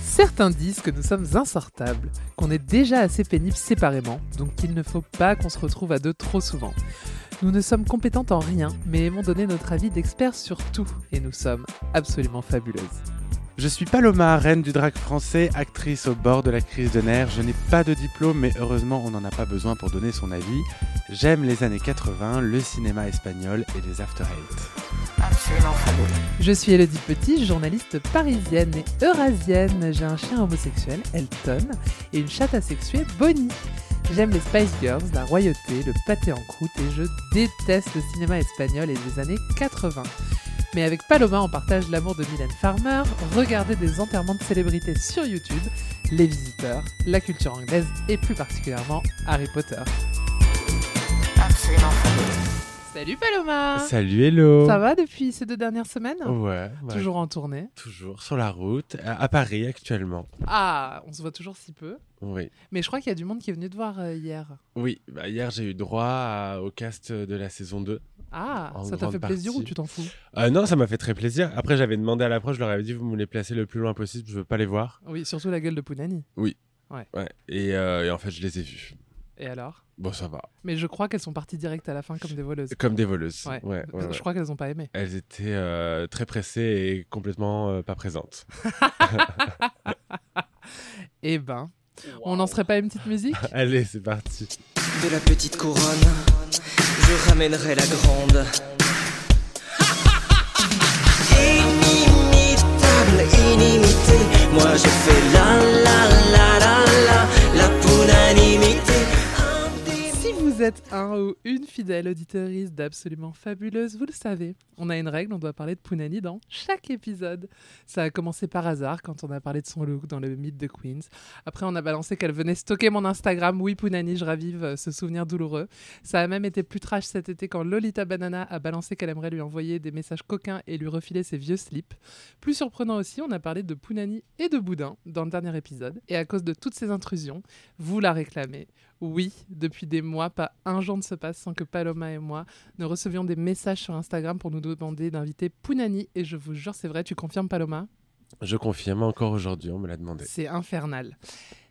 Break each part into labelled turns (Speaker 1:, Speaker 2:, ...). Speaker 1: Certains disent que nous sommes insortables, qu'on est déjà assez pénibles séparément, donc qu'il ne faut pas qu'on se retrouve à deux trop souvent. Nous ne sommes compétentes en rien, mais aimons donner notre avis d'experts sur tout, et nous sommes absolument fabuleuses.
Speaker 2: Je suis Paloma, reine du drag français, actrice au bord de la crise de nerfs. Je n'ai pas de diplôme, mais heureusement, on n'en a pas besoin pour donner son avis. J'aime les années 80, le cinéma espagnol et les after eight.
Speaker 3: Absolument fabuleux.
Speaker 1: Je suis Elodie Petit, journaliste parisienne et eurasienne. J'ai un chien homosexuel, Elton, et une chatte asexuée, Bonnie. J'aime les Spice Girls, la royauté, le pâté en croûte et je déteste le cinéma espagnol et les années 80. Mais avec Paloma, on partage l'amour de Mylène Farmer, regarder des enterrements de célébrités sur YouTube, les visiteurs, la culture anglaise et plus particulièrement Harry Potter.
Speaker 3: Absolument fabuleux.
Speaker 1: Salut Paloma
Speaker 2: Salut Hello
Speaker 1: Ah. Ça va depuis ces deux dernières semaines
Speaker 2: Ouais, ouais,
Speaker 1: Toujours en tournée.
Speaker 2: toujours sur la route, à à Paris actuellement.
Speaker 1: Ah, on se voit toujours si peu.
Speaker 2: Oui.
Speaker 1: Mais je crois qu'il y a du monde qui est venu te voir euh, hier.
Speaker 2: Oui, bah, hier j'ai eu droit à- au cast de la saison 2.
Speaker 1: Ah,
Speaker 2: En
Speaker 1: ça t'a
Speaker 2: grande
Speaker 1: fait plaisir
Speaker 2: partie.
Speaker 1: ou tu t'en fous
Speaker 2: Euh, non, ça m'a fait très plaisir. Après, j'avais demandé à l'approche, je leur avais dit, vous me les placez le plus loin possible, je veux pas les voir.
Speaker 1: Oui, surtout la gueule de Pounani.
Speaker 2: Ouais. Et, euh, et en fait, je les ai vus.
Speaker 1: Et alors
Speaker 2: Bon, ça va.
Speaker 1: Mais je crois qu'elles sont parties direct à la fin comme des voleuses.
Speaker 2: Comme des voleuses.
Speaker 1: Ouais.
Speaker 2: ouais, ouais, ouais.
Speaker 1: Je crois qu'elles n'ont pas aimé.
Speaker 2: Elles étaient euh, très pressées et complètement euh, pas présentes.
Speaker 1: Eh ben, on lancerait pas une petite musique
Speaker 2: Allez, c'est parti.
Speaker 4: De la petite couronne, je ramènerai la grande. Inimitable, inimité, moi je fais la la la la la, la punalimité.
Speaker 1: Si vous êtes un ou une fidèle auditoriste d'absolument fabuleuse, vous le savez, on a une règle, on doit parler de Pounani dans chaque épisode. Ça a commencé par hasard quand on a parlé de son look dans le mythe de Queens. Après, on a balancé qu'elle venait stocker mon Instagram. Oui, Pounani, je ravive euh, ce souvenir douloureux. Ça a même été plus trash cet été quand Lolita Banana a balancé qu'elle aimerait lui envoyer des messages coquins et lui refiler ses vieux slips. Plus surprenant aussi, on a parlé de Pounani et de Boudin dans le dernier épisode. Et à cause de toutes ces intrusions, vous la réclamez. Oui, depuis des mois, pas un jour ne se passe sans que Paloma et moi ne recevions des messages sur Instagram pour nous demander d'inviter Pounani. Et je vous jure, c'est vrai, tu confirmes Paloma
Speaker 2: Je confirme encore aujourd'hui, on me l'a demandé.
Speaker 1: C'est infernal.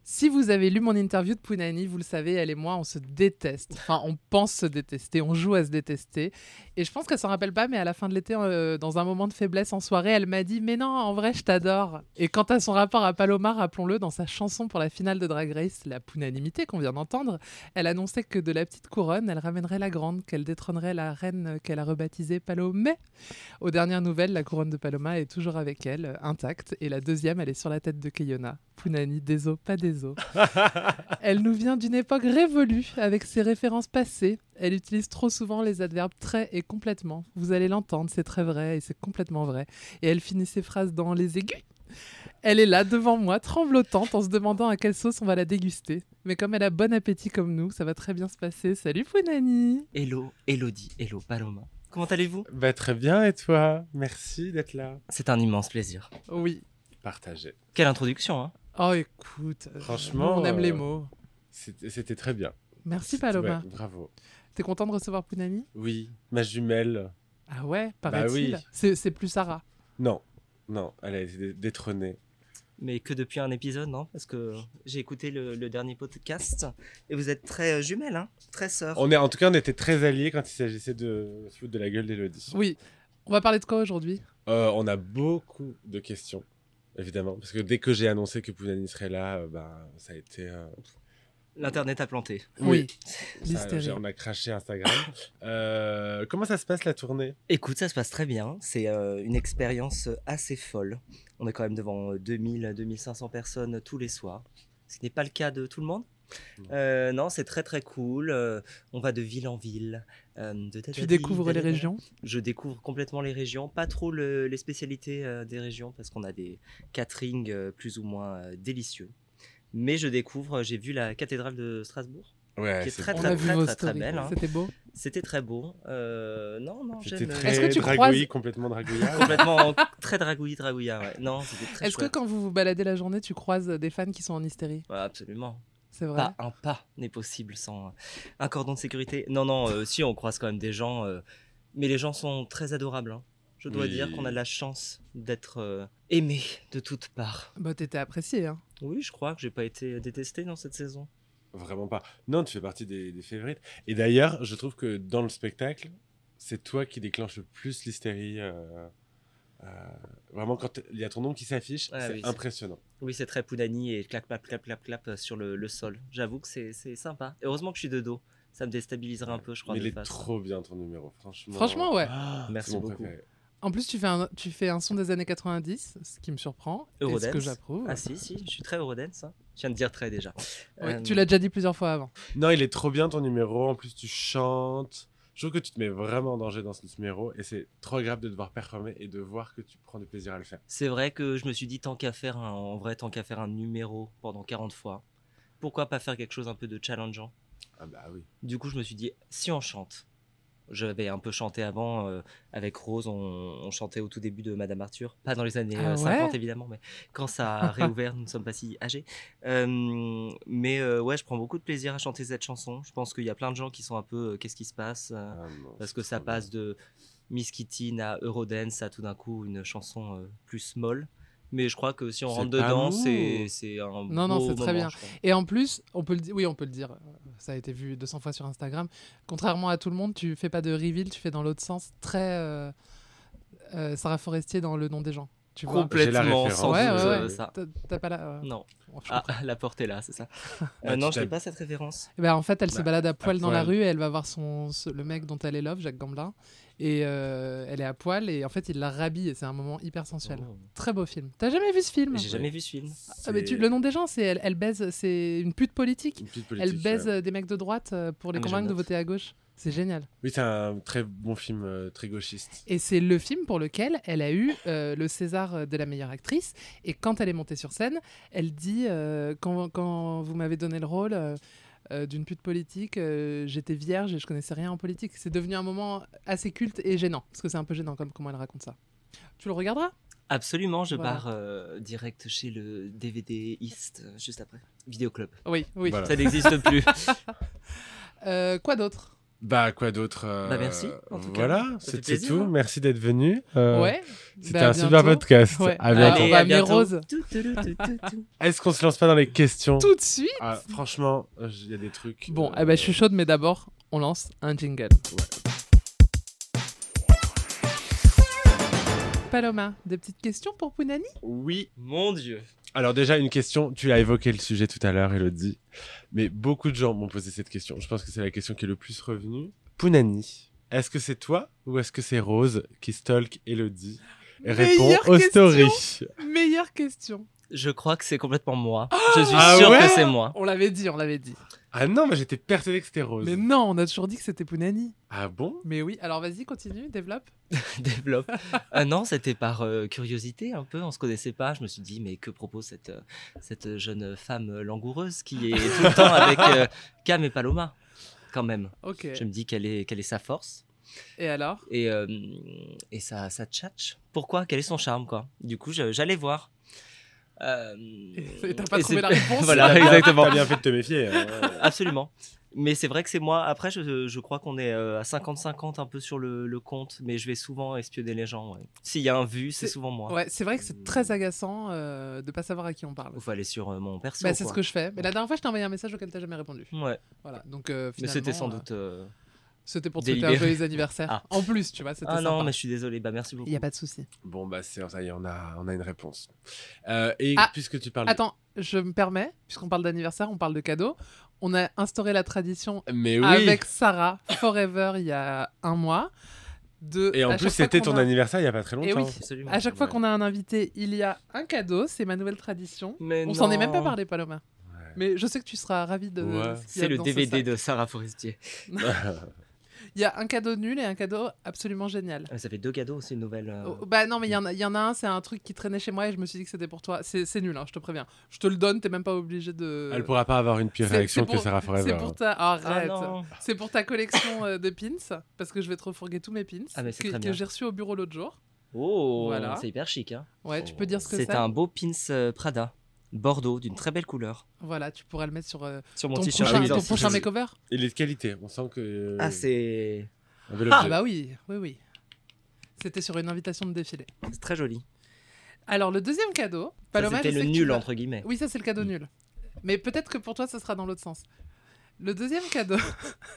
Speaker 1: Si vous avez lu mon interview de Pounani, vous le savez, elle et moi, on se déteste. Enfin, on pense se détester, on joue à se détester. Et je pense qu'elle s'en rappelle pas, mais à la fin de l'été, euh, dans un moment de faiblesse en soirée, elle m'a dit Mais non, en vrai, je t'adore. Et quant à son rapport à Paloma, rappelons-le, dans sa chanson pour la finale de Drag Race, la Pounanimité qu'on vient d'entendre, elle annonçait que de la petite couronne, elle ramènerait la grande, qu'elle détrônerait la reine qu'elle a rebaptisée Palomé. Aux dernières nouvelles, la couronne de Paloma est toujours avec elle, euh, intacte, et la deuxième, elle est sur la tête de Keyona. Punani, des os, pas des os. elle nous vient d'une époque révolue, avec ses références passées. Elle utilise trop souvent les adverbes très et complètement. Vous allez l'entendre, c'est très vrai et c'est complètement vrai. Et elle finit ses phrases dans les aigus. Elle est là devant moi, tremblotante, en se demandant à quelle sauce on va la déguster. Mais comme elle a bon appétit comme nous, ça va très bien se passer. Salut Punani
Speaker 4: Hello, Elodie, hello Paloma. Comment allez-vous
Speaker 2: Bah, très bien, et toi Merci d'être là.
Speaker 4: C'est un immense plaisir.
Speaker 1: Oui.
Speaker 2: Partagé.
Speaker 4: Quelle introduction, hein
Speaker 1: Oh écoute, euh,
Speaker 2: Franchement,
Speaker 1: on aime les
Speaker 2: euh,
Speaker 1: mots.
Speaker 2: C'était c'était très bien.
Speaker 1: Merci
Speaker 2: C'était-
Speaker 1: Paloma.
Speaker 2: ouais, bravo.
Speaker 1: T'es content de recevoir Pounani
Speaker 2: Oui, ma jumelle.
Speaker 1: Ah ouais,
Speaker 4: Bah
Speaker 1: paraît-il.
Speaker 2: oui.
Speaker 1: C'est- C'est plus Sarah.
Speaker 2: Non, non, elle a été dé- détrônée.
Speaker 4: mais que depuis un épisode, non Parce que j'ai écouté le, le dernier podcast et vous êtes très euh, jumelles, hein très sœurs.
Speaker 2: On est, en tout cas, on était très alliés quand il s'agissait de se foutre de la gueule d'Elodie.
Speaker 1: Oui. On va parler de quoi aujourd'hui
Speaker 2: Euh, on a beaucoup de questions, évidemment. Parce que dès que j'ai annoncé que Pounani serait là, euh, bah, ça a été... euh,
Speaker 4: L'internet a planté.
Speaker 1: Oui.
Speaker 2: Ça,
Speaker 1: L'hystérie.
Speaker 2: Euh, j'ai- on a craché Instagram. Euh, comment ça se passe la tournée
Speaker 4: Écoute, ça se passe très bien. C'est euh, une expérience assez folle. On est quand même devant euh, 2000, 2500 personnes euh, tous les soirs. Ce qui n'est pas le cas de tout le monde.
Speaker 2: Non.
Speaker 4: Euh, non, c'est très très cool. Euh, on va de ville en ville. euh, de
Speaker 1: Tu découvres les régions
Speaker 4: Je découvre complètement les régions, pas trop le- les spécialités euh, des régions parce qu'on a des caterings euh, plus ou moins euh, délicieux. Mais je découvre, j'ai vu la cathédrale de Strasbourg.
Speaker 2: Ouais,
Speaker 4: Qui est
Speaker 2: c'est
Speaker 4: très,
Speaker 2: bon.
Speaker 1: On a vu
Speaker 4: très,
Speaker 1: vos
Speaker 4: très, très
Speaker 1: stories.
Speaker 4: belle, hein.
Speaker 1: C'était beau.
Speaker 4: C'était très beau. Euh, non, non,
Speaker 2: J'étais
Speaker 4: j'aime.
Speaker 2: très
Speaker 1: Est-ce que tu
Speaker 2: dragouille,
Speaker 1: croises-
Speaker 2: complètement dragouillard.
Speaker 4: complètement très dragouillis, dragouillard. Ouais. Non, c'était très
Speaker 1: Est-ce que
Speaker 4: chouette.
Speaker 1: quand vous vous baladez la journée, tu croises des fans qui sont en hystérie
Speaker 4: Ouais, absolument.
Speaker 1: C'est vrai.
Speaker 4: Pas un pas n'est possible sans euh, un cordon de sécurité. Non, non, euh, si, on croise quand même des gens. euh, mais les gens sont très adorables. hein. Je dois
Speaker 5: Oui.
Speaker 4: dire qu'on a de la chance d'être euh, aimé de toutes parts.
Speaker 1: Bah, t'étais apprécié. Hein.
Speaker 4: Oui, je crois que j'ai pas été détesté dans cette saison.
Speaker 2: Vraiment pas. Non, tu fais partie des, des favorites. Et d'ailleurs, je trouve que dans le spectacle, c'est toi qui déclenche le plus l'hystérie. euh, euh, vraiment, quand il y a ton nom qui s'affiche,
Speaker 4: Ah
Speaker 2: c'est
Speaker 4: oui, c'est-
Speaker 2: impressionnant.
Speaker 4: Oui, c'est très Pounani et clap, clap, clap, clap, clap euh, sur le, le sol. J'avoue que c'est c'est sympa. Heureusement que je suis de dos. Ça me déstabiliserait un peu, je crois,
Speaker 2: Mais il
Speaker 4: de
Speaker 2: est
Speaker 4: face.
Speaker 2: trop bien ton numéro, franchement.
Speaker 1: Franchement, ouais.
Speaker 2: Ah, c'est
Speaker 4: Merci
Speaker 2: mon
Speaker 4: beaucoup.
Speaker 2: préféré.
Speaker 1: En plus, tu fais, un, tu fais un son des années 90, ce qui me surprend. Et ce
Speaker 4: Eurodance.
Speaker 1: que j'approuve.
Speaker 4: Ah si, si, je suis très Eurodance. hein. Je viens de dire très déjà.
Speaker 1: Oui,
Speaker 4: Euh,
Speaker 1: Tu l'as déjà dit plusieurs fois avant.
Speaker 2: Non, il est trop bien ton numéro. En plus, tu chantes. Je trouve que tu te mets vraiment en danger dans ce numéro et c'est trop agréable de devoir performer et de voir que tu prends du plaisir à le faire.
Speaker 4: C'est vrai que je me suis dit tant qu'à faire, un, en vrai, tant qu'à faire un numéro pendant 40 fois, pourquoi pas faire quelque chose un peu de challengeant
Speaker 2: Ah bah oui.
Speaker 4: Du coup, je me suis dit, si on chante, j'avais un peu chanté avant euh, avec Rose, on, on chantait au tout début de Madame Arthur, pas dans les années
Speaker 1: Ah
Speaker 4: euh,
Speaker 1: ouais
Speaker 4: 50 évidemment, mais quand ça a réouvert, nous ne sommes pas si âgés. Euh, mais euh, ouais, je prends beaucoup de plaisir à chanter cette chanson. Je pense qu'il y a plein de gens qui sont un peu, euh, qu'est-ce qui se passe euh,
Speaker 2: Ah non,
Speaker 4: Parce
Speaker 2: c'est
Speaker 4: que ça
Speaker 2: trop bien.
Speaker 4: passe de Miss Kitty à Eurodance à tout d'un coup une chanson euh, plus molle. Mais je crois que si on
Speaker 2: C'est
Speaker 4: rentre
Speaker 2: pas
Speaker 4: dedans,
Speaker 2: mou.
Speaker 4: c'est c'est un
Speaker 1: Non, non,
Speaker 4: beau
Speaker 1: c'est très
Speaker 4: moment,
Speaker 1: bien.
Speaker 4: je crois.
Speaker 1: Et en plus, on peut le dire, oui, on peut le dire, euh, ça a été vu 200 fois sur Instagram. Contrairement à tout le monde, tu fais pas de reveal, tu fais dans l'autre sens, très euh, euh, Sarah Forestier dans le nom des gens. Tu vois
Speaker 2: J'ai la
Speaker 4: Complètement,
Speaker 2: référence,
Speaker 4: sans
Speaker 1: Ouais,
Speaker 4: doute,
Speaker 1: ouais,
Speaker 4: euh,
Speaker 2: ouais.
Speaker 4: ça.
Speaker 1: T'as- T'as pas la. euh,
Speaker 4: Non,
Speaker 1: bon, je
Speaker 4: ah,
Speaker 1: comprends.
Speaker 4: la porte est là, c'est ça.
Speaker 2: Bah,
Speaker 4: Euh, non,
Speaker 2: tu
Speaker 4: je n'ai
Speaker 2: t'as-
Speaker 4: pas cette référence.
Speaker 1: Eh ben, en fait, elle se
Speaker 2: Bah,
Speaker 1: balade à poil dans la
Speaker 2: poil.
Speaker 1: rue, elle va voir son, ce- le mec dont elle est love, Jacques Gamblin, et euh, elle est à poil, et en fait, il la rhabille, et c'est un moment hyper sensuel. Très beau film. T'as jamais vu ce film
Speaker 4: Oh. J'ai jamais vu ce film.
Speaker 1: Ah, mais tu- Le nom des gens, c'est elle, elle baise, c'est une pute politique.
Speaker 2: Une petite
Speaker 1: Elle
Speaker 2: politique,
Speaker 1: baise
Speaker 2: ouais.
Speaker 1: euh, des mecs de droite euh, pour les
Speaker 4: Ah, mais je
Speaker 1: convaincre de
Speaker 4: note.
Speaker 1: voter à gauche. C'est génial.
Speaker 2: Oui, c'est un très bon film, euh, très gauchiste.
Speaker 1: Et c'est le film pour lequel elle a eu euh, le César de la meilleure actrice. Et quand elle est montée sur scène, elle dit euh, quand, quand vous m'avez donné le rôle euh, euh, d'une pute politique, euh, j'étais vierge et je connaissais rien en politique. C'est devenu un moment assez culte et gênant. Parce que c'est un peu gênant comme comment elle raconte ça. Tu le regarderas
Speaker 4: Absolument, je
Speaker 1: Voilà.
Speaker 4: pars euh, direct chez le DVD East euh, juste après. Vidéoclub.
Speaker 1: Oui, oui.
Speaker 2: Voilà.
Speaker 4: Ça n'existe plus.
Speaker 1: Euh, quoi d'autre
Speaker 2: Bah, quoi d'autre euh,
Speaker 4: Bah, merci, en tout cas.
Speaker 2: Voilà,
Speaker 4: Ça fait
Speaker 2: c'est c'est
Speaker 4: plaisir,
Speaker 2: tout.
Speaker 4: hein.
Speaker 2: Merci d'être venu. Euh,
Speaker 1: Ouais.
Speaker 2: C'était
Speaker 1: bah,
Speaker 2: un super
Speaker 1: bientôt.
Speaker 2: podcast.
Speaker 1: Ouais.
Speaker 2: À bientôt.
Speaker 1: Allez. on va amener Rose.
Speaker 4: Tout, tout, tout, tout, tout.
Speaker 2: Est-ce qu'on se lance pas dans les questions
Speaker 1: Tout de suite.
Speaker 2: Ah, Franchement, euh, il y a des trucs.
Speaker 1: Bon,
Speaker 2: euh,
Speaker 1: eh ben, je suis chaude, mais d'abord, on lance un jingle. Paloma, des petites questions pour Pounani
Speaker 2: Oui.
Speaker 4: Mon Dieu.
Speaker 2: Alors, déjà, une question. Tu as évoqué le sujet tout à l'heure, Elodie. Mais beaucoup de gens m'ont posé cette question. Je pense que c'est la question qui est le plus revenue. Pounani, est-ce que c'est toi ou est-ce que c'est Rose qui stalk Elodie et répond
Speaker 1: Meilleure
Speaker 2: aux
Speaker 1: question.
Speaker 2: stories
Speaker 1: Meilleure question.
Speaker 4: Je crois que c'est complètement moi. Je suis
Speaker 2: Ah
Speaker 4: sûr
Speaker 2: ouais
Speaker 4: que c'est moi.
Speaker 1: On l'avait dit, on l'avait dit.
Speaker 2: Ah non, mais j'étais persuadé que c'était Rose.
Speaker 1: Mais non, on a toujours dit que c'était Pounani.
Speaker 2: Ah bon
Speaker 1: Mais oui, alors vas-y, continue, développe.
Speaker 4: Développe. Ah non, c'était par euh, curiosité un peu. On se connaissait pas. Je me suis dit, mais que propose cette, euh, cette jeune femme euh, langoureuse qui est tout le temps avec euh, Cam et Paloma quand même.
Speaker 1: Ok.
Speaker 4: Je me dis quelle est, quelle est sa force.
Speaker 1: Et alors
Speaker 4: et, euh, et ça, ça tchatche. Pourquoi Quel est son charme, quoi Du coup, je- j'allais voir. Euh,
Speaker 1: Et t'as pas
Speaker 4: et
Speaker 1: trouvé
Speaker 4: c'est-
Speaker 1: la réponse
Speaker 4: Voilà,
Speaker 2: T'as bien-
Speaker 4: exactement.
Speaker 2: T'as bien fait de te méfier. hein.
Speaker 4: Absolument. Mais c'est vrai que c'est moi. Après, je, je crois qu'on est euh, à 50-50 un peu sur le, le compte, mais je vais souvent espionner les gens. ouais. S'il y a un vu, c'est
Speaker 1: C'est-
Speaker 4: souvent moi.
Speaker 1: Ouais, c'est vrai que c'est très agaçant euh, de pas savoir à qui on parle.
Speaker 4: Il faut aller sur euh, mon perso.
Speaker 1: Bah, c'est ce
Speaker 4: quoi.
Speaker 1: que je fais. Mais la dernière fois, je t'ai envoyé un message auquel t'as jamais répondu.
Speaker 4: Ouais,
Speaker 1: Voilà. Donc, euh,
Speaker 4: mais c'était sans
Speaker 1: finalement, euh,
Speaker 4: doute. euh,
Speaker 1: C'était pour te souhaiter un
Speaker 4: Délibéré.
Speaker 1: joyeux anniversaire.
Speaker 4: Ah.
Speaker 1: En plus, tu vois, c'était
Speaker 4: Ah non,
Speaker 1: sympa.
Speaker 4: mais je suis désolé. Bah, merci beaucoup.
Speaker 1: Il n'y a pas de souci.
Speaker 2: Bon, bah, c'est, ça y est, on a, on a une réponse. Euh, et
Speaker 1: Ah,
Speaker 2: puisque tu parles.
Speaker 1: Attends, je me permets, puisqu'on parle d'anniversaire, on parle de cadeaux. On a instauré la tradition
Speaker 2: Mais oui
Speaker 1: avec Sarah Forever il y a un mois. De,
Speaker 2: Et en
Speaker 1: à
Speaker 2: plus,
Speaker 1: chaque fois
Speaker 2: c'était
Speaker 1: Ah, qu'on
Speaker 2: ton
Speaker 1: a-
Speaker 2: anniversaire il n'y a pas très longtemps.
Speaker 1: Eh oui.
Speaker 4: Absolument.
Speaker 1: À chaque fois qu'on a un invité, il y a un cadeau. C'est ma nouvelle tradition.
Speaker 4: Mais
Speaker 1: on s'en est même pas
Speaker 4: non.
Speaker 1: parlé, Paloma. Mais je sais que tu seras ravie de.
Speaker 2: Ouais.
Speaker 1: ce qu'il y
Speaker 4: C'est
Speaker 1: a
Speaker 4: le
Speaker 1: dans ce
Speaker 4: DVD
Speaker 1: sac.
Speaker 4: de Sarah Forestier.
Speaker 1: Il y a un cadeau nul et un cadeau absolument génial.
Speaker 4: Ah, Ça fait deux cadeaux, c'est une nouvelle.
Speaker 2: Ah.
Speaker 4: euh,
Speaker 1: Oh, bah non, mais il y, en a- il y en a un, c'est un truc qui traînait chez moi et je me suis dit que c'était pour toi. C'est c'est nul, hein, je te préviens. Je te le donne, t'es même pas obligé de.
Speaker 2: Elle pourra pas avoir une pire
Speaker 1: c'est- c'est
Speaker 2: réaction que
Speaker 1: pour-
Speaker 2: Sarah
Speaker 1: C'est
Speaker 2: Forever. hein.
Speaker 1: pour ta arrête.
Speaker 4: Ah non.
Speaker 1: c'est pour ta collection euh, de pins parce que je vais te refourguer tous mes pins
Speaker 4: Ah, mais c'est
Speaker 1: que,
Speaker 4: très
Speaker 1: que
Speaker 4: bien.
Speaker 1: j'ai reçus au bureau l'autre jour.
Speaker 4: Oh,
Speaker 1: Voilà.
Speaker 4: c'est hyper chic. Hein.
Speaker 1: Ouais, tu peux dire ce que c'est.
Speaker 4: C'est un beau pins euh, Prada, bordeaux, d'une très belle couleur.
Speaker 1: Voilà, tu pourras le mettre sur euh,
Speaker 4: Sur mon
Speaker 1: ton
Speaker 4: t-shirt.
Speaker 1: prochain,
Speaker 2: oui,
Speaker 1: ton
Speaker 2: dans-
Speaker 1: prochain
Speaker 2: si-
Speaker 1: makeover.
Speaker 2: Il est de qualité. On sent que.
Speaker 4: Ah, c'est.
Speaker 2: on veut l'objet.
Speaker 1: Ah bah oui, oui oui. C'était sur une invitation de défilé.
Speaker 4: C'est très joli.
Speaker 1: Alors, le deuxième cadeau,
Speaker 4: Ça,
Speaker 1: Paloma,
Speaker 4: C'était
Speaker 1: je
Speaker 4: le
Speaker 1: sais que tu
Speaker 4: nul,
Speaker 1: vas-
Speaker 4: entre guillemets.
Speaker 1: Oui, ça, c'est le cadeau
Speaker 2: Mm.
Speaker 1: nul. Mais peut-être que pour toi, ça sera dans l'autre sens. Le deuxième cadeau,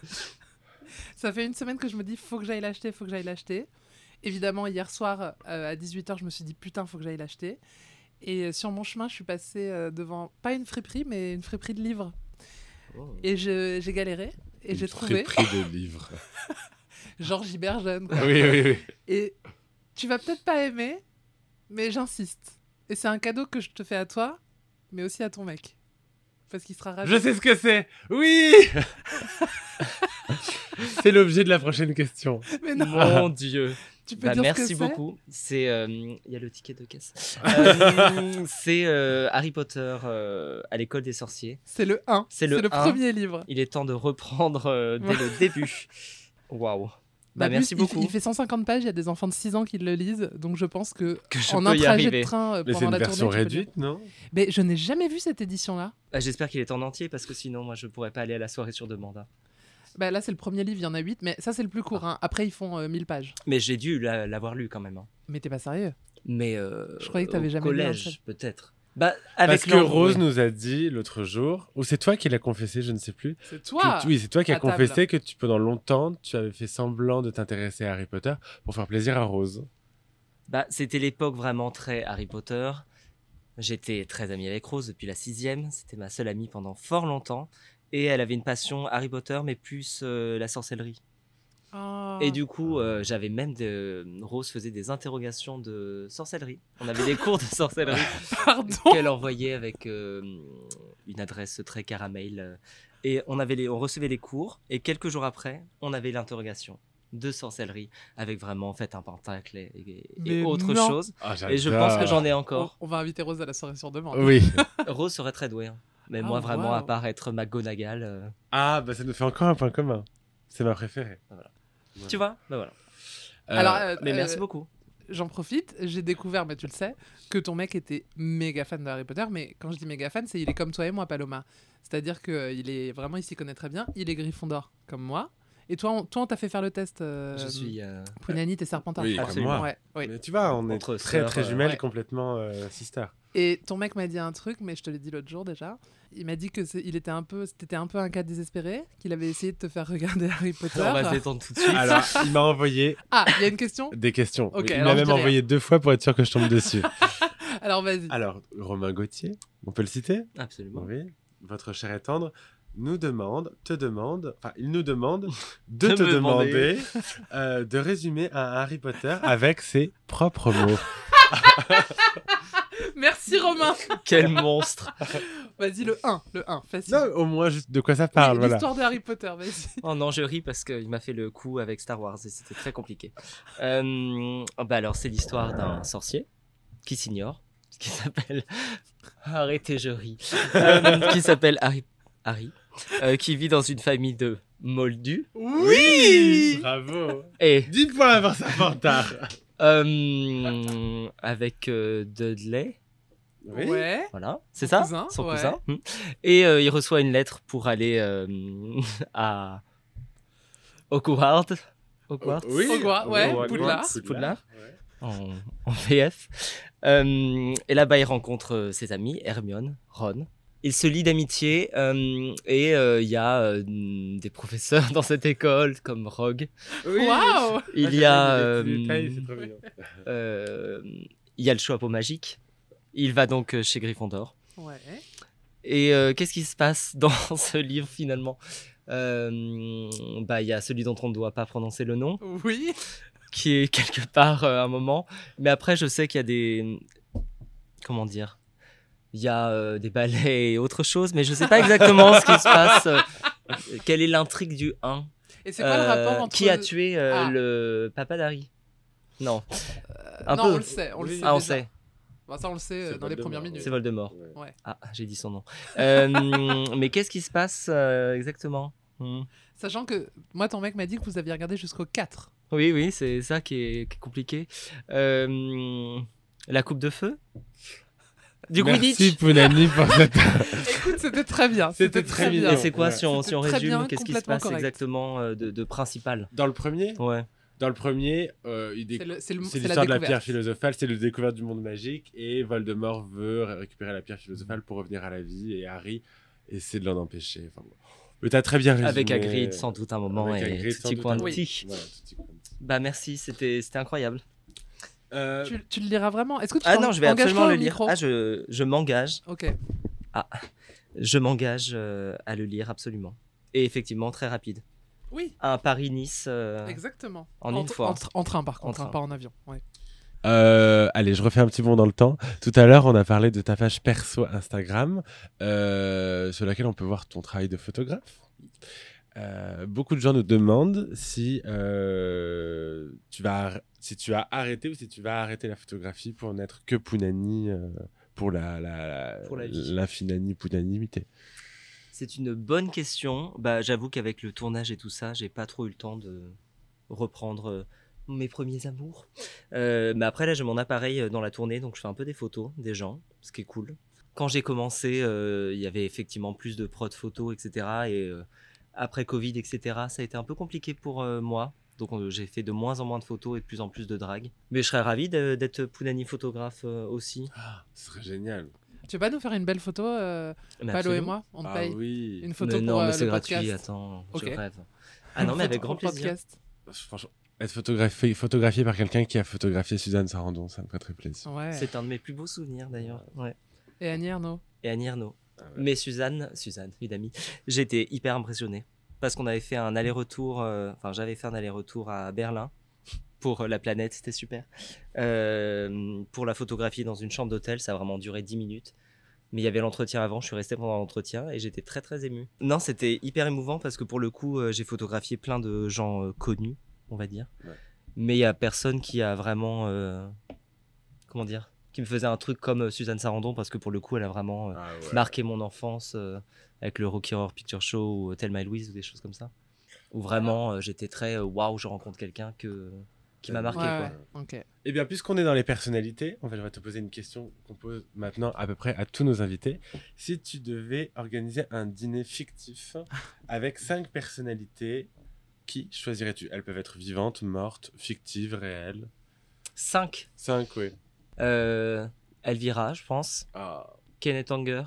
Speaker 1: ça fait une semaine que je me dis faut que j'aille l'acheter, faut que j'aille l'acheter. Évidemment, hier soir, euh, à 18h, je me suis dit putain, faut que j'aille l'acheter. Et euh, sur mon chemin, je suis passée euh, devant, pas une friperie, mais une friperie de livres.
Speaker 4: Oh.
Speaker 1: Et je- j'ai galéré. Et j'ai trouvé
Speaker 2: prix de livres.
Speaker 1: Georges Hibergen. quoi.
Speaker 2: oui, oui, oui.
Speaker 1: Et tu vas peut-être pas aimer, mais j'insiste. Et c'est un cadeau que je te fais à toi, mais aussi à ton mec. Parce qu'il sera ravi.
Speaker 2: Je sais ce que c'est. Oui. c'est l'objet de la prochaine question.
Speaker 1: Mais non,
Speaker 4: Mon Dieu.
Speaker 1: tu peux
Speaker 4: Bah,
Speaker 1: dire ce que c'est.
Speaker 4: merci beaucoup. C'est, euh, il y a le ticket de caisse. Euh, c'est euh, Harry Potter euh, à l'école des sorciers.
Speaker 1: C'est le 1.
Speaker 4: C'est le Bah, 1.
Speaker 1: premier livre.
Speaker 4: Il est temps de reprendre euh, dès le début. Waouh. Bah,
Speaker 1: Bah,
Speaker 4: merci
Speaker 1: plus, il-
Speaker 4: beaucoup.
Speaker 1: Il, fait 150 pages, il y a des enfants de 6 ans qui le lisent, donc je pense que
Speaker 4: Que je
Speaker 1: en un
Speaker 4: peux y
Speaker 1: trajet
Speaker 4: arriver.
Speaker 1: de train euh,
Speaker 2: Mais c'est
Speaker 1: pendant
Speaker 2: une
Speaker 1: la
Speaker 2: version
Speaker 1: tournée. tu peux lire.
Speaker 2: réduite, non
Speaker 1: Mais je n'ai jamais vu cette édition-là.
Speaker 4: Ah, J'espère qu'il est en entier parce que sinon, moi, je pourrais pas aller à la soirée sur demande. hein.
Speaker 1: Bah, là, c'est le premier livre, il y en a 8, mais ça, c'est le plus court. hein. Après, ils font euh, 1000 pages.
Speaker 4: Mais j'ai dû la- l'avoir lu quand même. hein.
Speaker 1: Mais t'es pas sérieux
Speaker 4: Mais euh,
Speaker 1: Je croyais que
Speaker 4: au
Speaker 1: t'avais jamais lu un seul.
Speaker 4: collège, peut-être. Bah, avec
Speaker 2: Parce que
Speaker 4: l'angle,
Speaker 2: Rose
Speaker 4: oui.
Speaker 2: nous a dit l'autre jour, ou c'est toi qui l'as confessé, je ne sais plus.
Speaker 1: C'est
Speaker 2: que
Speaker 1: toi
Speaker 2: tu- oui, c'est toi qui
Speaker 1: à
Speaker 2: as
Speaker 1: table.
Speaker 2: confessé que tu, pendant longtemps, tu avais fait semblant de t'intéresser à Harry Potter pour faire plaisir à Rose.
Speaker 4: Bah, c'était l'époque vraiment très Harry Potter. J'étais très amie avec Rose depuis la sixième. C'était ma seule amie pendant fort longtemps. Et elle avait une passion Harry Potter, mais plus euh, la sorcellerie.
Speaker 2: Oh,
Speaker 1: Ah.
Speaker 4: Et du coup, euh, j'avais même de... Rose faisait des interrogations de sorcellerie. On avait des cours de sorcellerie
Speaker 1: Pardon
Speaker 4: qu'elle envoyait avec euh, une adresse très caramel. euh, Et on, avait les, on recevait les cours, et quelques jours après, on avait l'interrogation de sorcellerie, avec vraiment en fait un pentacle et, et- et
Speaker 1: Mais
Speaker 4: autre
Speaker 1: non.
Speaker 4: chose.
Speaker 2: Ah,
Speaker 4: Et je pense que j'en ai
Speaker 1: on,
Speaker 4: encore.
Speaker 1: on va inviter Rose à la soirée sur demande.
Speaker 2: Oui.
Speaker 4: Oh. Rose serait très douée. hein. Mais
Speaker 1: Ah,
Speaker 4: moi, vraiment, à
Speaker 1: waouh.
Speaker 4: part être McGonagall, euh,
Speaker 2: ah, bah ça nous fait encore un point commun. C'est ma préférée.
Speaker 4: tu vois Bah voilà.
Speaker 1: Alors,
Speaker 2: Euh,
Speaker 1: euh,
Speaker 4: Mais
Speaker 1: euh,
Speaker 4: merci beaucoup.
Speaker 1: J'en profite, j'ai découvert, mais tu le sais, que ton mec était méga fan de Harry Potter. Mais quand je dis méga fan, c'est il est comme toi et moi, Paloma. C'est-à-dire que euh, il est vraiment, il s'y connaît très bien. Il est Gryffondor, comme moi. Et toi, on, toi, on t'a fait faire le test. euh,
Speaker 4: Je suis euh,
Speaker 1: Pounani, t'es Serpentard.
Speaker 2: Oui,
Speaker 1: je crois.
Speaker 2: comme moi.
Speaker 1: Ouais, oui.
Speaker 2: Euh, mais tu vois, on est
Speaker 4: Entre
Speaker 2: très
Speaker 4: sœurs,
Speaker 2: très
Speaker 4: euh,
Speaker 2: jumelles,
Speaker 1: ouais.
Speaker 2: complètement euh, sister.
Speaker 1: Et ton mec m'a dit un truc, mais je te l'ai dit l'autre jour déjà. Il m'a dit que c'est- il était un peu, c'était un peu un cas désespéré, qu'il avait essayé de te faire regarder Harry Potter.
Speaker 4: On va se détendre tout de suite.
Speaker 2: Alors, il m'a envoyé
Speaker 1: Ah, il y a une question.
Speaker 2: des questions.
Speaker 1: Ok,
Speaker 2: il
Speaker 1: alors
Speaker 2: m'a
Speaker 1: je
Speaker 2: même
Speaker 1: dis rien.
Speaker 2: envoyé deux fois pour être sûr que je tombe dessus.
Speaker 1: Alors vas-y.
Speaker 2: Alors, Romain Gauthier, on peut le citer
Speaker 4: Absolument.
Speaker 2: Oui. Votre cher et tendre nous demande, te demande, enfin, il nous demande de,
Speaker 4: De
Speaker 2: te
Speaker 4: me demander.
Speaker 2: demander euh, de résumer un Harry Potter avec ses propres mots.
Speaker 1: Merci Romain.
Speaker 4: Quel monstre
Speaker 1: Vas-y le 1, le 1, facile.
Speaker 2: non, au moins juste de quoi ça parle,
Speaker 1: Oui,
Speaker 2: Ah, voilà.
Speaker 1: L'histoire de Harry Potter, vas-y.
Speaker 4: Oh non, je ris parce qu'il m'a fait le coup avec Star Wars et c'était très compliqué. Euh, bah alors, c'est l'histoire d'un sorcier qui s'ignore, qui s'appelle. Arrêtez, je ris. Euh, qui s'appelle Harry. Harry euh, qui vit dans une famille de moldus.
Speaker 2: Oui Bravo
Speaker 4: Et
Speaker 2: 10 points avant Serpentard
Speaker 4: euh, avec euh, Dudley,
Speaker 1: Ouais.
Speaker 4: voilà, c'est
Speaker 1: Son
Speaker 4: ça
Speaker 1: cousin,
Speaker 4: Son
Speaker 1: ouais.
Speaker 4: cousin. hmm. Et euh, il reçoit une lettre pour aller euh, à Hogwarts. Hogwarts
Speaker 2: Oui
Speaker 1: Euh, Hogwarts, ouais, Poudlard.
Speaker 4: Poudlard. en, en VF. Euh, et là-bas, il rencontre euh, ses amis, Hermione, Ron. Il se lie d'amitié euh, et euh, il y a euh, des professeurs dans cette école comme Rogue.
Speaker 2: Ah,
Speaker 1: Waouh
Speaker 4: Il y a euh,
Speaker 2: Moi,
Speaker 4: euh, il y a le chapeau magique. Il va donc euh, chez Gryffondor.
Speaker 1: Ouais.
Speaker 4: Et euh, qu'est-ce qui se passe dans ce livre finalement Euh, Bah, il y a celui dont on ne doit pas prononcer le nom,
Speaker 1: Oui.
Speaker 4: qui est quelque part euh, à un moment. Mais après, je sais qu'il y a des. Comment dire Il y a euh, des ballets et autre chose, mais je ne sais pas exactement ce qui se passe. euh, quelle est l'intrigue du 1
Speaker 1: Et c'est quoi le rapport entre
Speaker 4: Qui a tué euh,
Speaker 1: Ah. Euh,
Speaker 4: le papa d'Harry Non. Un
Speaker 1: non,
Speaker 4: peu.
Speaker 1: on le sait, on le
Speaker 2: Oui.
Speaker 1: sait.
Speaker 4: Ah, on
Speaker 1: déjà.
Speaker 4: sait,
Speaker 1: Bah, ça, on le sait euh,
Speaker 2: C'est
Speaker 1: dans les
Speaker 2: Voldemort,
Speaker 1: premières minutes.
Speaker 4: c'est Voldemort.
Speaker 1: Ouais.
Speaker 4: Ah, j'ai dit son nom. Euh, mais qu'est-ce qui se passe euh, exactement Hmm.
Speaker 1: Sachant que moi, ton mec m'a dit que vous aviez regardé jusqu'au 4.
Speaker 4: Oui, oui, c'est ça qui est, qui est compliqué. Euh, la coupe de feu Du
Speaker 2: Merci
Speaker 4: Quidditch
Speaker 2: Pounani pour cette...
Speaker 1: Écoute, c'était très bien.
Speaker 2: C'était
Speaker 1: C'était
Speaker 2: très
Speaker 1: très bien.
Speaker 4: Et
Speaker 2: mignon.
Speaker 4: c'est quoi
Speaker 2: Ouais.
Speaker 4: si on, si on
Speaker 1: C'était très
Speaker 4: résume
Speaker 1: bien,
Speaker 4: Qu'est-ce qui se
Speaker 1: complètement
Speaker 4: passe
Speaker 1: correct.
Speaker 4: exactement euh, de, de principal
Speaker 2: Dans le premier
Speaker 4: Ouais.
Speaker 2: Dans le premier, euh, il découvre.
Speaker 1: C'est le- c'est le-
Speaker 2: C'est
Speaker 1: c'est
Speaker 2: l'histoire de la pierre
Speaker 1: découverte.
Speaker 2: philosophale, c'est le découverte du monde magique et Voldemort veut ré- récupérer la pierre philosophale pour revenir à la vie et Harry essaie de l'en empêcher. Enfin, bon. Mais t'as très bien résumé.
Speaker 4: Avec Hagrid, sans doute un moment,
Speaker 2: Avec
Speaker 4: et
Speaker 2: Hagrid, sans
Speaker 4: Tutti
Speaker 2: doute un moment.
Speaker 4: Quanti.
Speaker 2: Voilà, Tutti Quanti.
Speaker 4: Bah merci, c'était c'était incroyable.
Speaker 2: Euh,
Speaker 1: Tu, tu le liras vraiment Est-ce que tu
Speaker 4: Ah
Speaker 1: t'en-
Speaker 4: non, je vais
Speaker 1: engages-toi
Speaker 4: absolument
Speaker 1: au
Speaker 4: le lire.
Speaker 1: micro
Speaker 4: Ah, je, je m'engage.
Speaker 1: Ok.
Speaker 4: Je m'engage euh, à le lire absolument. Et effectivement, très rapide.
Speaker 1: Oui,
Speaker 4: Un Paris-Nice. euh,
Speaker 1: exactement.
Speaker 4: en une
Speaker 1: tr-
Speaker 4: fois.
Speaker 1: En, tr- en train, par
Speaker 4: En
Speaker 1: contre, hein,
Speaker 4: train.
Speaker 1: pas en avion. ouais.
Speaker 2: Euh, allez, je refais un petit bond dans le temps. Tout à l'heure, on a parlé de ta page perso Instagram, euh, sur laquelle on peut voir ton travail de photographe. Euh, beaucoup de gens nous demandent si, euh, tu vas ar- si tu as arrêté ou si tu vas arrêter la photographie pour n'être que Pounani, euh, pour la, la,
Speaker 4: Pour la vie.
Speaker 2: l'infinanie Pounanimité.
Speaker 4: C'est une bonne question. Bah, J'avoue qu'avec le tournage et tout ça, j'ai pas trop eu le temps de reprendre euh, mes premiers amours. Euh, mais après, là, j'ai mon appareil euh, dans la tournée, donc je fais un peu des photos des gens, ce qui est cool. Quand j'ai commencé, euh, il y avait effectivement plus de prod photos, etc. Et euh, après Covid, etc., ça a été un peu compliqué pour euh, moi. Donc euh, j'ai fait de moins en moins de photos et de plus en plus de drague. Mais je serais ravi de- d'être Pounani photographe euh, aussi.
Speaker 1: Ah.
Speaker 2: Ce serait génial.
Speaker 1: Tu veux pas nous faire une belle photo, euh,
Speaker 4: Mais
Speaker 1: Palo et
Speaker 4: absolument.
Speaker 1: moi On te
Speaker 2: ah
Speaker 1: paye
Speaker 2: oui.
Speaker 1: une photo
Speaker 4: Mais
Speaker 1: pour
Speaker 4: non, mais
Speaker 1: euh,
Speaker 4: c'est
Speaker 1: le
Speaker 4: gratuit,
Speaker 1: podcast.
Speaker 4: attends,
Speaker 1: Ok.
Speaker 4: je rêve. Ah non, mais
Speaker 1: Une
Speaker 4: avec
Speaker 1: photo
Speaker 4: grand
Speaker 1: pour le
Speaker 4: plaisir.
Speaker 1: podcast.
Speaker 2: Franchement, être photographié, photographié par quelqu'un qui a photographié Suzanne Sarandon, ça me ferait très plaisir.
Speaker 1: Ouais.
Speaker 4: C'est un de mes plus beaux souvenirs d'ailleurs. Ouais.
Speaker 1: Et Annie Arnaud
Speaker 4: Et Annie Ernaux.
Speaker 2: Ah ouais.
Speaker 4: Mais Suzanne, Suzanne, une amie, j'étais hyper impressionné parce qu'on avait fait un aller-retour, euh, enfin j'avais fait un aller-retour à Berlin pour euh, la planète, c'était super. Euh, pour la photographier dans une chambre d'hôtel, ça a vraiment duré 10 minutes. Mais il y avait l'entretien avant, je suis resté pendant l'entretien et j'étais très très ému. Non, c'était hyper émouvant parce que pour le coup, euh, j'ai photographié plein de gens euh, connus, on va dire.
Speaker 2: Ouais.
Speaker 4: Mais il y a personne qui a vraiment, euh, comment dire, qui me faisait un truc comme euh, Suzanne Sarandon parce que pour le coup, elle a vraiment euh,
Speaker 2: Ah ouais.
Speaker 4: marqué mon enfance euh, avec le Rocky Horror Picture Show ou Thelma et Louise ou des choses comme ça. Où vraiment euh, j'étais très euh, waouh, je rencontre quelqu'un que, qui m'a marqué.
Speaker 1: Ouais,
Speaker 4: quoi.
Speaker 1: ouais. Ok.
Speaker 2: Eh bien, puisqu'on est dans les personnalités, en fait, je vais te poser une question qu'on pose maintenant à peu près à tous nos invités. Si tu devais organiser un dîner fictif avec cinq personnalités, qui choisirais-tu Elles peuvent être vivantes, mortes, fictives, réelles.
Speaker 4: 5.
Speaker 2: Cinq, oui.
Speaker 4: euh, Elvira, je pense.
Speaker 2: Ah.
Speaker 4: Kenneth Anger.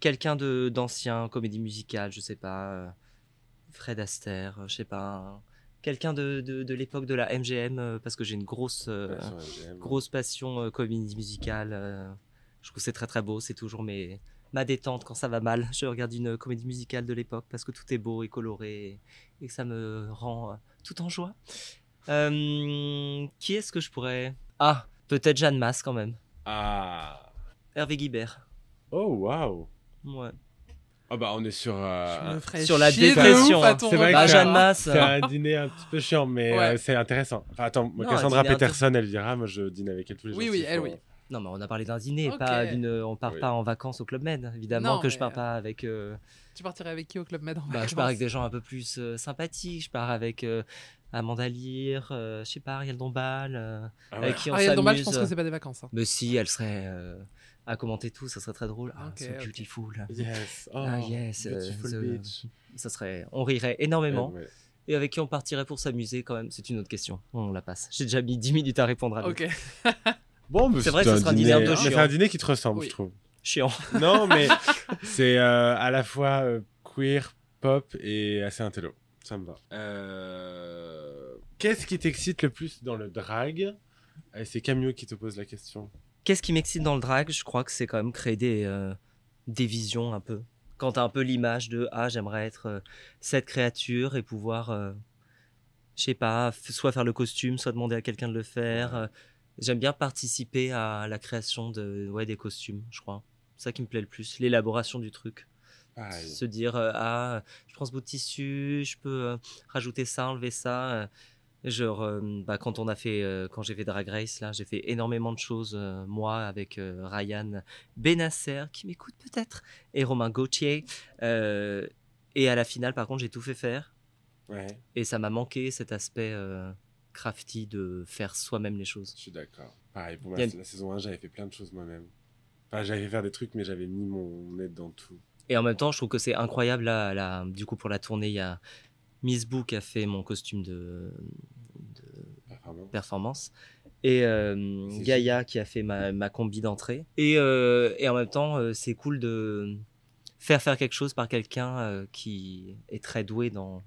Speaker 4: Quelqu'un de- d'ancien, comédie musicale, je sais pas. euh, Fred Astaire, euh, je sais pas. un- Quelqu'un de, de, de l'époque de la MGM, euh, parce que j'ai une grosse. euh,
Speaker 2: elles sont MGM.
Speaker 4: grosse passion euh, comédie musicale. euh, je trouve que c'est très très beau. C'est toujours mes, ma détente quand ça va mal. Je regarde une euh, comédie musicale de l'époque parce que tout est beau et coloré et, et que ça me rend euh, tout en joie. Euh, qui est-ce que je pourrais Ah, peut-être Jeanne Masse quand même.
Speaker 2: Ah.
Speaker 4: Hervé Guibert.
Speaker 2: Oh, waouh.
Speaker 4: Ouais.
Speaker 2: Ah bah, on est sur... euh,
Speaker 1: Je me
Speaker 2: un-
Speaker 1: ferais
Speaker 4: sur la
Speaker 1: chier de
Speaker 4: dépression,
Speaker 1: ouf à
Speaker 4: hein.
Speaker 1: ton
Speaker 2: C'est vrai
Speaker 4: Bah,
Speaker 1: repas.
Speaker 2: que-
Speaker 4: Jeanne Masse.
Speaker 2: C'est un dîner un petit peu chiant, mais
Speaker 1: Ouais.
Speaker 2: euh, c'est intéressant. Enfin, attends, moi,
Speaker 4: Non,
Speaker 2: Cassandra
Speaker 4: un dîner
Speaker 2: Peterson, Elvira, moi, je dîne avec elle tous les
Speaker 1: Oui,
Speaker 2: jours.
Speaker 1: oui,
Speaker 2: s'il
Speaker 1: elle,
Speaker 2: faut.
Speaker 1: oui.
Speaker 4: Non, mais on a parlé d'un dîner,
Speaker 1: Ok.
Speaker 4: pas d'une. euh, On part
Speaker 2: Oui.
Speaker 4: pas en vacances au Club Med, évidemment
Speaker 1: Non,
Speaker 4: que je
Speaker 1: mais,
Speaker 4: pars
Speaker 1: euh,
Speaker 4: pas avec. euh,
Speaker 1: Tu partirais avec qui au Club Med en
Speaker 4: Bah, je
Speaker 1: vacances
Speaker 4: pars avec des gens un peu plus euh, sympathiques. Je pars avec euh, Amanda Lear, euh, je sais pas, Ariel Dombal, euh,
Speaker 2: Ah ouais.
Speaker 4: avec qui on
Speaker 1: Ariel Dombal, je
Speaker 4: s'amuse.
Speaker 1: pense que c'est pas des vacances. hein.
Speaker 4: Mais si, elle serait euh, à commenter tout, ça serait très drôle. Ah,
Speaker 1: Ok,
Speaker 4: so
Speaker 1: ok.
Speaker 4: beautiful.
Speaker 2: Yes. Oh,
Speaker 4: Ah, yes, euh,
Speaker 2: Beautiful
Speaker 4: the-
Speaker 2: beach.
Speaker 4: Ça serait, on rirait énormément.
Speaker 2: Ouais, ouais.
Speaker 4: Et avec qui on partirait pour s'amuser quand même, c'est une autre question. On la passe. J'ai déjà mis 10 minutes à répondre à l'autre.
Speaker 1: Ok.
Speaker 2: Bon, mais
Speaker 4: C'est vrai que ce sera un dîner un peu
Speaker 2: mais C'est
Speaker 4: chiant.
Speaker 2: un dîner qui te ressemble,
Speaker 1: Oui.
Speaker 2: je trouve.
Speaker 4: Chiant.
Speaker 2: Non, mais c'est euh, à la fois euh, queer, pop et assez intello. Ça me va. Euh, Qu'est-ce qui t'excite le plus dans le drag Et c'est Camille qui te pose la question.
Speaker 4: Qu'est-ce qui m'excite dans le drag Je crois que c'est quand même créer des, euh, des visions un peu. Quand t'as un peu l'image de ah j'aimerais être euh, cette créature et pouvoir, euh, je sais pas, f- soit faire le costume, soit demander à quelqu'un de le faire. euh, J'aime bien participer à la création de ouais des costumes, je crois. C'est ça qui me plaît le plus, l'élaboration du truc.
Speaker 2: Pareil.
Speaker 4: Se dire euh, ah je prends ce bout de tissu, je peux euh, rajouter ça, enlever ça. euh, Genre, euh, bah, quand on a fait, euh, quand j'ai fait Drag Race, là, j'ai fait énormément de choses, euh, moi, avec euh, Ryan Benasser, qui m'écoute peut-être, et Romain Gauthier. Euh, et à la finale, par contre, j'ai tout fait faire.
Speaker 2: Ouais,
Speaker 4: Et ça m'a manqué cet aspect euh, crafty de faire soi-même les choses.
Speaker 2: je suis d'accord. Pareil, pour
Speaker 4: Y
Speaker 2: moi,
Speaker 4: a-
Speaker 2: c'est la saison 1, j'avais fait plein de choses moi-même. Enfin, j'avais fait faire des trucs, mais j'avais mis mon nez dans tout.
Speaker 4: Et en même temps, je trouve que c'est incroyable. Là, là, du coup, pour la tournée, il y a Miss Boo qui a fait mon costume de, de
Speaker 5: Performance.
Speaker 4: performance. Et euh,
Speaker 5: C'est
Speaker 4: Gaïa qui a fait ma, ma combi d'entrée. Et, euh, et en même temps, euh, c'est cool de faire faire quelque chose par quelqu'un euh, qui est très doué dans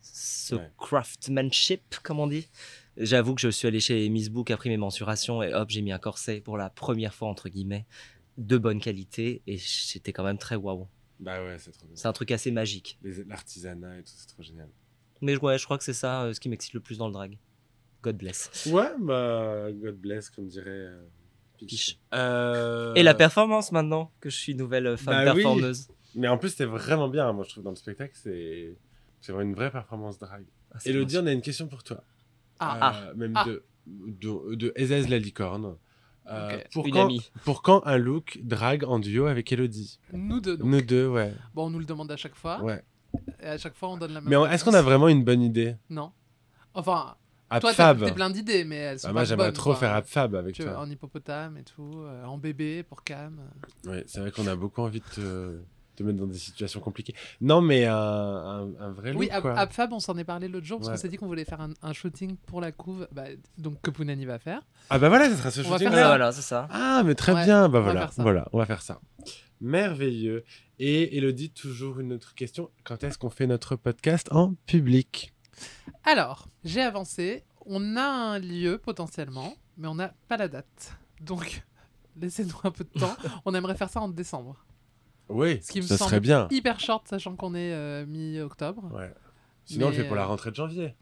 Speaker 4: ce
Speaker 5: Ouais.
Speaker 4: craftsmanship, comme on dit. J'avoue que je suis allé chez Miss Book après mes mensurations et hop, j'ai mis un corset pour la première fois, entre guillemets, de bonne qualité. Et j'étais quand même très waouh.
Speaker 5: Bah ouais, c'est trop bien.
Speaker 4: C'est un truc assez magique.
Speaker 5: Les- L'artisanat et tout, c'est trop génial.
Speaker 4: Mais ouais, je crois que c'est ça euh, ce qui m'excite le plus dans le drag. God bless.
Speaker 5: Ouais, bah, God bless, comme dirait euh,
Speaker 4: Piche.
Speaker 5: Euh,
Speaker 4: Et la performance maintenant, que je suis nouvelle euh, femme
Speaker 5: Bah oui.
Speaker 4: performeuse.
Speaker 2: Mais en plus, c'était vraiment bien, hein, moi, je trouve, dans le spectacle. C'est c'est vraiment une vraie performance drague.
Speaker 4: Ah, c'est
Speaker 2: Elodie, on a une question pour toi.
Speaker 1: Ah.
Speaker 2: Euh, Même
Speaker 1: Ah.
Speaker 2: de, de, de Ezez la licorne. Euh,
Speaker 1: Ok.
Speaker 2: pour,
Speaker 4: Une
Speaker 2: quand,
Speaker 4: amie.
Speaker 2: pour quand un look drague en duo avec Elodie
Speaker 1: Nous deux. donc.
Speaker 2: Nous deux, ouais.
Speaker 1: Bon, on nous le demande à chaque fois.
Speaker 2: ouais.
Speaker 1: Et à chaque fois, on donne la même.
Speaker 2: Mais on- est-ce qu'on a
Speaker 1: réponse.
Speaker 2: vraiment une bonne idée
Speaker 1: Non. Enfin,
Speaker 2: Ab
Speaker 1: toi, t'as
Speaker 2: Fab.
Speaker 1: t'es plein d'idées, mais elles sont
Speaker 2: Ah,
Speaker 1: pas
Speaker 2: moi, j'aimerais
Speaker 1: bonnes,
Speaker 2: trop
Speaker 1: quoi.
Speaker 2: faire Ab Fab avec
Speaker 1: Tu vois,
Speaker 2: toi.
Speaker 1: en hippopotame et tout, euh, en bébé pour Cam.
Speaker 2: Ouais, c'est vrai qu'on a beaucoup envie de te, te mettre dans des situations compliquées. Non, mais un, un, un vrai
Speaker 1: Oui,
Speaker 2: look,
Speaker 1: Ab-
Speaker 2: quoi.
Speaker 1: Abfab, on s'en est parlé l'autre jour parce
Speaker 2: Ouais.
Speaker 1: qu'on s'est dit qu'on voulait faire un, un shooting pour la couve, bah, donc que Pounani va faire.
Speaker 2: Ah bah voilà, ça sera ce
Speaker 1: On va
Speaker 2: shooting.
Speaker 1: faire
Speaker 4: Ouais,
Speaker 1: ça.
Speaker 4: voilà, c'est ça.
Speaker 2: Ah, mais très
Speaker 1: Ouais,
Speaker 2: bien. Bah
Speaker 1: on va
Speaker 2: voilà,
Speaker 1: faire ça.
Speaker 2: voilà, on va faire ça. Merveilleux. Et Elodie, toujours une autre question. Quand est-ce qu'on fait notre podcast en public
Speaker 1: Alors, j'ai avancé. On a un lieu potentiellement, mais on n'a pas la date. Donc, laissez-nous un peu de temps. On aimerait faire ça en décembre.
Speaker 2: Oui,
Speaker 1: Ce qui me
Speaker 2: ça
Speaker 1: semble
Speaker 2: serait bien.
Speaker 1: Hyper short, sachant qu'on est euh, mi-octobre.
Speaker 2: Ouais. Sinon, on le
Speaker 1: Mais,
Speaker 2: fait pour la
Speaker 1: euh,
Speaker 2: rentrée de janvier.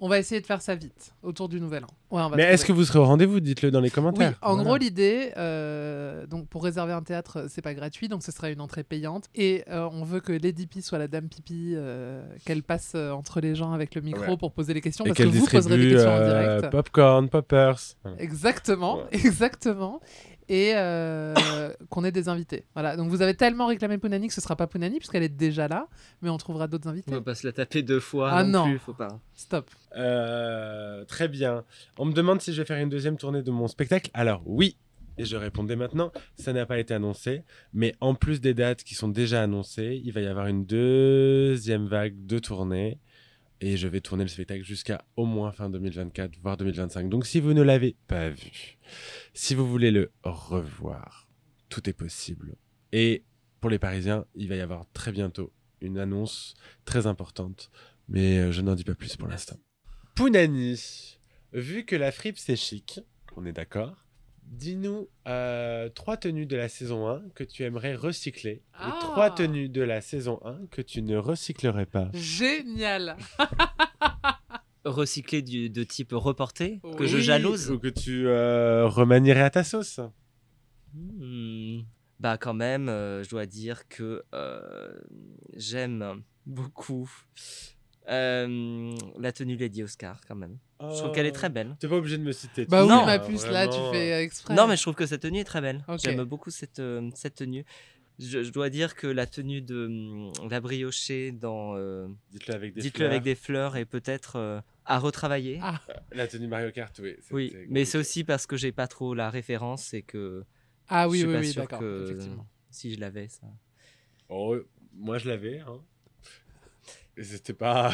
Speaker 1: On va essayer de faire ça vite, autour du nouvel an. Ouais, on va
Speaker 2: Mais est-ce que
Speaker 1: trouver.
Speaker 2: vous serez au rendez-vous Dites-le dans les
Speaker 1: Oui,
Speaker 2: commentaires.
Speaker 1: en
Speaker 2: Voilà.
Speaker 1: gros l'idée, euh, donc pour réserver un théâtre, euh, c'est pas gratuit, donc ce sera une entrée payante. Et euh, on veut que Lady P soit la dame pipi, euh, qu'elle passe euh, entre les gens avec le micro
Speaker 2: Ouais.
Speaker 1: pour poser les questions,
Speaker 2: et
Speaker 1: parce que
Speaker 2: qu'elle
Speaker 1: vous poserez des
Speaker 2: distribue
Speaker 1: questions en
Speaker 2: euh,
Speaker 1: direct.
Speaker 2: popcorn, poppers. Voilà.
Speaker 1: Exactement,
Speaker 2: Ouais.
Speaker 1: exactement. Et euh, qu'on ait des invités. Voilà, donc vous avez tellement réclamé Pounani que ce sera pas Pounani puisqu'elle est déjà là, mais on trouvera d'autres
Speaker 4: On
Speaker 1: invités.
Speaker 4: va pas se la taper deux fois
Speaker 1: Ah
Speaker 4: non,
Speaker 1: non.
Speaker 4: plus, faut pas.
Speaker 1: Stop.
Speaker 2: Euh, très bien. On me demande si je vais faire une deuxième tournée de mon spectacle. Alors oui. Et je répondais maintenant, ça n'a pas été annoncé, mais en plus des dates qui sont déjà annoncées, il va y avoir une deuxième vague de tournées. Et je vais tourner le spectacle jusqu'à au moins fin 2024, voire 2025. Donc si vous ne l'avez pas vu, si vous voulez le revoir, tout est possible. Et pour les Parisiens, il va y avoir très bientôt une annonce très importante, mais euh, je n'en dis pas plus pour l'instant. Pounani, vu que la fripe c'est chic, on est d'accord, dis-nous euh, trois tenues de la saison 1 que tu aimerais recycler
Speaker 1: Ah.
Speaker 2: et trois tenues de la saison 1 que tu ne recyclerais pas.
Speaker 1: Génial.
Speaker 4: Bah Recycler du- de type reporté, que
Speaker 1: Oui.
Speaker 4: je jalouse.
Speaker 2: Ou que tu euh, remanierais à ta sauce.
Speaker 4: Hmm. Bah quand même, euh, je dois dire que euh, j'aime beaucoup euh, la tenue Lady Oscar quand même. Je trouve qu'elle est très belle.
Speaker 2: Oh. T'es pas obligé de me citer.
Speaker 1: Bah
Speaker 2: tout
Speaker 1: oui,
Speaker 4: Non, euh,
Speaker 1: ma
Speaker 2: ça,
Speaker 1: puce là, tu
Speaker 2: vraiment. euh,
Speaker 1: fais euh, exprès.
Speaker 4: Non mais je trouve que cette tenue est très belle.
Speaker 1: Oh. Ok.
Speaker 4: J'aime beaucoup cette, euh, cette tenue. Je, je dois dire que la tenue de hum, la briochée dans euh,
Speaker 2: Dites-le avec des.
Speaker 4: Dites-le avec
Speaker 2: fleurs.
Speaker 4: des fleurs et peut-être euh, à retravailler.
Speaker 1: Ah,
Speaker 2: La tenue Mario Kart, oui. c'est-
Speaker 4: oui, mais c'est aussi parce que j'ai pas trop la référence et que
Speaker 1: Ah oui,
Speaker 4: je suis
Speaker 1: oui,
Speaker 4: pas
Speaker 1: oui,
Speaker 4: sûr
Speaker 1: d'accord,
Speaker 4: que
Speaker 1: effectivement.
Speaker 4: si je l'avais ça.
Speaker 2: Oh, moi je l'avais. Hein. Et c'était pas.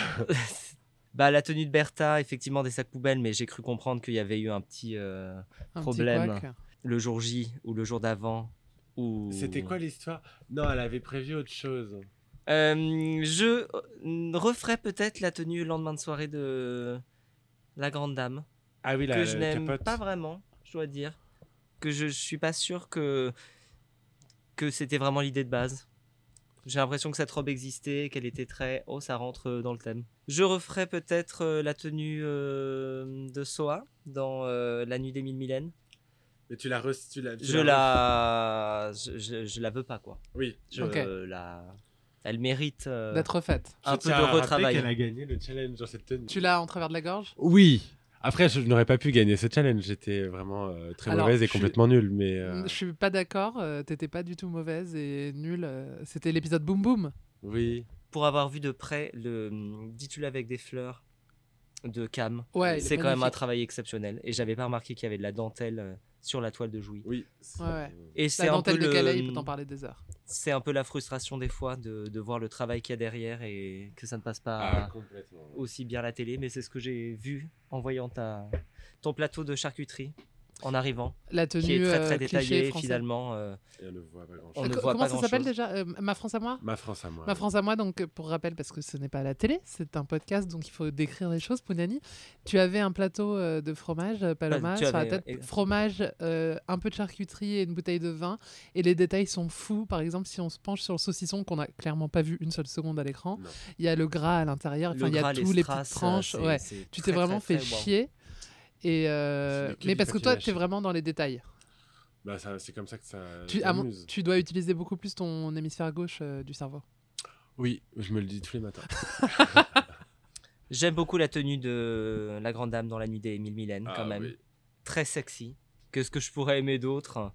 Speaker 4: bah la tenue de Bertha, effectivement des sacs poubelles, mais j'ai cru comprendre qu'il y avait eu un petit euh,
Speaker 1: Un petit
Speaker 4: Problème.
Speaker 1: couac.
Speaker 4: le jour J ou le jour d'avant ou.
Speaker 2: C'était quoi l'histoire Non, elle avait prévu autre chose.
Speaker 4: Euh, Je euh, referais peut-être la tenue le lendemain de soirée de la grande dame.
Speaker 2: Ah oui, la,
Speaker 4: que je
Speaker 2: la
Speaker 4: n'aime
Speaker 2: capote.
Speaker 4: pas vraiment, je dois dire. Que je, je suis pas sûr que, que c'était vraiment l'idée de base. J'ai l'impression que cette robe existait, qu'elle était très. Oh, ça rentre euh, dans le thème. Je referai peut-être euh, la tenue euh, de Soa dans euh, La nuit des mille millénaires.
Speaker 2: Mais tu la re- tu la- tu
Speaker 4: Je la. Je, je- je la veux pas, quoi.
Speaker 2: Oui.
Speaker 4: Je
Speaker 1: Ok.
Speaker 4: la. Elle mérite euh,
Speaker 1: D'être refaite.
Speaker 4: un
Speaker 2: Je
Speaker 4: peu
Speaker 2: tiens à
Speaker 4: de
Speaker 2: rappeler
Speaker 4: retravail.
Speaker 2: qu'elle a gagné le challenge dans cette tenue.
Speaker 1: Tu l'as en travers de la gorge
Speaker 2: Oui. Après, je n'aurais pas pu gagner ce challenge. J'étais vraiment euh, très
Speaker 1: Alors,
Speaker 2: mauvaise et
Speaker 1: je-
Speaker 2: complètement nulle. Mais euh,
Speaker 1: Je suis pas d'accord, euh, t'étais pas du tout mauvaise et nulle. euh, C'était l'épisode Boom Boom.
Speaker 2: oui.
Speaker 4: pour avoir vu de près le hum, dis-tu avec des fleurs de Cam.
Speaker 1: Ouais, il est
Speaker 4: c'est quand même un
Speaker 1: magnifique.
Speaker 4: travail exceptionnel et j'avais pas remarqué qu'il y avait de la dentelle euh, sur la toile de Jouy.
Speaker 2: Oui. c'est-
Speaker 1: Ouais,
Speaker 4: Et
Speaker 1: La
Speaker 4: c'est un peu
Speaker 1: dentelle de
Speaker 4: le- hum,
Speaker 1: Calais, il peut t'en parler des heures.
Speaker 4: c'est un peu la frustration des fois de, de voir le travail qu'il y a derrière et que ça ne passe pas
Speaker 2: Ah, complètement.
Speaker 4: aussi bien à la télé, mais c'est ce que j'ai vu en voyant ta, ton plateau de charcuterie en arrivant,
Speaker 1: La tenue
Speaker 4: qui est très très
Speaker 1: euh, cliché
Speaker 4: détaillé
Speaker 1: française.
Speaker 4: finalement. euh,
Speaker 2: Et on ne voit pas grand
Speaker 4: On
Speaker 1: Euh,
Speaker 2: chose.
Speaker 4: ne
Speaker 1: co-
Speaker 4: voit
Speaker 1: comment
Speaker 4: pas
Speaker 1: ça s'appelle
Speaker 4: grand-chose.
Speaker 1: déjà Euh, Ma France à moi
Speaker 2: Ma France à moi.
Speaker 1: Ma France à moi, donc euh, pour rappel, parce que ce n'est pas à la télé, c'est un podcast, donc il faut décrire les choses. Pounani, tu avais un plateau euh, de fromage, euh, Paloma,
Speaker 4: tu
Speaker 1: sur
Speaker 4: avais,
Speaker 1: la tête,
Speaker 4: euh, et-
Speaker 1: fromage, euh, un peu de charcuterie et une bouteille de vin. Et les détails sont fous. Par exemple, si on se penche sur le saucisson qu'on n'a clairement pas vu une seule seconde à l'écran,
Speaker 2: Non.
Speaker 1: il y a le gras à l'intérieur,
Speaker 4: le
Speaker 1: enfin, il y a
Speaker 4: gras,
Speaker 1: tous les petites
Speaker 4: strass,
Speaker 1: tranches.
Speaker 4: euh, c'est-
Speaker 1: ouais.
Speaker 4: c'est
Speaker 1: Tu
Speaker 4: très,
Speaker 1: t'es vraiment
Speaker 4: très,
Speaker 1: fait
Speaker 4: très wow.
Speaker 1: chier. Et euh,
Speaker 2: Ce n'est que
Speaker 1: mais
Speaker 2: du
Speaker 1: parce que
Speaker 2: papier
Speaker 1: toi,
Speaker 2: mâché.
Speaker 1: tu es vraiment dans les détails.
Speaker 2: Bah, ça- c'est comme ça que ça.
Speaker 1: Tu, à mon-
Speaker 2: m'amuse.
Speaker 1: tu dois utiliser beaucoup plus ton hémisphère gauche euh, du cerveau.
Speaker 2: Oui, je me le dis tous les matins.
Speaker 4: J'aime beaucoup la tenue de la grande dame dans la nuit des mille Mylènes
Speaker 2: Ah,
Speaker 4: quand même.
Speaker 2: oui.
Speaker 4: Très sexy. Qu'est-ce que je pourrais aimer d'autre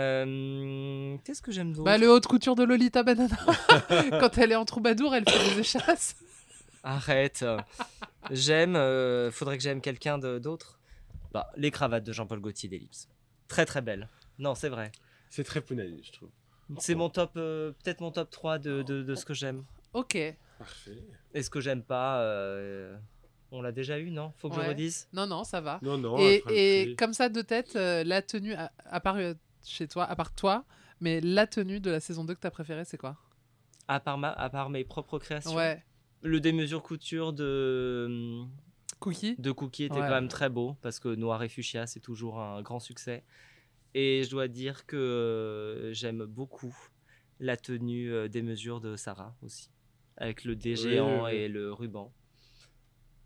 Speaker 4: Euh, Qu'est-ce que j'aime d'autre
Speaker 1: Bah, le haut de couture de Lolita Banana. Quand elle est en troubadour, elle fait des échasses.
Speaker 4: Arrête. j'aime. euh, faudrait que j'aime quelqu'un de- d'autre. Bah, les cravates de Jean-Paul Gaultier d'Ellipse. Très très belles. Non, c'est vrai.
Speaker 2: C'est très punani, je trouve.
Speaker 4: C'est mon top, euh, peut-être mon top 3 de, de, de ce que j'aime.
Speaker 1: Ok.
Speaker 2: Parfait.
Speaker 4: Et ce que j'aime pas, euh, on l'a déjà eu, non Faut que
Speaker 1: Ouais.
Speaker 4: je redise
Speaker 1: Non, non, ça va.
Speaker 2: Non, non.
Speaker 1: et
Speaker 2: après,
Speaker 1: et
Speaker 2: oui.
Speaker 1: comme ça, de tête, euh, la tenue, à, à part euh, chez toi, à part toi, mais la tenue de la saison 2 que t'as préférée, c'est quoi
Speaker 4: à part, ma, à part mes propres créations.
Speaker 1: Ouais.
Speaker 4: Le démesure couture de,
Speaker 1: Cookie
Speaker 4: de Cookie était
Speaker 1: Ouais.
Speaker 4: quand même très beau, parce que Noir et Fuchsia, c'est toujours un grand succès. Et je dois dire que euh, j'aime beaucoup la tenue euh, des mesures de Sarah aussi, avec le dé
Speaker 2: Oui,
Speaker 4: géant
Speaker 2: oui, oui.
Speaker 4: et le ruban.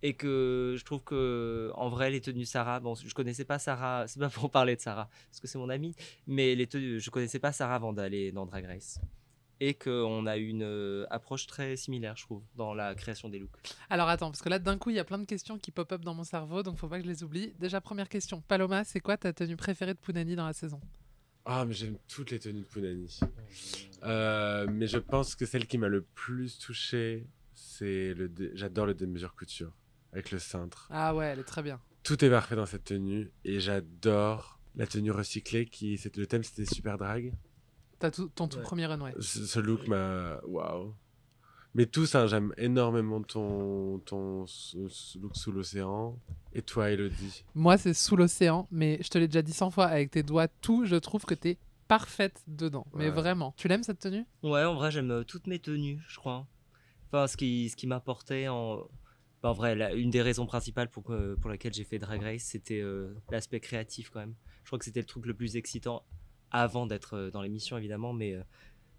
Speaker 4: Et que je trouve que, en vrai, les tenues Sarah, bon, je connaissais pas Sarah, c'est pas pour parler de Sarah, parce que c'est mon amie, mais les tenues, je connaissais pas Sarah avant d'aller dans Drag Race. Et qu'on a une euh, approche très similaire, je trouve, dans la création des looks.
Speaker 1: Alors attends, parce que là, d'un coup, il y a plein de questions qui pop-up dans mon cerveau, donc faut pas que je les oublie. Déjà, première question. Paloma, c'est quoi ta tenue préférée de Pounani dans la saison
Speaker 2: Ah, mais j'aime toutes les tenues de Pounani. Euh, mais je pense que celle qui m'a le plus touché, c'est le. dé- J'adore le démesure couture avec le cintre.
Speaker 1: Ah ouais, elle est très bien.
Speaker 2: Tout est parfait dans cette tenue et j'adore la tenue recyclée qui. c'était- Le thème c'était super drag.
Speaker 1: T'as tout- ton tout
Speaker 4: Ouais.
Speaker 1: premier runway.
Speaker 2: Ce, ce look m'a. Waouh. Mais tout ça, j'aime énormément ton, ton sou- sou- look sous l'océan. Et toi, Elodie
Speaker 1: Moi, c'est sous l'océan, mais je te l'ai déjà dit 100 fois, avec tes doigts, tout, je trouve que t'es parfaite dedans. Mais
Speaker 2: Ouais.
Speaker 1: vraiment. Tu l'aimes cette tenue
Speaker 4: Ouais, en vrai, j'aime euh, toutes mes tenues, je crois. Enfin, ce qui, ce qui m'apportait en. Bah, en vrai, la- une des raisons principales pour, que- pour laquelle j'ai fait Drag Race, c'était euh, l'aspect créatif quand même. Je crois que c'était le truc le plus excitant avant d'être euh, dans l'émission, évidemment, mais euh,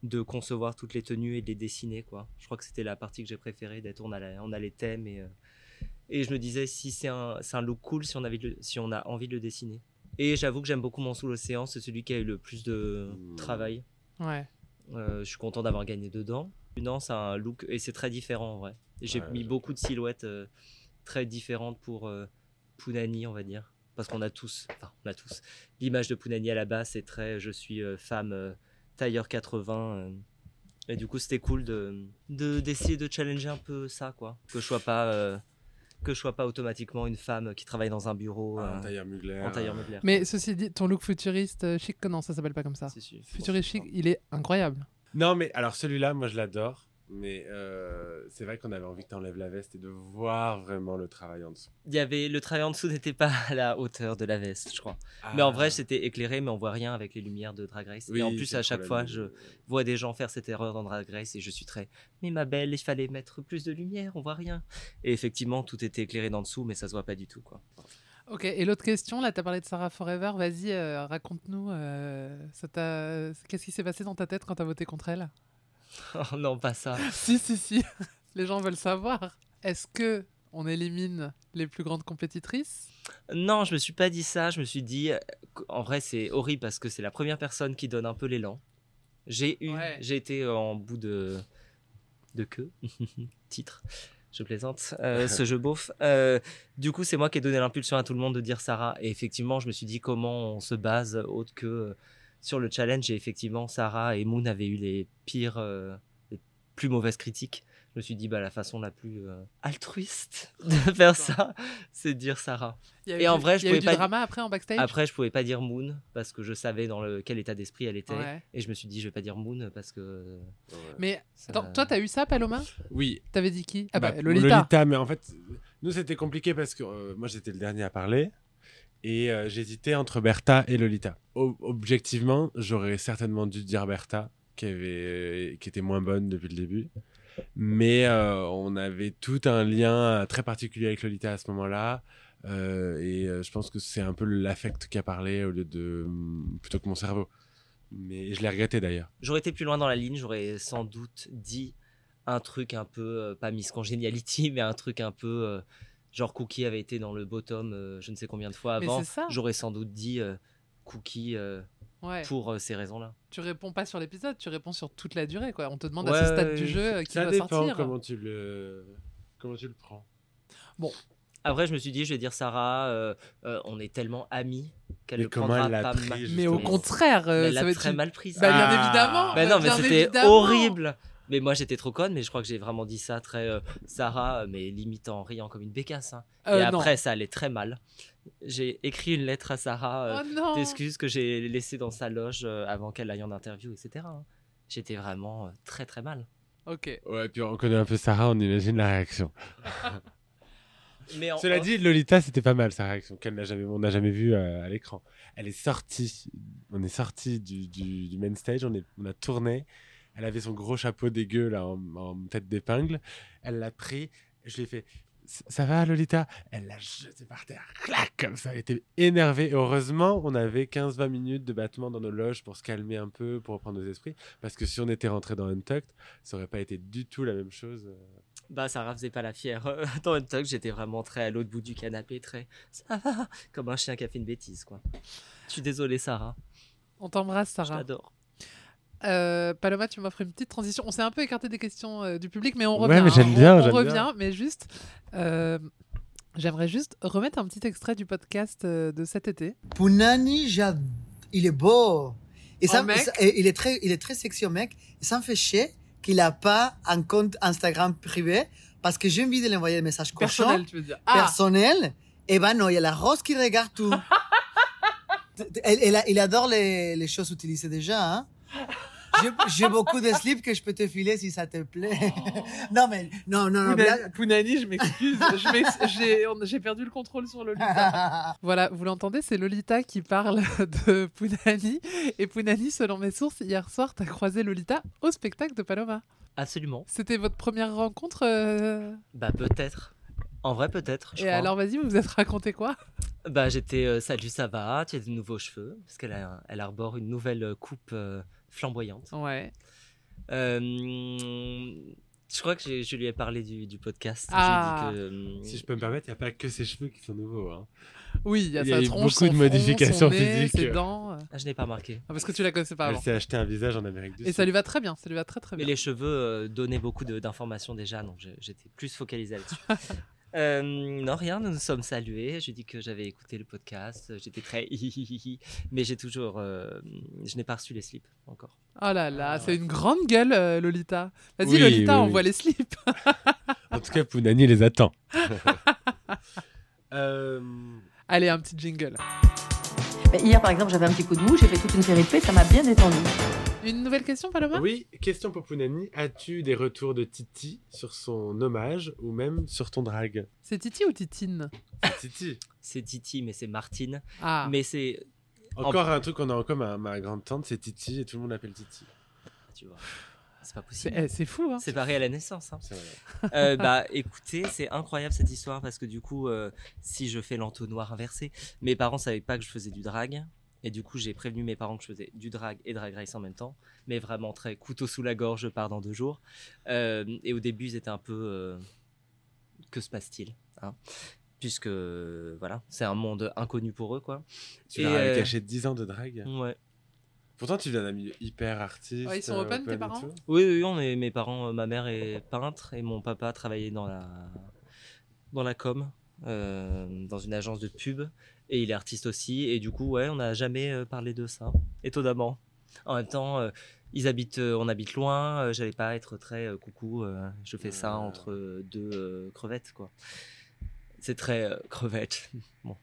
Speaker 4: de concevoir toutes les tenues et de les dessiner, quoi. Je crois que c'était la partie que j'ai préférée, d'être. On, a la- on a les thèmes et. euh, et je me disais, si c'est un, c'est un look cool, si on, avait de le- si on a envie de le dessiner. Et j'avoue que j'aime beaucoup mon sous l'océan, c'est celui qui a eu le plus de
Speaker 2: Mmh.
Speaker 4: travail.
Speaker 1: Ouais.
Speaker 4: Euh, je suis content d'avoir gagné dedans. Non, c'est un look et c'est très différent en vrai. J'ai
Speaker 2: Ouais,
Speaker 4: mis
Speaker 2: j'adore.
Speaker 4: beaucoup de silhouettes euh, très différentes pour euh, Pounani, on va dire. Parce qu'on a tous, enfin, on a tous. L'image de Pounani à la base, c'est très je suis euh, femme euh, tailleur 80. euh. et du coup, c'était cool de de- d'essayer de, challenger un peu ça, quoi. Que je sois pas, euh, que je sois pas automatiquement une femme qui travaille dans un bureau
Speaker 2: En
Speaker 4: euh,
Speaker 2: Ah, tailleur Mugler.
Speaker 4: en tailleur meublé.
Speaker 1: Mais ceci dit, ton look futuriste euh, chic, non, ça s'appelle pas comme ça.
Speaker 4: Si, si.
Speaker 1: Futuriste chic, il est incroyable.
Speaker 2: Non, mais alors celui-là, moi je l'adore. Mais euh, c'est vrai qu'on avait envie que tu enlèves la veste et de voir vraiment le travail en dessous.
Speaker 4: Il y avait le travail en dessous n'était pas à la hauteur de la veste, je crois. Mais
Speaker 2: Ah.
Speaker 4: en vrai, c'était éclairé, mais on voit rien avec les lumières de Drag Race. et en plus, à chaque fois, je vois des gens faire cette erreur dans Drag Race et je suis très. Mais ma belle, il fallait mettre plus de lumière, on voit rien. Et effectivement, tout était éclairé d'en dessous, mais ça se voit pas du tout, quoi.
Speaker 1: Ok, et l'autre question, là, t'as parlé de Sarah Forever. Vas-y, euh, raconte-nous. euh, ça t'a- Qu'est-ce qui s'est passé dans ta tête quand t'as voté contre elle
Speaker 4: Oh non, pas ça.
Speaker 1: Si, si, si. Les gens veulent savoir. Est-ce que on élimine les plus grandes compétitrices
Speaker 4: Non, je me suis pas dit ça. Je me suis dit, euh, en vrai, c'est horrible parce que c'est la première personne qui donne un peu l'élan. J'ai eu,
Speaker 1: Ouais.
Speaker 4: j'ai été en bout de de queue, titre. Je plaisante, euh, ce jeu beauf. Euh, du coup, c'est moi qui ai donné l'impulsion à tout le monde de dire Sarah. Et effectivement, je me suis dit comment on se base autre que euh, sur le challenge. Et effectivement, Sarah et Moon avaient eu les pires, euh, les plus mauvaises critiques. Je me suis dit, bah, la façon la plus euh, altruiste de faire ça, c'est de dire Sarah.
Speaker 1: Il y a
Speaker 4: Et
Speaker 1: eu
Speaker 4: en
Speaker 1: du-
Speaker 4: vrai, je
Speaker 1: il y a eu
Speaker 4: pouvais
Speaker 1: du
Speaker 4: pas-
Speaker 1: drama après en backstage.
Speaker 4: Après, je pouvais pas dire Moon parce que je savais dans le, quel état d'esprit elle était.
Speaker 1: Ouais.
Speaker 4: Et je me suis dit, je vais pas dire Moon parce que.
Speaker 1: Mais
Speaker 4: ça-
Speaker 1: attends, toi, t'as eu ça, Paloma
Speaker 2: Oui.
Speaker 1: T'avais dit qui Ah bah,
Speaker 2: Bah,
Speaker 1: Lolita.
Speaker 2: mais en fait, nous, c'était compliqué parce que euh, moi, j'étais le dernier à parler. Et euh, j'hésitais entre Bertha et Lolita. O- objectivement, j'aurais certainement dû dire Bertha, qui, avait, qui était moins bonne depuis le début. Mais euh, on avait tout un lien euh, très particulier avec Lolita à ce moment-là. Euh, et euh, je pense que c'est un peu l'affect qui a parlé au lieu de. mm, plutôt que mon cerveau. Mais je l'ai regretté d'ailleurs.
Speaker 4: J'aurais été plus loin dans la ligne, j'aurais sans doute dit un truc un peu, euh, pas Miss Congeniality, mais un truc un peu. euh, genre Cookie avait été dans le bottom euh, je ne sais combien de fois
Speaker 1: Mais
Speaker 4: avant.
Speaker 1: c'est ça.
Speaker 4: J'aurais sans doute dit euh, Cookie euh,
Speaker 1: Ouais.
Speaker 4: pour euh, ces raisons-là.
Speaker 1: Tu réponds pas sur l'épisode, tu réponds sur toute la durée. quoi. On te demande
Speaker 4: Ouais,
Speaker 1: à ce stade
Speaker 4: ouais,
Speaker 1: du
Speaker 4: ouais.
Speaker 1: jeu euh, qui
Speaker 2: Ça
Speaker 1: va
Speaker 2: dépend
Speaker 1: sortir.
Speaker 2: comment tu le. Comment tu le prends
Speaker 4: Après, je me suis dit, je vais dire Sarah, euh, euh, on est tellement amis qu'elle
Speaker 2: Mais
Speaker 4: le
Speaker 2: comment
Speaker 4: prendra
Speaker 2: elle l'a
Speaker 4: pas
Speaker 2: pris,
Speaker 4: mal.
Speaker 2: justement.
Speaker 1: Mais au contraire, euh,
Speaker 4: elle
Speaker 1: ça
Speaker 4: l'a
Speaker 1: va être.
Speaker 4: très
Speaker 1: une-
Speaker 4: mal prise.
Speaker 1: Bah, bien
Speaker 2: Ah.
Speaker 1: évidemment.
Speaker 4: Bah
Speaker 1: euh,
Speaker 4: non, mais
Speaker 1: bien
Speaker 4: c'était
Speaker 1: évidemment.
Speaker 4: horrible. Mais moi, j'étais trop conne, mais je crois que j'ai vraiment dit ça très euh, Sarah, euh, mais limite en riant comme une bécasse. hein.
Speaker 1: Euh,
Speaker 4: Et
Speaker 1: non.
Speaker 4: après, ça allait très mal. J'ai écrit une lettre à Sarah euh,
Speaker 1: Oh non.
Speaker 4: d'excuses que j'ai laissées dans sa loge euh, avant qu'elle aille en interview, etc. hein. J'étais vraiment euh, très très mal.
Speaker 1: Ok.
Speaker 2: Ouais, puis on connaît un peu Sarah, on imagine la réaction.
Speaker 4: Mais en
Speaker 2: Cela
Speaker 4: off-
Speaker 2: dit, Lolita, c'était pas mal sa réaction, qu'elle n'a jamais, on n'a jamais vue euh, à l'écran. Elle est sortie, on est sorti du, du- du main stage, on, est, on a tourné. Elle avait son gros chapeau dégueu là en, en tête d'épingle. Elle l'a pris, je lui ai fait. Ça va, Lolita Elle l'a jeté par terre, clac, comme ça. Elle était énervée. Et heureusement, on avait 15-20 minutes de battement dans nos loges pour se calmer un peu, pour reprendre nos esprits. Parce que si on était rentré dans Untucked, ça aurait pas été du tout la même chose. euh,
Speaker 4: Bah, Sarah faisait pas la fière. euh, Dans un talk, j'étais vraiment très à l'autre bout du canapé, très ça va, comme un chien qui a fait une bêtise, quoi. Je suis désolé, Sarah.
Speaker 1: On t'embrasse,
Speaker 4: Je
Speaker 1: Sarah.
Speaker 4: t'adore.
Speaker 1: Euh, Paloma, tu m'offres une petite transition. On s'est un peu écarté des questions euh, du public, mais on
Speaker 2: Ouais,
Speaker 1: revient.
Speaker 2: mais
Speaker 1: hein.
Speaker 2: j'aime
Speaker 1: On-
Speaker 2: bien,
Speaker 1: On,
Speaker 2: j'aime
Speaker 1: revient,
Speaker 2: bien.
Speaker 1: mais juste. euh, J'aimerais juste remettre un petit extrait du podcast euh, de cet été.
Speaker 6: Punani, j'ad- il est beau. Et
Speaker 1: En
Speaker 6: ça,
Speaker 1: Oh, mec
Speaker 6: ça- et il est très, il est très sexy, au mec. Et ça me fait chier qu'il a pas un compte Instagram privé parce que j'ai envie de lui envoyer des messages cochons,
Speaker 1: Personnel,
Speaker 6: personnels.
Speaker 1: tu veux dire. Ah,
Speaker 6: Et ben non, il y a la rose qui regarde tout. Elle- elle a- il adore les, les choses utilisées déjà, hein. J'ai- J'ai beaucoup de slips que je peux te filer si ça te plaît.
Speaker 1: Oh.
Speaker 4: Oh.
Speaker 6: Non, mais, non, non, non. mais
Speaker 1: Pounani, Pounani, je m'excuse. Je m'ex- j'ai- on- J'ai perdu le contrôle sur Lolita.
Speaker 6: là-
Speaker 1: Voilà, vous l'entendez, c'est Lolita qui parle de Pounani. Et Pounani, selon mes sources, hier soir, t'as croisé Lolita au spectacle de Paloma.
Speaker 4: Absolument.
Speaker 1: C'était votre première rencontre. euh,
Speaker 4: Bah, peut-être. En vrai, peut-être. je
Speaker 1: Et
Speaker 4: crois.
Speaker 1: alors, vas-y, vous vous êtes raconté quoi
Speaker 4: Bah, j'étais euh, salut, ça va, tu as de nouveaux cheveux, parce qu'elle a- elle arbore une nouvelle euh, coupe euh, flamboyante.
Speaker 1: Ouais.
Speaker 4: Euh, je crois que j'ai- je lui ai parlé du, du podcast.
Speaker 1: Ah.
Speaker 4: J'ai dit que. euh,
Speaker 2: Si je peux me permettre, il n'y a pas que ses cheveux qui sont nouveaux. hein.
Speaker 1: Oui, il y a,
Speaker 2: Il y a
Speaker 1: sa
Speaker 2: eu
Speaker 1: tronche,
Speaker 2: beaucoup
Speaker 1: son
Speaker 2: de
Speaker 1: front, son
Speaker 2: modifications
Speaker 1: nez,
Speaker 2: physiques.
Speaker 1: ses dents. euh.
Speaker 4: Ah, je n'ai pas marqué.
Speaker 1: Ah, parce que tu la connaissais pas
Speaker 2: Elle
Speaker 1: avant.
Speaker 2: s'est acheté un visage en Amérique du
Speaker 1: Et
Speaker 2: Sud.
Speaker 1: ça lui va très bien, ça lui va très très
Speaker 4: Mais
Speaker 1: bien.
Speaker 4: les cheveux euh, donnaient beaucoup de- d'informations déjà, donc je- j'étais plus focalisé là-dessus. Euh, non, rien, nous nous sommes salués. J'ai dit que j'avais écouté le podcast. euh, J'étais très hihihihi, mais j'ai toujours. euh, je n'ai pas reçu les slips encore.
Speaker 1: Oh là là,
Speaker 4: Ah.
Speaker 1: c'est une grande gueule, euh, Lolita. Vas-y,
Speaker 2: Oui,
Speaker 1: Lolita,
Speaker 2: oui,
Speaker 1: on
Speaker 2: oui.
Speaker 1: voit les slips.
Speaker 2: En tout cas, Pounani les attend. Euh,
Speaker 1: Allez, un petit jingle.
Speaker 7: Mais Hier, par exemple, j'avais un petit coup de mou, j'ai fait toute une série de faits, ça m'a bien détendu.
Speaker 1: Une nouvelle question, Paloma
Speaker 2: Oui, question pour Pounani. As-tu des retours de Titi sur son hommage ou même sur ton drag
Speaker 1: C'est Titi ou Titine
Speaker 2: C'est Titi
Speaker 4: C'est Titi, mais c'est Martine.
Speaker 1: Ah,
Speaker 4: Mais c'est.
Speaker 2: Encore un truc qu'on a en commun. hein. Ma grande-tante, c'est Titi et tout le monde l'appelle Titi.
Speaker 4: Tu vois, c'est pas
Speaker 1: c'est
Speaker 4: possible.
Speaker 1: eh, c'est fou, hein
Speaker 4: C'est pareil à la naissance. hein.
Speaker 2: C'est vrai.
Speaker 4: Euh, bah écoutez, c'est incroyable cette histoire parce que du coup, euh, si je fais l'entonnoir inversé, mes parents savaient pas que je faisais du drag. Et du coup, j'ai prévenu mes parents que je faisais du drag et drag race en même temps, mais vraiment très couteau sous la gorge, je pars dans deux jours. Euh, et au début, ils étaient un peu. euh, que se passe-t-il hein Puisque, euh, voilà, c'est un monde inconnu pour eux, quoi.
Speaker 2: Tu
Speaker 4: Et,
Speaker 2: leur avais
Speaker 4: euh,
Speaker 2: caché 10 ans de drague.
Speaker 4: Ouais.
Speaker 2: Pourtant, tu viens d'un milieu hyper artiste.
Speaker 1: Ouais, ils sont
Speaker 2: euh,
Speaker 1: open, tes
Speaker 2: et
Speaker 1: parents
Speaker 2: tout.
Speaker 4: Oui, oui, on est, mes parents, euh, ma mère est peintre et mon papa travaillait dans la, dans la com, euh, dans une agence de pub. Et il est artiste aussi. Et du coup, ouais, on n'a jamais euh, parlé de ça, étonnamment. En même temps, euh, Ils habitent, euh, on habite loin. euh, J'allais pas être très euh, coucou. euh, je fais ça entre euh, deux euh, crevettes, quoi. C'est très euh, crevette. bon.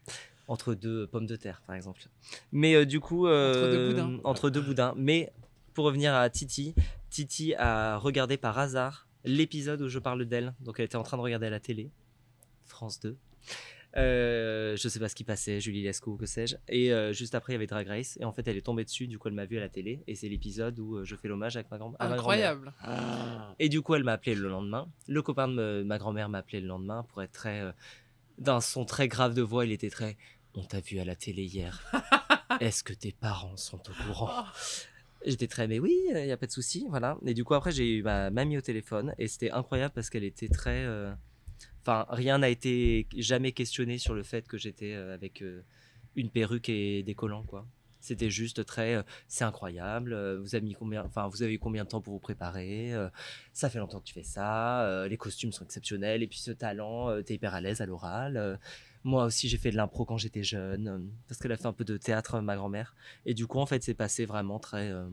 Speaker 4: Entre deux pommes de terre, par exemple. Mais euh, du coup, euh,
Speaker 1: boudins.
Speaker 4: entre deux boudins. Mais pour revenir à Titi, Titi a regardé par hasard l'épisode où je parle d'elle. Donc elle était en train de regarder à la télé, France 2. Euh, je sais pas ce qui passait, Julie Lescaut, que sais-je. Et euh, juste après, il y avait Drag Race. Et en fait, elle est tombée dessus. Du coup, elle m'a vu à la télé. Et c'est l'épisode où euh, je fais l'hommage avec ma grand- à ma grand-mère.
Speaker 1: Incroyable.
Speaker 4: Et du coup, elle m'a appelé le lendemain. Le copain de me- ma grand-mère m'a appelé le lendemain pour être très. euh, d'un son très grave de voix, il était très. On t'a vu à la télé hier. Est-ce que tes parents sont au courant J'étais très, mais oui, il n'y a pas de souci. Voilà. Et du coup, après, j'ai eu ma mamie au téléphone. Et c'était incroyable parce qu'elle était très. euh, Enfin, rien n'a été jamais questionné sur le fait que j'étais euh, avec euh, une perruque et des collants, quoi. C'était juste très, euh, c'est incroyable. euh, vous avez mis combien, enfin, vous avez eu combien de temps pour vous préparer euh, ça fait longtemps que tu fais ça, euh, les costumes sont exceptionnels, et puis ce talent, euh, t'es hyper à l'aise à l'oral. euh, moi aussi, j'ai fait de l'impro quand j'étais jeune, euh, parce qu'elle a fait un peu de théâtre, euh, ma grand-mère. Et du coup, en fait, c'est passé vraiment très. euh,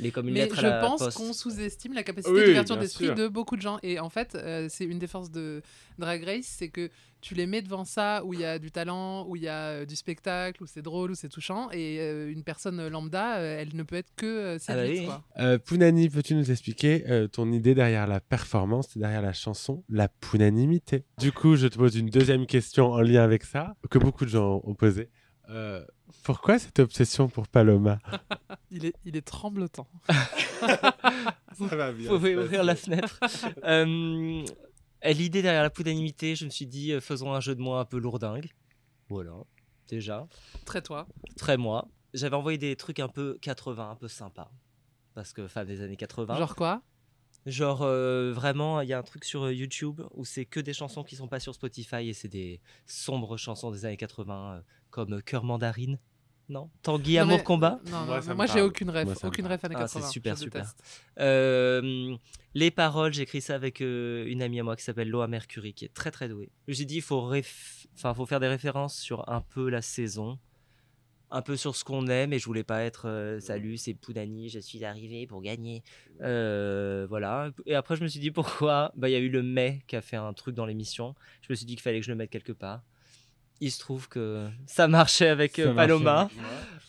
Speaker 4: les comme une
Speaker 1: Mais
Speaker 4: lettre à
Speaker 1: je
Speaker 4: la
Speaker 1: pense
Speaker 4: poste.
Speaker 1: qu'on sous-estime la capacité
Speaker 2: Oui,
Speaker 1: d'ouverture
Speaker 2: bien
Speaker 1: d'esprit
Speaker 2: sûr.
Speaker 1: de beaucoup de gens. Et en fait, euh, c'est une des forces de Drag Race, c'est que tu les mets devant ça où il y a du talent, où il y a euh, du spectacle, où c'est drôle, où c'est touchant. Et euh, une personne lambda, euh, elle ne peut être que euh,
Speaker 4: Ah bah
Speaker 1: séduite.
Speaker 4: oui.
Speaker 1: quoi.
Speaker 2: Euh, Pounani, peux-tu nous expliquer euh, ton idée derrière la performance, et derrière la chanson, la Pounanimité Du coup, je te pose une deuxième question en lien avec ça, que beaucoup de gens ont posée. Euh, pourquoi cette obsession pour Paloma
Speaker 1: Il, est, il est tremblotant.
Speaker 2: Ça va bien.
Speaker 4: Vous pouvez ouvrir la fenêtre. Euh, L'idée derrière la poudanimité, je me suis dit, euh, faisons un jeu de mots un peu lourdingue. Voilà, déjà.
Speaker 1: Très toi.
Speaker 4: Très moi. J'avais envoyé des trucs un peu 80, un peu sympa. Parce que femme des années 80.
Speaker 1: Genre quoi
Speaker 4: Genre euh, vraiment, il y a un truc sur euh, YouTube où c'est que des chansons qui sont pas sur Spotify et c'est des sombres chansons des années 80 euh, comme euh, Cœur mandarine. Non, Tanguy
Speaker 1: Non,
Speaker 4: Amour
Speaker 1: mais-
Speaker 4: Combat.
Speaker 1: Non, non, non,
Speaker 2: Moi,
Speaker 1: moi,
Speaker 2: ça me
Speaker 1: j'ai
Speaker 2: parle.
Speaker 1: aucune rêve.
Speaker 2: Moi, ça me
Speaker 1: aucune
Speaker 2: parle.
Speaker 1: rêve années
Speaker 4: Ah, c'est
Speaker 1: 80.
Speaker 4: super,
Speaker 1: Je
Speaker 4: super.
Speaker 1: déteste.
Speaker 4: Euh, les paroles, j'écris ça avec euh, une amie à moi qui s'appelle Loa Mercury, qui est très très douée. J'ai dit, il faut, réf- enfin, faut faire des références sur un peu la saison, un peu sur ce qu'on aime, et je voulais pas être euh, salut, c'est Poudani, je suis arrivé pour gagner. Euh, voilà. Et après, je me suis dit, pourquoi Bah, Il y a eu le mai qui a fait un truc dans l'émission. Je me suis dit qu'il fallait que je le mette quelque part. Il se trouve que ça marchait avec euh, Paloma.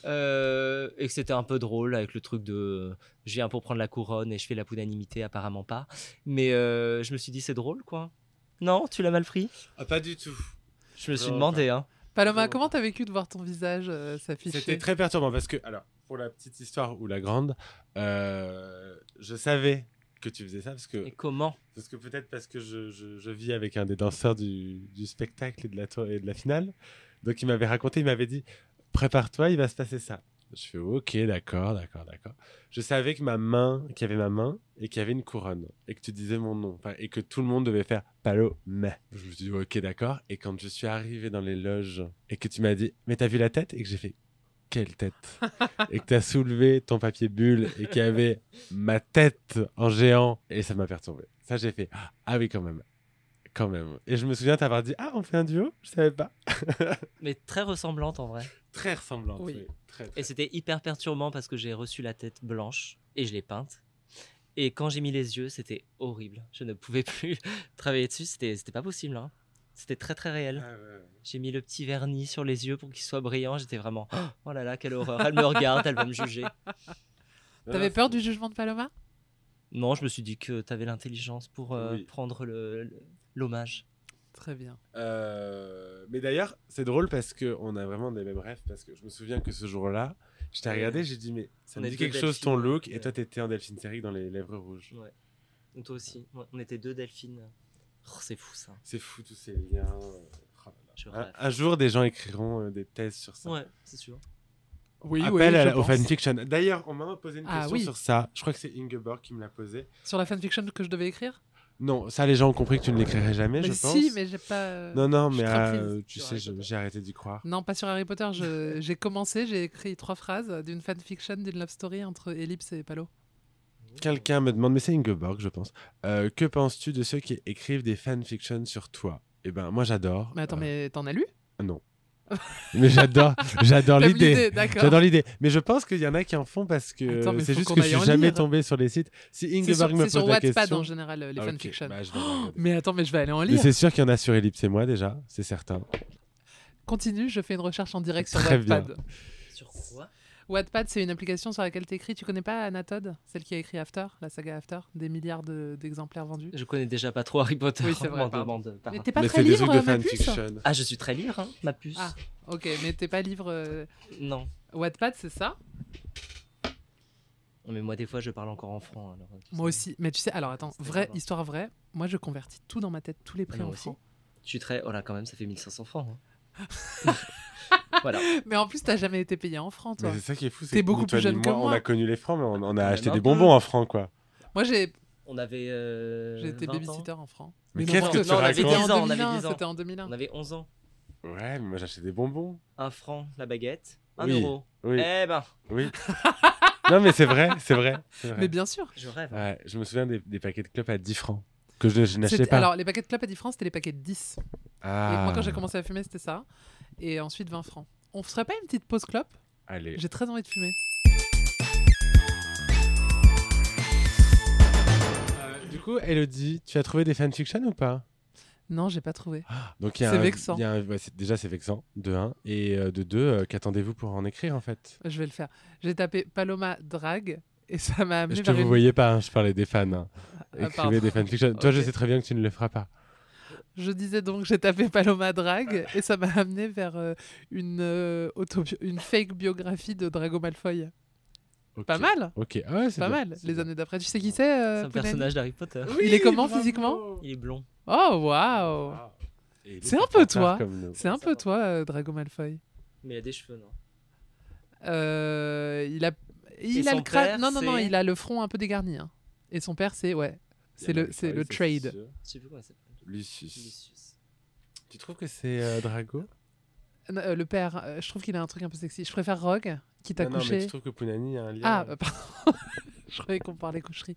Speaker 4: Euh, et que c'était un peu drôle avec le truc de euh, je viens pour prendre la couronne et je fais la poudanimité, apparemment pas. Mais euh, je me suis dit, c'est drôle quoi. Non, tu l'as mal pris
Speaker 2: Ah, pas du tout.
Speaker 4: Je me suis
Speaker 2: Non,
Speaker 4: demandé. Hein.
Speaker 1: Paloma,
Speaker 2: Bon.
Speaker 1: comment t'as vécu de voir ton visage euh, s'afficher
Speaker 2: C'était très perturbant parce que, alors, pour la petite histoire ou la grande, euh, je savais que tu faisais ça parce que
Speaker 4: Et comment
Speaker 2: Parce que peut-être parce que je, je- je vis avec un des danseurs du, du spectacle et de, la tour- et de la finale. Donc il m'avait raconté, il m'avait dit Prépare-toi, il va se passer ça. Je fais Ok, d'accord, d'accord, d'accord. Je savais que ma main, qu'il y avait ma main et qu'il y avait une couronne et que tu disais mon nom Enfin, et que tout le monde devait faire Palo, mais. Je me suis dit Ok, d'accord. Et quand je suis arrivé dans les loges et que tu m'as dit Mais t'as vu la tête Et que j'ai fait Quelle tête Et que t'as soulevé ton papier bulle et qu'il y avait ma tête en géant et ça m'a perturbé. Ça, j'ai fait ah oui, quand même. Quand même. Et je me souviens t'avoir dit ah, on fait un duo Je savais pas.
Speaker 4: Mais très ressemblante en vrai.
Speaker 2: Très ressemblant.
Speaker 1: Oui.
Speaker 2: Très, très.
Speaker 4: Et c'était hyper perturbant parce que j'ai reçu la tête blanche et je l'ai peinte. Et quand j'ai mis les yeux, c'était horrible. Je ne pouvais plus travailler dessus. C'était c'était pas possible. hein. C'était très très
Speaker 2: Ah,
Speaker 4: réel. J'ai mis le petit vernis sur les yeux pour qu'ils soient brillants. J'étais vraiment oh là là, quelle horreur. Elle me regarde, elle va me juger.
Speaker 2: Ah,
Speaker 1: T'avais peur du jugement de Paloma
Speaker 4: Non, je me suis dit que tu avais l'intelligence pour euh,
Speaker 2: Oui.
Speaker 4: prendre le- le- l'hommage.
Speaker 1: Très bien.
Speaker 2: Euh, mais d'ailleurs, c'est drôle parce que on a vraiment des mêmes rêves. Parce que je me souviens que ce jour-là, je t'ai regardé, j'ai dit, mais ça
Speaker 4: On
Speaker 2: me
Speaker 4: est
Speaker 2: dit
Speaker 4: deux
Speaker 2: quelque chose ton
Speaker 4: delphines,
Speaker 2: look.
Speaker 4: ouais.
Speaker 2: Et toi, t'étais en Delphine Série dans les lèvres rouges.
Speaker 4: Et toi aussi. Ouais, on était deux delphines. Oh, c'est fou ça.
Speaker 2: C'est fou tous ces liens. euh, oh là là.
Speaker 4: Je
Speaker 2: Un,
Speaker 4: rêve.
Speaker 2: un jour, des gens écriront euh, des thèses sur ça.
Speaker 4: Ouais, c'est sûr.
Speaker 1: Oui, oui,
Speaker 2: Appel à
Speaker 1: je
Speaker 2: la- au
Speaker 1: pense.
Speaker 2: fanfiction. D'ailleurs, on m'a posé une
Speaker 1: Ah
Speaker 2: question
Speaker 1: oui.
Speaker 2: sur ça. Je crois que c'est Ingeborg qui me l'a posée.
Speaker 1: Sur la fanfiction que je devais écrire
Speaker 2: Non, ça, les gens ont compris que tu ne l'écrirais jamais,
Speaker 1: Mais
Speaker 2: je pense.
Speaker 1: si, mais j'ai pas. euh,
Speaker 2: Non, non,
Speaker 1: je
Speaker 2: mais
Speaker 1: suis très
Speaker 2: euh,
Speaker 1: triste
Speaker 2: tu
Speaker 4: sur
Speaker 2: sais,
Speaker 4: Harry
Speaker 2: je-
Speaker 4: Potter.
Speaker 2: j'ai arrêté d'y croire.
Speaker 1: Non, pas sur Harry Potter. je- J'ai commencé, j'ai écrit trois phrases d'une fanfiction, d'une love story entre Ellipse et Palo. Mm.
Speaker 2: Quelqu'un me demande, mais c'est Ingeborg, je pense. euh, que penses-tu de ceux qui écrivent des fanfictions sur toi Eh ben, moi, j'adore.
Speaker 1: Mais attends,
Speaker 2: Euh,
Speaker 1: mais t'en as lu
Speaker 2: Non. Mais j'adore, j'adore
Speaker 1: T'aimes
Speaker 2: l'idée.
Speaker 1: d'accord.
Speaker 2: J'adore l'idée. Mais je pense qu'il y en a qui en font parce que
Speaker 1: Attends, mais
Speaker 2: c'est
Speaker 1: faut
Speaker 2: juste
Speaker 1: qu'on
Speaker 2: que je
Speaker 1: aille en
Speaker 2: suis jamais
Speaker 1: lire.
Speaker 2: tombé sur les sites.
Speaker 1: C'est
Speaker 2: Si
Speaker 1: sur,
Speaker 2: Ingeborg me
Speaker 1: c'est
Speaker 2: pose
Speaker 1: sur
Speaker 2: la
Speaker 1: Wattpad en
Speaker 2: question.
Speaker 1: général, euh, les
Speaker 2: Ah, ok.
Speaker 1: fanfictions.
Speaker 2: Bah, je dois regarder.
Speaker 1: Mais attends, mais je vais aller en
Speaker 2: Mais
Speaker 1: lire.
Speaker 2: c'est sûr qu'il y en a sur Ellipse et moi déjà, c'est certain.
Speaker 1: Continue, je fais une recherche en direct sur
Speaker 2: Très
Speaker 1: Wattpad.
Speaker 4: Sur quoi
Speaker 1: Wattpad, c'est une application sur laquelle t'écris. Tu connais pas Anna Todd, celle qui a écrit After, la saga After, des milliards de- d'exemplaires vendus
Speaker 4: Je connais déjà pas trop Harry Potter.
Speaker 1: Oui, c'est vrai,
Speaker 4: on m'en
Speaker 1: pardon.
Speaker 4: demande, pardon.
Speaker 1: Mais t'es pas
Speaker 2: Mais
Speaker 1: très
Speaker 2: c'est des
Speaker 1: livre,
Speaker 2: trucs de
Speaker 1: euh, ma puce
Speaker 2: fanfiction.
Speaker 4: Ah, je suis très lire, hein, ma puce.
Speaker 1: Ah. Ok, mais t'es pas livre. euh,
Speaker 4: Non.
Speaker 1: Wattpad, c'est ça
Speaker 4: Mais moi, des fois, je parle encore en franc. alors, tu
Speaker 1: Moi
Speaker 4: sais.
Speaker 1: aussi. Mais tu sais, alors attends,
Speaker 4: C'est
Speaker 1: vraie
Speaker 4: grave.
Speaker 1: histoire vraie. Moi, je convertis tout dans ma tête, tous les prix
Speaker 4: moi
Speaker 1: en
Speaker 4: aussi.
Speaker 1: francs.
Speaker 4: Je suis très. Oh là, quand même, ça fait 1500 francs. hein. voilà.
Speaker 1: Mais en plus, t'as jamais été payé en francs, toi.
Speaker 2: Mais c'est ça qui est fou,
Speaker 1: T'es
Speaker 2: c'est que
Speaker 1: beaucoup
Speaker 2: ni toi
Speaker 1: plus jeune
Speaker 2: ni moi,
Speaker 1: que
Speaker 2: On
Speaker 1: moi.
Speaker 2: a connu les francs, mais on, on a
Speaker 4: Même
Speaker 2: acheté
Speaker 4: un
Speaker 2: des
Speaker 4: peu.
Speaker 2: bonbons en francs quoi.
Speaker 1: Moi, j'ai
Speaker 4: On avait. euh,
Speaker 1: j'ai été
Speaker 4: 20 ans.
Speaker 1: babysitter en francs.
Speaker 2: Mais
Speaker 1: non,
Speaker 2: qu'est-ce
Speaker 1: parce
Speaker 2: que tu
Speaker 1: non, on avait dit
Speaker 2: racontes
Speaker 1: en
Speaker 4: 10 ans, on avait
Speaker 1: 2001,
Speaker 4: 10 ans.
Speaker 1: C'était en 2001.
Speaker 4: On avait 11 ans.
Speaker 2: Ouais, mais moi j'achetais des bonbons.
Speaker 4: Un franc la baguette, un
Speaker 2: Oui.
Speaker 4: euro.
Speaker 2: Oui,
Speaker 4: Eh ben,
Speaker 2: oui. non mais c'est vrai, c'est vrai. c'est vrai.
Speaker 1: Mais bien sûr.
Speaker 4: je rêve.
Speaker 2: Ouais, je me souviens des, des paquets de clopes à 10 francs que je, je n'achetais
Speaker 1: C'était-
Speaker 2: pas.
Speaker 1: Alors, les paquets de clopes à 10 francs, c'était les paquets de 10. Et
Speaker 2: Ah.
Speaker 1: moi, quand j'ai commencé à fumer, c'était ça. Et ensuite, 20 francs. On ferait pas une petite pause clope
Speaker 2: Allez.
Speaker 1: J'ai très envie de fumer.
Speaker 2: Euh, du coup, Elodie, tu as trouvé des fanfictions ou pas
Speaker 1: Non, j'ai pas trouvé.
Speaker 2: Donc il y a
Speaker 1: C'est
Speaker 2: un-
Speaker 1: vexant.
Speaker 2: il y a un- ouais, c'est- déjà c'est vexant de 1 et euh, de 2 qu'attendez-vous pour en écrire en fait
Speaker 1: Je vais le faire. J'ai tapé Paloma Drag et ça m'a amené
Speaker 2: Je te
Speaker 1: vers
Speaker 2: vous
Speaker 1: une-
Speaker 2: voyais pas, hein, je parlais des fans. hein.
Speaker 1: Ah,
Speaker 2: Écrivez
Speaker 1: pardon.
Speaker 2: des fanfictions. Toi, je
Speaker 1: Ok.
Speaker 2: sais très bien que tu ne le feras pas.
Speaker 1: Je disais donc, j'ai tapé Paloma Drag et ça m'a amené vers euh, une, euh, autobi- une fake biographie de Drago Malfoy.
Speaker 2: Ok.
Speaker 1: Pas mal,
Speaker 2: Ok, ah ouais, c'est
Speaker 1: pas
Speaker 2: bien,
Speaker 1: mal.
Speaker 2: c'est
Speaker 1: Les
Speaker 2: bien.
Speaker 1: années d'après, tu sais qui c'est euh,
Speaker 4: C'est un
Speaker 1: Pounani
Speaker 4: personnage d'Harry Potter.
Speaker 1: Il est comment physiquement
Speaker 4: Il est blond.
Speaker 1: Oh waouh
Speaker 2: Ah, Et il
Speaker 1: C'est
Speaker 2: est
Speaker 1: un peu
Speaker 2: pas
Speaker 1: toi.
Speaker 2: comme nous.
Speaker 1: C'est un peu toi, euh, Drago Malfoy.
Speaker 4: Mais il a des cheveux, non
Speaker 1: Euh, il a, il
Speaker 4: Et
Speaker 1: a
Speaker 4: son
Speaker 1: le crâne.
Speaker 4: père,
Speaker 1: Non, non, non,
Speaker 4: c'est-
Speaker 1: il a le front un peu dégarni. hein. Et son père, c'est ouais,
Speaker 2: Ah,
Speaker 1: c'est le, c'est le
Speaker 2: Ça,
Speaker 1: trade.
Speaker 2: sûr.
Speaker 4: Je sais plus comment il s'appelle.
Speaker 2: Lucius.
Speaker 4: Lucius.
Speaker 2: Tu trouves que c'est euh, Drago
Speaker 1: Non, euh, le père, euh, je trouve qu'il a un truc un peu sexy. Je préfère Rogue, qui t'a
Speaker 2: Non, Non, mais
Speaker 1: couché.
Speaker 2: tu trouves que Pounani a un lien
Speaker 1: ah, euh, pardon. je croyais qu'on parlait coucherie.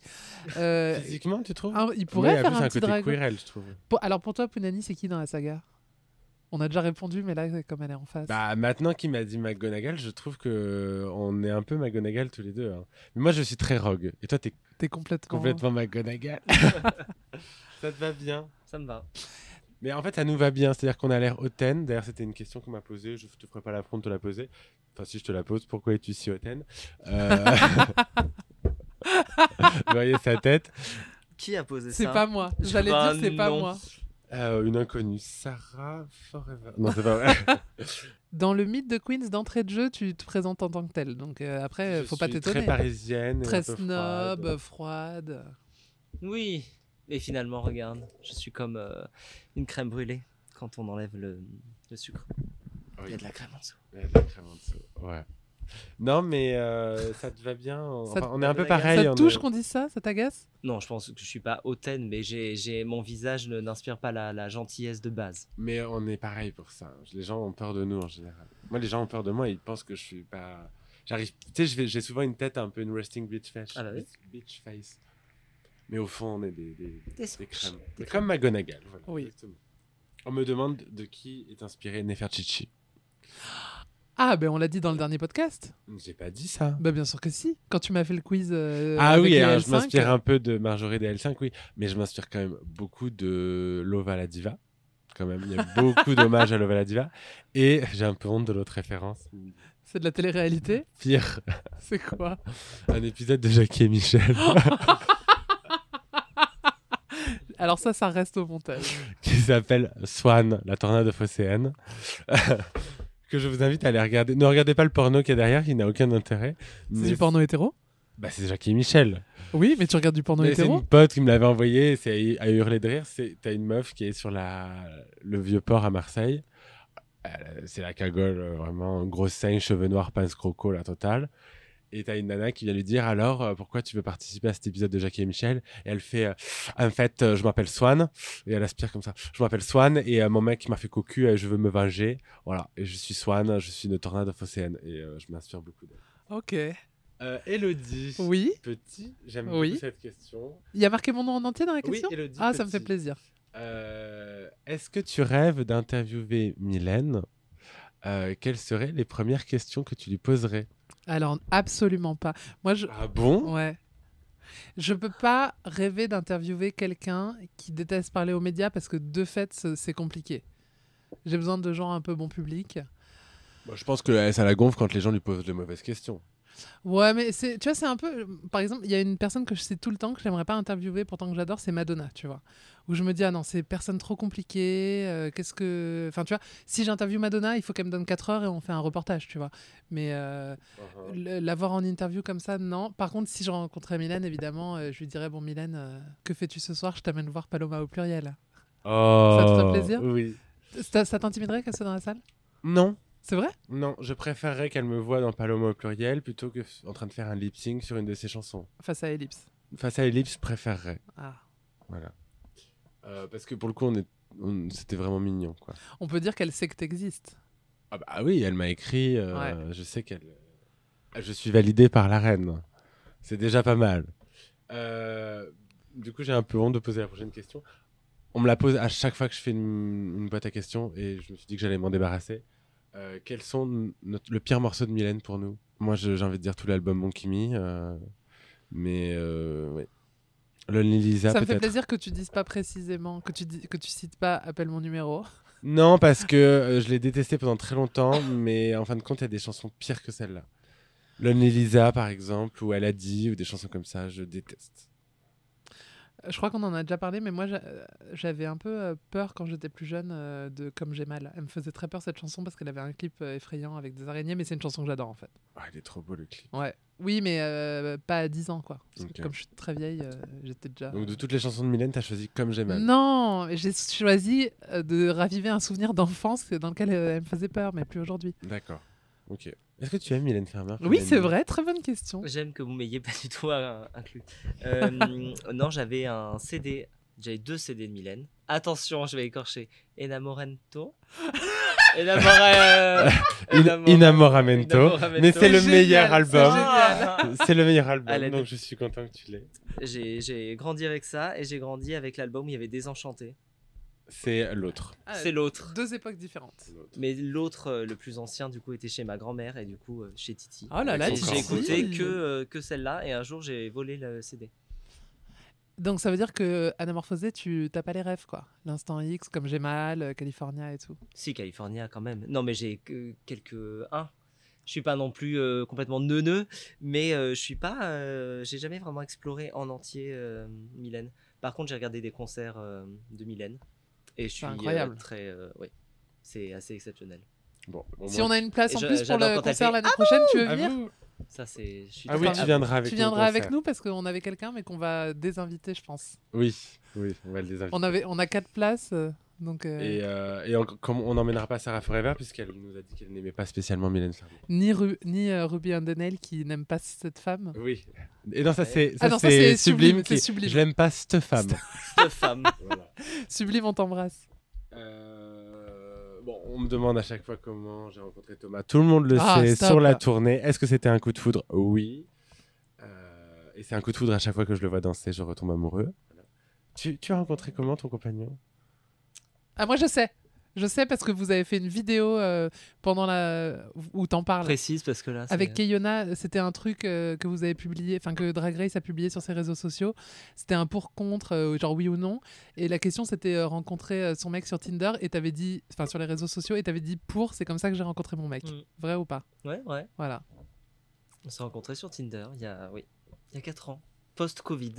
Speaker 1: Euh,
Speaker 2: Physiquement, tu trouves
Speaker 1: un- il
Speaker 2: Ouais,
Speaker 1: pourrait
Speaker 2: en
Speaker 1: faire
Speaker 2: plus,
Speaker 1: un
Speaker 2: un
Speaker 1: petit
Speaker 2: côté
Speaker 1: dragon.
Speaker 2: queerel, je trouve.
Speaker 1: Pour- alors pour toi, Pounani, c'est qui dans la saga On a déjà répondu, mais là, comme elle est en face.
Speaker 2: Bah maintenant qu'il m'a dit McGonagall, je trouve que euh, on est un peu McGonagall tous les deux. hein. Mais moi je suis très rogue et toi t'es
Speaker 1: T'es complètement.
Speaker 2: complètement McGonagall. ça te va bien.
Speaker 4: Ça me va.
Speaker 2: Mais en fait ça nous va bien, c'est-à-dire qu'on a l'air hautaine. D'ailleurs c'était une question qu'on m'a posée, je te ferai pas l'affront de te la poser. Enfin si je te la pose, pourquoi es-tu si hautaine Euh, Vous voyez sa tête
Speaker 4: Qui a posé ça
Speaker 1: C'est pas moi.
Speaker 4: Je
Speaker 1: J'allais
Speaker 4: vois
Speaker 1: dire, c'est pas
Speaker 4: non.
Speaker 1: moi.
Speaker 2: Euh, Une inconnue, Sarah Forever. Non c'est pas vrai.
Speaker 1: Dans le mythe de Queens, d'entrée de jeu, tu te présentes en tant que tel. Donc euh, après,
Speaker 2: Je
Speaker 1: faut pas
Speaker 2: suis
Speaker 1: t'étonner.
Speaker 2: Très parisienne. et un
Speaker 1: Très
Speaker 2: peu
Speaker 1: snob,
Speaker 2: froide.
Speaker 1: euh, froide.
Speaker 4: Oui. Mais finalement, regarde, je suis comme euh, une crème brûlée quand on enlève le, le sucre. Il y a de la crème en dessous.
Speaker 2: Il y a de la crème en dessous, Ouais. Non, mais euh, ça te va bien.
Speaker 1: Ça
Speaker 2: Enfin,
Speaker 1: te-
Speaker 2: on est un peu
Speaker 4: Ça te
Speaker 2: pareil.
Speaker 1: Ça
Speaker 2: on
Speaker 1: te touche
Speaker 2: est-
Speaker 1: qu'on dise ça Ça t'agace
Speaker 4: Non, je pense que je suis pas hautaine, mais j'ai, j'ai- mon visage ne- n'inspire pas la, la gentillesse de base.
Speaker 2: Mais on est pareil pour ça. Les gens ont peur de nous en général. Moi, les gens ont peur de moi. Ils pensent que je suis pas. J'arrive. Tu sais, je vais- j'ai souvent une tête un peu une resting bitch face.
Speaker 4: Ah bah oui.
Speaker 2: bitch- bitch face. Mais au fond, on est des, des, des
Speaker 4: Des
Speaker 2: crèmes.
Speaker 4: des
Speaker 2: Mais
Speaker 4: crèmes.
Speaker 2: comme McGonagall. Voilà,
Speaker 1: Oui.
Speaker 2: exactement. On me demande de qui est inspiré Nefertiti.
Speaker 1: Ah, ben on l'a dit dans le dernier podcast.
Speaker 2: J'ai pas dit ça.
Speaker 1: Bah bien sûr que si. Quand tu m'as fait le quiz. euh,
Speaker 2: Ah
Speaker 1: avec
Speaker 2: oui,
Speaker 1: les
Speaker 2: alors je
Speaker 1: L5,
Speaker 2: m'inspire un peu de Marjorie des L5, oui, mais je m'inspire quand même beaucoup de Lova la Diva. Quand même, il y a beaucoup d'hommages à Lova la Diva. Et j'ai un peu honte de l'autre référence.
Speaker 1: C'est de la télé-réalité.
Speaker 2: Pire,
Speaker 1: C'est quoi
Speaker 2: un épisode de Jackie et Michel
Speaker 1: Alors ça, ça reste au montage.
Speaker 2: qui s'appelle Swan, la tornade phocéenne. que je vous invite à aller regarder. Ne regardez pas le porno qu'il y a derrière, qui n'a aucun intérêt.
Speaker 1: C'est
Speaker 2: mais-
Speaker 1: du porno hétéro
Speaker 2: Bah, c'est Jackie et Michel.
Speaker 1: Oui, mais tu regardes du porno
Speaker 2: Mais C'est
Speaker 1: hétéro
Speaker 2: une pote qui me l'avait envoyé, c'est à à hurler de rire. C'est t'as une meuf qui est sur la le vieux port à Marseille. Elle, euh, C'est la cagole euh, vraiment grosse scène, cheveux noirs, pince croco la totale. Et t'as une nana qui vient lui dire alors euh, pourquoi tu veux participer à cet épisode de Jackie et Michel Et elle fait euh, en fait euh, je m'appelle Swan et elle aspire comme ça. Je m'appelle Swan et euh, mon mec m'a fait cocu et je veux me venger. Voilà et je suis Swan, je suis une tornade phocéenne et euh, je m'inspire beaucoup d'elle.
Speaker 1: Ok.
Speaker 2: Euh, Elodie.
Speaker 1: Oui.
Speaker 2: Petit, j'aime
Speaker 1: Oui.
Speaker 2: beaucoup cette question.
Speaker 1: Il y a marqué mon nom en entier dans la question
Speaker 2: Oui, Élodie
Speaker 1: Ah, ça me
Speaker 2: Petit.
Speaker 1: fait plaisir.
Speaker 2: Euh, Est-ce que tu rêves d'interviewer Mylène euh, quelles seraient les premières questions que tu lui poserais
Speaker 1: Alors, absolument pas. Moi, je.
Speaker 2: Ah bon
Speaker 1: Ouais. Je peux pas rêver d'interviewer quelqu'un qui déteste parler aux médias parce que de fait, c'est- c'est compliqué. J'ai besoin de gens un peu bon public.
Speaker 2: Moi, Je pense que euh, ça la gonfle quand les gens lui posent de mauvaises questions.
Speaker 1: Ouais, mais c'est, tu vois, c'est un peu. Par exemple, il y a une personne que je sais tout le temps que j'aimerais pas interviewer, pourtant que j'adore, c'est Madonna, tu vois. Où je me dis, ah non, c'est personne trop compliquée. euh, qu'est-ce que. Enfin, tu vois, si j'interviewe Madonna, il faut qu'elle me donne 4 heures et on fait un reportage, tu vois. Mais euh,
Speaker 2: Uh-huh.
Speaker 1: le- l'avoir en interview comme ça, non. Par contre, si je rencontrais Mylène, évidemment, euh, je lui dirais, bon, Mylène, euh, que fais-tu ce soir Je t'amène voir Paloma au pluriel.
Speaker 2: Oh,
Speaker 1: Ça te ferait plaisir
Speaker 2: Oui.
Speaker 1: Ça, ça t'intimiderait qu'elle soit dans la salle
Speaker 2: Non,
Speaker 1: C'est vrai
Speaker 2: non, je préférerais qu'elle me voie dans Paloma au pluriel plutôt que f- en train de faire un lip sync sur une de ses chansons.
Speaker 1: Face à Ellipse.
Speaker 2: Face à Ellipse, je préférerais.
Speaker 1: Ah.
Speaker 2: Voilà. Euh, parce que pour le coup, on est... on- c'était vraiment mignon. Quoi.
Speaker 1: On peut dire qu'elle sait que t'existes.
Speaker 2: Ah bah oui, elle m'a écrit. euh, Je sais qu'elle. euh, Je suis validé par la reine. C'est déjà pas mal. Euh, du coup, j'ai un peu honte de poser la prochaine question. On me la pose à chaque fois que je fais une, une boîte à questions et je me suis dit que j'allais m'en débarrasser. Euh, quels sont n- notre- le pire morceau de Mylène pour nous Moi, je- j'ai envie de dire tout l'album Monkey Me. euh, mais euh, ouais. Lonely Lisa,
Speaker 1: Ça me fait
Speaker 2: Ah, peut-être.
Speaker 1: plaisir que tu dises pas précisément, que tu, dis, que tu cites pas appelle mon numéro.
Speaker 2: Non, parce que euh, je l'ai détesté pendant très longtemps, mais en fin de compte, il y a des chansons pires que celle-là. Lonely Lisa, par exemple, ou Elle a dit, ou des chansons comme ça, je déteste.
Speaker 1: Euh, Je crois qu'on en a déjà parlé, mais moi j'a- euh, j'avais un peu euh, peur quand j'étais plus jeune euh, de Comme j'ai mal. Elle me faisait très peur cette chanson parce qu'elle avait un clip euh, effrayant avec des araignées, mais c'est une chanson que j'adore en fait.
Speaker 2: Ah, il est trop beau le clip.
Speaker 1: Ouais. Oui, mais euh, pas à 10 ans quoi. Parce
Speaker 2: Ok.
Speaker 1: que comme je suis très vieille, euh, j'étais déjà.
Speaker 2: Donc, de toutes les chansons de Mylène, t'as choisi Comme j'ai mal.
Speaker 1: Non, j'ai choisi euh, de raviver un souvenir d'enfance dans lequel euh, elle me faisait peur, mais plus aujourd'hui.
Speaker 2: D'accord. Ok. Est-ce que tu aimes Mylène Farmer
Speaker 1: Oui,
Speaker 2: Mélanie
Speaker 1: c'est vrai, très bonne question.
Speaker 4: J'aime que vous m'ayez pas du tout euh, inclus. Euh, non, j'avais un CD. J'avais deux CD de Mylène. Attention, je vais écorcher. Enamorento. euh, Enamora-
Speaker 2: In-
Speaker 4: Enamora-
Speaker 2: Inamoramento.
Speaker 4: Inamoramento.
Speaker 2: Mais c'est le
Speaker 1: C'est
Speaker 2: meilleur
Speaker 1: génial, c'est
Speaker 2: album.
Speaker 1: génial.
Speaker 2: C'est le meilleur album,
Speaker 4: Elle a
Speaker 2: donc
Speaker 4: dit-
Speaker 2: je suis content que tu l'aies.
Speaker 4: J'ai j'ai grandi avec ça et j'ai grandi avec l'album où il y avait Désenchanté.
Speaker 2: C'est l'autre.
Speaker 1: Ah,
Speaker 4: C'est l'autre.
Speaker 1: Deux époques différentes.
Speaker 4: Mais l'autre, euh, le plus ancien, du coup, était chez ma grand-mère et du coup, euh, chez Titi.
Speaker 1: Oh là là,
Speaker 4: Et
Speaker 2: Titi.
Speaker 4: J'ai écouté
Speaker 1: Titi.
Speaker 4: que, euh, que celle-là et un jour, j'ai volé le CD.
Speaker 1: Donc ça veut dire que anamorphosé, tu t'as pas les rêves quoi. L'instant X, comme j'ai mal, euh, California et tout.
Speaker 4: Si, California quand même. Non, mais j'ai que quelques un. Je suis pas non plus euh, complètement neuneux, mais euh, je suis pas. euh, j'ai jamais vraiment exploré en entier euh, Mylène. Par contre, j'ai regardé des concerts euh, de Mylène et je suis euh,
Speaker 1: incroyable.
Speaker 4: très. euh, oui, c'est assez exceptionnel.
Speaker 2: Bon, au
Speaker 1: Si
Speaker 2: moins-
Speaker 1: on a une place en
Speaker 4: Et je-
Speaker 1: plus pour
Speaker 4: j'adore
Speaker 1: le
Speaker 4: quand elle
Speaker 1: concert
Speaker 4: fait,
Speaker 1: l'année prochaine, tu veux
Speaker 2: Ah
Speaker 1: venir
Speaker 2: bon
Speaker 4: Ça, c'est. je suis
Speaker 2: Ah oui,
Speaker 4: très-
Speaker 2: tu viendras avec
Speaker 1: Tu
Speaker 2: nous au
Speaker 1: viendras avec
Speaker 2: concert.
Speaker 1: nous parce qu'on avait quelqu'un mais qu'on va désinviter, je pense.
Speaker 2: Oui, oui, on va le désinviter.
Speaker 1: On avait, on a quatre places, euh, donc euh,
Speaker 2: Et, euh, et on, comme on n'emmènera pas Sarah Forever, puisqu'elle nous a dit qu'elle n'aimait pas spécialement Mylène Farmer.
Speaker 1: ni Ru- ni euh, Ruby and the Nail qui n'aime pas cette femme.
Speaker 2: Ah Oui. Et non, ça
Speaker 4: Ouais.
Speaker 2: c'est
Speaker 1: Ah
Speaker 2: ça,
Speaker 1: non, ça,
Speaker 2: c'est
Speaker 1: c'est
Speaker 2: sublime.
Speaker 1: sublime, c'est
Speaker 2: qui-
Speaker 1: sublime.
Speaker 2: Je l'aime pas, cette femme.
Speaker 4: Cette femme.
Speaker 2: Voilà.
Speaker 1: Sublime, on t'embrasse.
Speaker 2: Euh, bon, on me demande à chaque fois comment j'ai rencontré Thomas. Tout le monde le
Speaker 1: Ah,
Speaker 2: sait
Speaker 1: stop.
Speaker 2: sur la tournée. Est-ce que c'était un coup de foudre Oui. Euh, et c'est un coup de foudre à chaque fois que je le vois danser, je retombe amoureux. Voilà. Tu, tu as rencontré comment ton compagnon
Speaker 1: Ah moi je sais, je sais parce que vous avez fait une vidéo euh, pendant la où t'en parles.
Speaker 4: Précise parce que là. c'est-
Speaker 1: Avec Keyona, c'était un truc euh, que vous avez publié, enfin que Drag Race a publié sur ses réseaux sociaux. C'était un pour-contre, euh, genre oui ou non. Et la question, c'était euh, rencontrer euh, son mec sur Tinder et t'avais dit, enfin sur les réseaux sociaux, et t'avais dit pour, c'est comme ça que j'ai rencontré mon mec.
Speaker 4: Mm.
Speaker 1: Vrai ou pas
Speaker 4: Ouais, ouais.
Speaker 1: Voilà.
Speaker 4: On s'est rencontrés sur Tinder il y a. Oui. Il y a 4 ans. Post-Covid.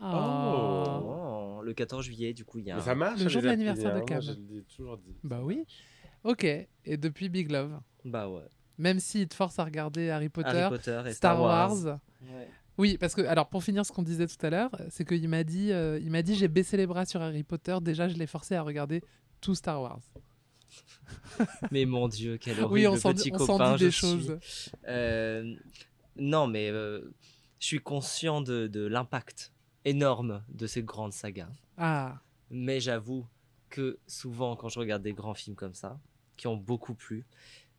Speaker 2: Oh.
Speaker 4: Oh, le 14 juillet, du coup, il y a.
Speaker 2: Mais
Speaker 4: un-
Speaker 2: Ça marche.
Speaker 1: Le
Speaker 2: les
Speaker 1: jour de
Speaker 2: applis,
Speaker 1: l'anniversaire de
Speaker 2: hein,
Speaker 1: Cam.
Speaker 2: Je le dis toujours dit.
Speaker 1: Bah oui. Ok. Et depuis Big Love,
Speaker 4: Bah ouais.
Speaker 1: même s'il te force à regarder Harry Potter,
Speaker 4: Harry Potter et
Speaker 1: Star Wars.
Speaker 4: Ouais.
Speaker 1: Oui, parce que, alors pour finir ce qu'on disait tout à l'heure, c'est qu'il m'a dit, euh, il m'a dit j'ai baissé les bras sur Harry Potter, déjà je l'ai forcé à regarder tout Star Wars.
Speaker 4: Mais mon Dieu, quel horrible
Speaker 1: Oui, on s'en
Speaker 4: petit
Speaker 1: dit, on s'en
Speaker 4: copain
Speaker 1: dit des
Speaker 4: je
Speaker 1: choses.
Speaker 4: suis. Euh, non, mais euh, je suis conscient de, de l'impact énorme de ces grandes sagas.
Speaker 1: Ah,
Speaker 4: Mais j'avoue que souvent, quand je regarde des grands films comme ça, qui ont beaucoup plu,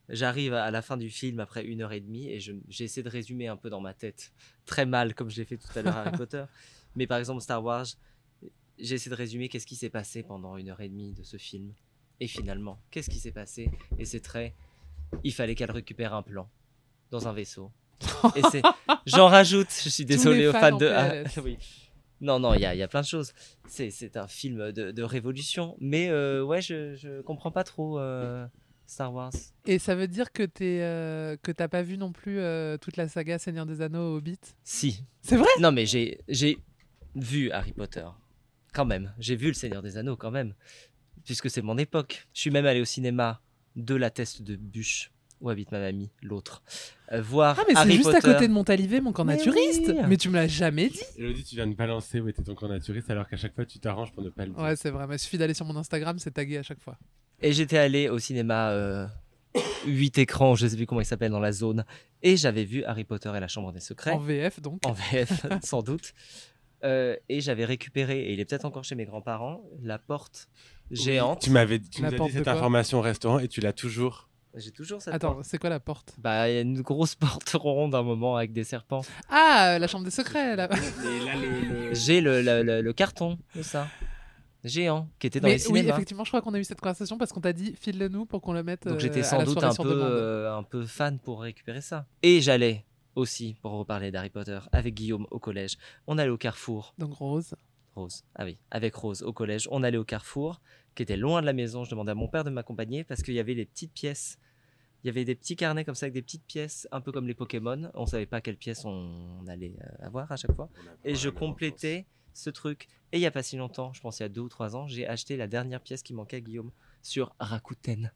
Speaker 4: j'arrive à la fin du film après une heure et demie et je- j'essaie de résumer un peu dans ma tête, très mal comme je l'ai fait tout à l'heure Harry Potter. Mais par exemple Star Wars, j'essaie de résumer qu'est-ce qui s'est passé pendant une heure et demie de ce film. Et finalement, qu'est-ce qui s'est passé Et c'est très il fallait qu'elle récupère un plan dans un vaisseau. Et c'est, j'en rajoute, je suis désolé
Speaker 1: les
Speaker 4: aux
Speaker 1: fans
Speaker 4: fans
Speaker 1: en
Speaker 4: de.
Speaker 1: PLS.
Speaker 4: oui. Non, non, il y a, il y a plein de choses. C'est, c'est un film de, de révolution, mais euh, ouais, je, je comprends pas trop euh, Star Wars.
Speaker 1: Et ça veut dire que t'es, euh, que t'as pas vu non plus euh, toute la saga Seigneur des Anneaux Hobbit
Speaker 4: Si.
Speaker 1: C'est vrai
Speaker 4: Non, mais j'ai, j'ai vu Harry Potter, quand même. J'ai vu Le Seigneur des Anneaux, quand même, puisque c'est mon époque. Je suis même allé au cinéma de la teste de bûche où habite ma mamie, l'autre, euh, voir
Speaker 1: Ah mais c'est
Speaker 4: Harry
Speaker 1: juste à
Speaker 4: Potter.
Speaker 1: côté de Montalivet, mon camp
Speaker 4: Mais
Speaker 1: naturiste
Speaker 4: oui.
Speaker 1: Mais tu me l'as jamais dit
Speaker 2: Elodie, tu viens de balancer où était ton camp naturiste alors qu'à chaque fois tu t'arranges pour ne pas le dire.
Speaker 1: Ouais c'est vrai, mais il suffit d'aller sur mon Instagram, c'est tagué à chaque fois.
Speaker 4: Et j'étais allé au cinéma, euh, 8 écrans, je sais plus comment il s'appelle dans la zone, et j'avais vu Harry Potter et la Chambre des Secrets,
Speaker 1: En
Speaker 4: en,
Speaker 1: VF donc.
Speaker 4: VF sans doute, Euh, et j'avais récupéré, et il est peut-être encore chez mes grands-parents, la porte géante.
Speaker 2: Tu m'avais tu
Speaker 1: La
Speaker 2: nous as
Speaker 1: porte
Speaker 2: dit
Speaker 1: de
Speaker 2: cette
Speaker 1: quoi
Speaker 2: information au restaurant et tu l'as toujours.
Speaker 4: J'ai toujours cette
Speaker 1: Attends,
Speaker 4: porte.
Speaker 1: c'est quoi la porte
Speaker 4: Bah, il y a une grosse porte ronde à un moment avec des serpents.
Speaker 1: Ah, euh, la chambre des secrets là
Speaker 2: Et là, le.
Speaker 4: J'ai le, le- le- le carton de ça, géant, qui était dans
Speaker 1: Mais
Speaker 4: les
Speaker 1: oui,
Speaker 4: cinémas.
Speaker 1: effectivement, je crois qu'on a eu cette conversation parce qu'on t'a dit file-le nous pour qu'on le mette
Speaker 4: Donc
Speaker 1: euh,
Speaker 4: j'étais
Speaker 1: à
Speaker 4: sans
Speaker 1: la
Speaker 4: doute
Speaker 1: soirée
Speaker 4: un
Speaker 1: sur
Speaker 4: peu,
Speaker 1: demande.
Speaker 4: euh, un peu fan pour récupérer ça. Et j'allais aussi, pour reparler d'Harry Potter, avec Guillaume au collège. On allait au Carrefour,
Speaker 1: Donc Rose.
Speaker 4: Rose, ah oui, avec Rose au collège. On allait au Carrefour, qui était loin de la maison. Je demandais à mon père de m'accompagner parce qu'il y avait des petites pièces. Il y avait des petits carnets comme ça avec des petites pièces, un peu comme les Pokémon. On savait pas quelle pièce on allait euh, avoir à chaque fois. Et je complétais ce truc. Et il y a pas si longtemps, je pense il y a deux ou trois ans, j'ai acheté la dernière pièce qui manquait à Guillaume sur Rakuten.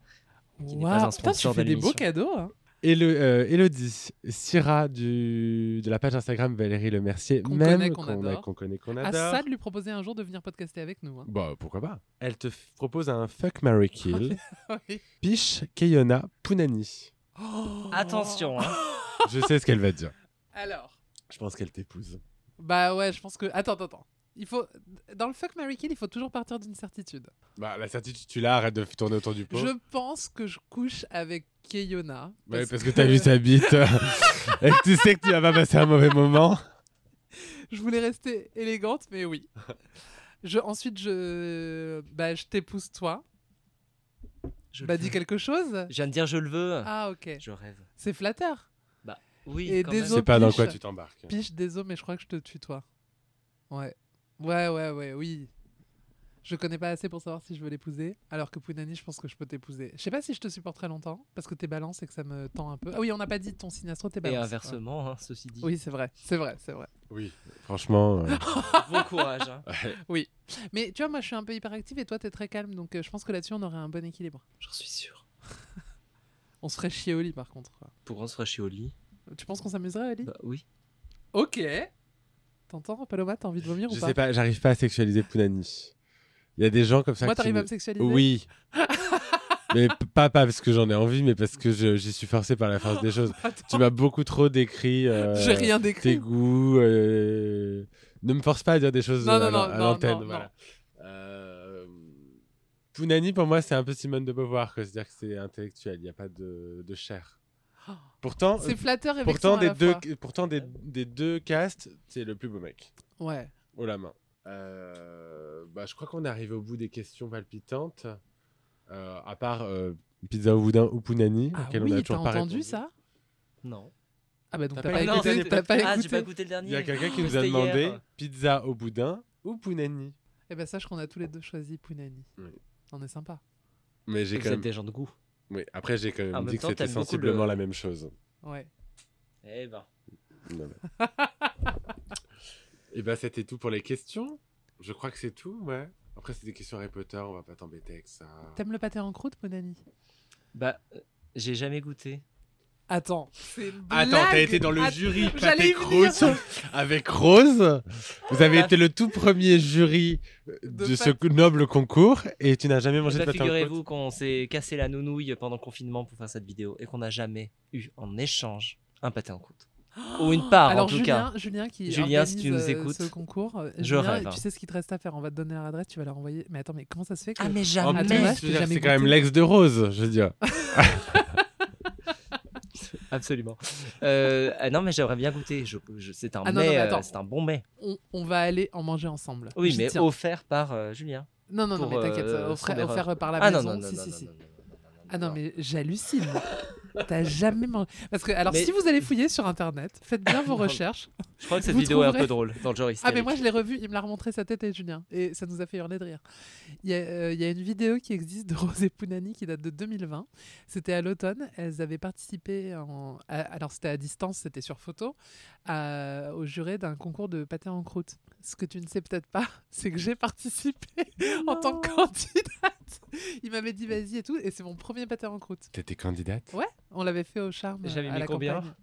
Speaker 4: qui n'est pas
Speaker 1: Waouh,
Speaker 4: un
Speaker 1: putain, tu
Speaker 4: sponsor
Speaker 1: fais
Speaker 4: de
Speaker 1: des beaux
Speaker 4: l'émission.
Speaker 1: cadeaux. hein.
Speaker 2: Et le, euh, Elodie, Syrah du, de la page Instagram Valérie Le Mercier,
Speaker 1: Qu'on
Speaker 2: même
Speaker 1: connaît, qu'on adore.
Speaker 2: qu'on connaît, qu'on
Speaker 1: À
Speaker 2: adore.
Speaker 1: ça de lui proposer un jour de venir podcaster avec nous. hein.
Speaker 2: Bah, pourquoi pas. Elle te f- propose un Fuck Mary Kill,
Speaker 1: Oui.
Speaker 2: Piche, Keyona, Punani.
Speaker 1: Oh.
Speaker 4: Attention, hein.
Speaker 2: Je sais ce qu'elle va dire.
Speaker 1: Alors,
Speaker 2: Je pense qu'elle t'épouse.
Speaker 1: bah ouais, je pense que. Attends, attends, attends. Il faut... Dans le fuck Mary Kill, il faut toujours partir d'une certitude.
Speaker 2: Bah, la certitude, tu l'as, arrête de f- tourner autour du pot.
Speaker 1: Je pense que je couche avec Keyona.
Speaker 2: Ouais, parce, que, t'as vu sa bite euh, et que tu sais que tu vas pas passer un mauvais moment.
Speaker 1: Je voulais rester élégante, mais oui. Je, ensuite, je, bah, je t'épouse toi.
Speaker 4: je,
Speaker 1: bah,
Speaker 4: le veux.
Speaker 1: dis quelque chose.
Speaker 4: je viens de dire je le veux.
Speaker 1: Ah, ok.
Speaker 4: Je rêve.
Speaker 1: C'est flatteur.
Speaker 4: Oui,
Speaker 1: Et
Speaker 4: quand
Speaker 1: des
Speaker 4: même.
Speaker 2: Je sais pas dans
Speaker 1: piche.
Speaker 2: quoi tu t'embarques.
Speaker 1: Piche, désolé, mais je crois que je te tutoie. Ouais. Ouais, ouais, ouais, oui. Je connais pas assez pour savoir si je veux l'épouser, alors que Pounani, je pense que je peux t'épouser. Je sais pas si je te supporte très longtemps, parce que t'es balance et que ça me tend un peu. Ah oui, on n'a pas dit ton signe astro, t'es
Speaker 4: Et
Speaker 1: balance.
Speaker 4: inversement, hein, ceci dit.
Speaker 1: Ouais. Bah, Oui, c'est vrai, c'est vrai, c'est vrai.
Speaker 2: Oui, franchement. euh,
Speaker 4: Bon courage. hein.
Speaker 1: Mais tu vois, moi je suis un peu hyperactive et toi t'es très calme, donc euh, je pense que là-dessus on aurait un bon équilibre.
Speaker 4: J'en suis sûr.
Speaker 1: On se ferait chier au lit par contre. quoi.
Speaker 4: Pour on sera chez Oli.
Speaker 1: Tu penses qu'on s'amuserait au lit
Speaker 4: Bah oui.
Speaker 1: Ok. T'entends, Paloma, t'as envie de vomir
Speaker 2: je
Speaker 1: ou pas
Speaker 2: sais pas, j'arrive pas à sexualiser Punani. Il y a des gens comme ça
Speaker 1: Moi
Speaker 2: qui
Speaker 1: t'arrives
Speaker 2: me-
Speaker 1: à me sexualiser
Speaker 2: Oui. mais p- pas, pas parce que j'en ai envie, mais parce que je- j'y suis forcé par la force des choses. Tu m'as beaucoup trop décrit euh,
Speaker 1: J'ai rien
Speaker 2: tes
Speaker 1: décrit.
Speaker 2: goûts. euh, Ne me force pas à dire des choses
Speaker 1: Non,
Speaker 2: euh,
Speaker 1: non,
Speaker 2: à l'an-
Speaker 1: non,
Speaker 2: à
Speaker 1: non, non,
Speaker 2: l'antenne.
Speaker 1: non.
Speaker 2: Voilà. Euh, Pounani, pour moi, c'est un peu Simone de Beauvoir. quoi. C'est-à-dire que c'est intellectuel, il n'y a pas de, de chair.
Speaker 1: Oh,
Speaker 2: Pourtant,
Speaker 1: C'est flatteur et vexant
Speaker 2: pourtant,
Speaker 1: à
Speaker 2: des,
Speaker 1: la
Speaker 2: deux,
Speaker 1: fois.
Speaker 2: pourtant des, des deux castes, c'est le plus beau mec
Speaker 1: Ouais.
Speaker 2: haut la main. Euh, bah, je crois qu'on est arrivé au bout des questions palpitantes. Euh, à part euh, pizza au boudin ou punani,
Speaker 1: Ah
Speaker 2: auquel on a
Speaker 1: oui, t'as
Speaker 2: toujours pas
Speaker 1: entendu
Speaker 2: répondu.
Speaker 1: ça
Speaker 4: Non.
Speaker 1: Ah bah donc
Speaker 2: T'as
Speaker 1: t'as
Speaker 2: pas
Speaker 1: pas
Speaker 2: écouté,
Speaker 1: écouté.
Speaker 2: c'était-
Speaker 1: T'as pas
Speaker 4: ah, j'ai pas
Speaker 1: écouté.
Speaker 4: écouté le dernier.
Speaker 2: Il y a quelqu'un qui
Speaker 4: Oh,
Speaker 2: nous a
Speaker 4: c'était
Speaker 2: demandé
Speaker 4: hier.
Speaker 2: pizza au boudin ou punani.
Speaker 1: Eh ben sache qu'on a tous les deux choisi Pounani.
Speaker 2: Oui.
Speaker 1: On est sympa.
Speaker 2: Mais
Speaker 4: Vous
Speaker 2: j'ai
Speaker 4: êtes
Speaker 2: quand même.
Speaker 4: des gens de goût.
Speaker 2: Oui, après j'ai quand même
Speaker 4: En même
Speaker 2: dit que
Speaker 4: temps,
Speaker 2: c'était
Speaker 4: t'aimes beaucoup
Speaker 2: sensiblement
Speaker 4: le-
Speaker 2: la même chose.
Speaker 1: Ouais.
Speaker 4: Eh ben.
Speaker 2: Non, mais- Et bah c'était tout pour les questions. Je crois que c'est tout, ouais. Après c'est des questions Harry Potter, on va pas t'embêter avec ça.
Speaker 1: T'aimes le pâté en croûte, Pounani
Speaker 4: Bah, euh, j'ai jamais goûté.
Speaker 1: Attends. C'est une
Speaker 2: Attends,
Speaker 1: blague
Speaker 2: t'as été dans le
Speaker 1: Att-
Speaker 2: jury
Speaker 1: j'allais
Speaker 2: Pâté
Speaker 1: y venir.
Speaker 2: Croûte avec Rose. Vous avez été le tout premier jury de,
Speaker 1: De
Speaker 2: ce
Speaker 1: pâte.
Speaker 2: noble concours et tu n'as jamais mangé
Speaker 4: Eh
Speaker 2: de
Speaker 4: ben,
Speaker 2: pâte en croûte.
Speaker 4: Figurez-vous qu'on s'est cassé la nounouille pendant le confinement pour faire cette vidéo et qu'on n'a jamais eu en échange un pâté en croûte. Ou une part,
Speaker 1: Alors
Speaker 4: Ah, en tout
Speaker 1: Julien,
Speaker 4: cas.
Speaker 1: Julien qui
Speaker 4: Julien, si
Speaker 1: organise,
Speaker 4: tu nous
Speaker 1: euh,
Speaker 4: écoutes,
Speaker 1: ce concours, euh,
Speaker 4: je
Speaker 1: Julien,
Speaker 4: rêve.
Speaker 1: Tu sais ce qu'il te reste à faire. On va te donner leur adresse, tu vas leur envoyer. Mais attends, mais comment ça se fait que
Speaker 4: Ah, mais
Speaker 2: En
Speaker 1: Ah,
Speaker 2: plus,
Speaker 1: t'es
Speaker 4: jamais.
Speaker 1: dommage,
Speaker 2: je
Speaker 1: j'ai
Speaker 2: veux dire,
Speaker 1: jamais
Speaker 2: c'est quand même
Speaker 1: goûté.
Speaker 2: l'ex de Rose, je veux dire.
Speaker 4: Absolument. Euh, ah non, mais j'aimerais bien goûter. Je, je- c'est un
Speaker 1: Ah non, non,
Speaker 4: mets,
Speaker 1: mais
Speaker 4: euh,
Speaker 1: attends.
Speaker 4: c'est un bon mets.
Speaker 1: on, on va aller en manger ensemble
Speaker 4: Oui,
Speaker 1: J'y
Speaker 4: mais
Speaker 1: tiens.
Speaker 4: offert par euh, Julien.
Speaker 1: Non, non, non,
Speaker 4: pour,
Speaker 1: mais t'inquiète,
Speaker 4: euh,
Speaker 1: offert,
Speaker 4: son erreur.
Speaker 1: offert par la
Speaker 4: Ah non,
Speaker 1: maison.
Speaker 4: non, non,
Speaker 1: si,
Speaker 4: non,
Speaker 1: si,
Speaker 4: non,
Speaker 1: si.
Speaker 4: non, non, non, non,
Speaker 1: Ah non,
Speaker 4: non.
Speaker 1: mais j'hallucine. T'as jamais mangé. Parce que, alors,
Speaker 4: Mais-
Speaker 1: si vous allez fouiller sur internet, faites bien vos
Speaker 4: Non.
Speaker 1: recherches.
Speaker 4: Je crois que cette
Speaker 1: Vous
Speaker 4: vidéo est un
Speaker 1: trouverez-
Speaker 4: peu drôle dans le genre
Speaker 1: Ah,
Speaker 4: hystérique.
Speaker 1: mais moi, je l'ai revu, il me l'a remontré sa tête et Julien. Et ça nous a fait hurler de rire. Il y a, euh, il y a une vidéo qui existe de Rosé Pounani qui date de 2020. C'était à l'automne. Elles avaient participé, en... à- alors c'était à distance, c'était sur photo, à- au juré d'un concours de pâté en croûte. Ce que tu ne sais peut-être pas, c'est que j'ai participé en tant que candidate. Il m'avait dit vas-y et tout. Et c'est mon premier pâté en croûte.
Speaker 2: T'étais candidate
Speaker 1: Ouais, on l'avait fait au charme.
Speaker 4: J'avais
Speaker 1: à
Speaker 4: mis
Speaker 1: la
Speaker 4: combien
Speaker 1: campagne.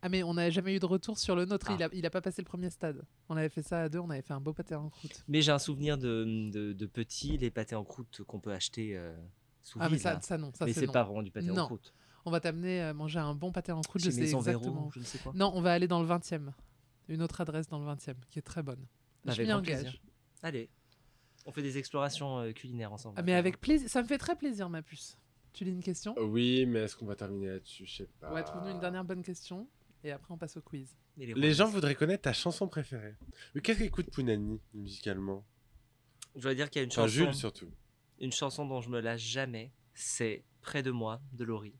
Speaker 1: Ah mais on n'a jamais eu de retour sur le nôtre,
Speaker 4: Ah.
Speaker 1: il, a, il a pas passé le premier stade. On avait fait ça à deux, on avait fait un beau pâté en croûte.
Speaker 4: Mais j'ai un souvenir de, de, de petit, les pâtés en croûte qu'on peut acheter euh, sous
Speaker 1: Ah mais
Speaker 4: vide,
Speaker 1: ça,
Speaker 4: là.
Speaker 1: ça non, ça
Speaker 4: mais
Speaker 1: c'est
Speaker 4: c'est
Speaker 1: non.
Speaker 4: pas vraiment du pâté
Speaker 1: Non.
Speaker 4: en croûte.
Speaker 1: On va t'amener euh, manger un bon pâté en croûte, je
Speaker 4: Chez
Speaker 1: sais
Speaker 4: Maison Véro,
Speaker 1: exactement.
Speaker 4: je ne sais quoi.
Speaker 1: Non, on va aller dans le 20e. Une autre adresse dans le 20e qui est très bonne. je
Speaker 4: Avec
Speaker 1: m'y
Speaker 4: grand
Speaker 1: engage.
Speaker 4: plaisir. Allez, on fait des explorations euh, culinaires ensemble.
Speaker 1: Ah, mais avec plaisir, ça me fait très plaisir ma puce. Tu lis une question
Speaker 2: Oui, mais est-ce qu'on va terminer là-dessus Je sais pas.
Speaker 1: Ouais, trouve-nous une dernière bonne question et après on passe au quiz.
Speaker 4: Et
Speaker 2: Les
Speaker 4: roses.
Speaker 2: gens voudraient connaître ta chanson préférée. Mais qu'est-ce qu'écoute Pounani musicalement
Speaker 4: Je dois dire qu'il y a une
Speaker 2: Enfin,
Speaker 4: chanson,
Speaker 2: Jules surtout.
Speaker 4: une chanson dont je me lâche jamais. C'est Près de moi de Laurie.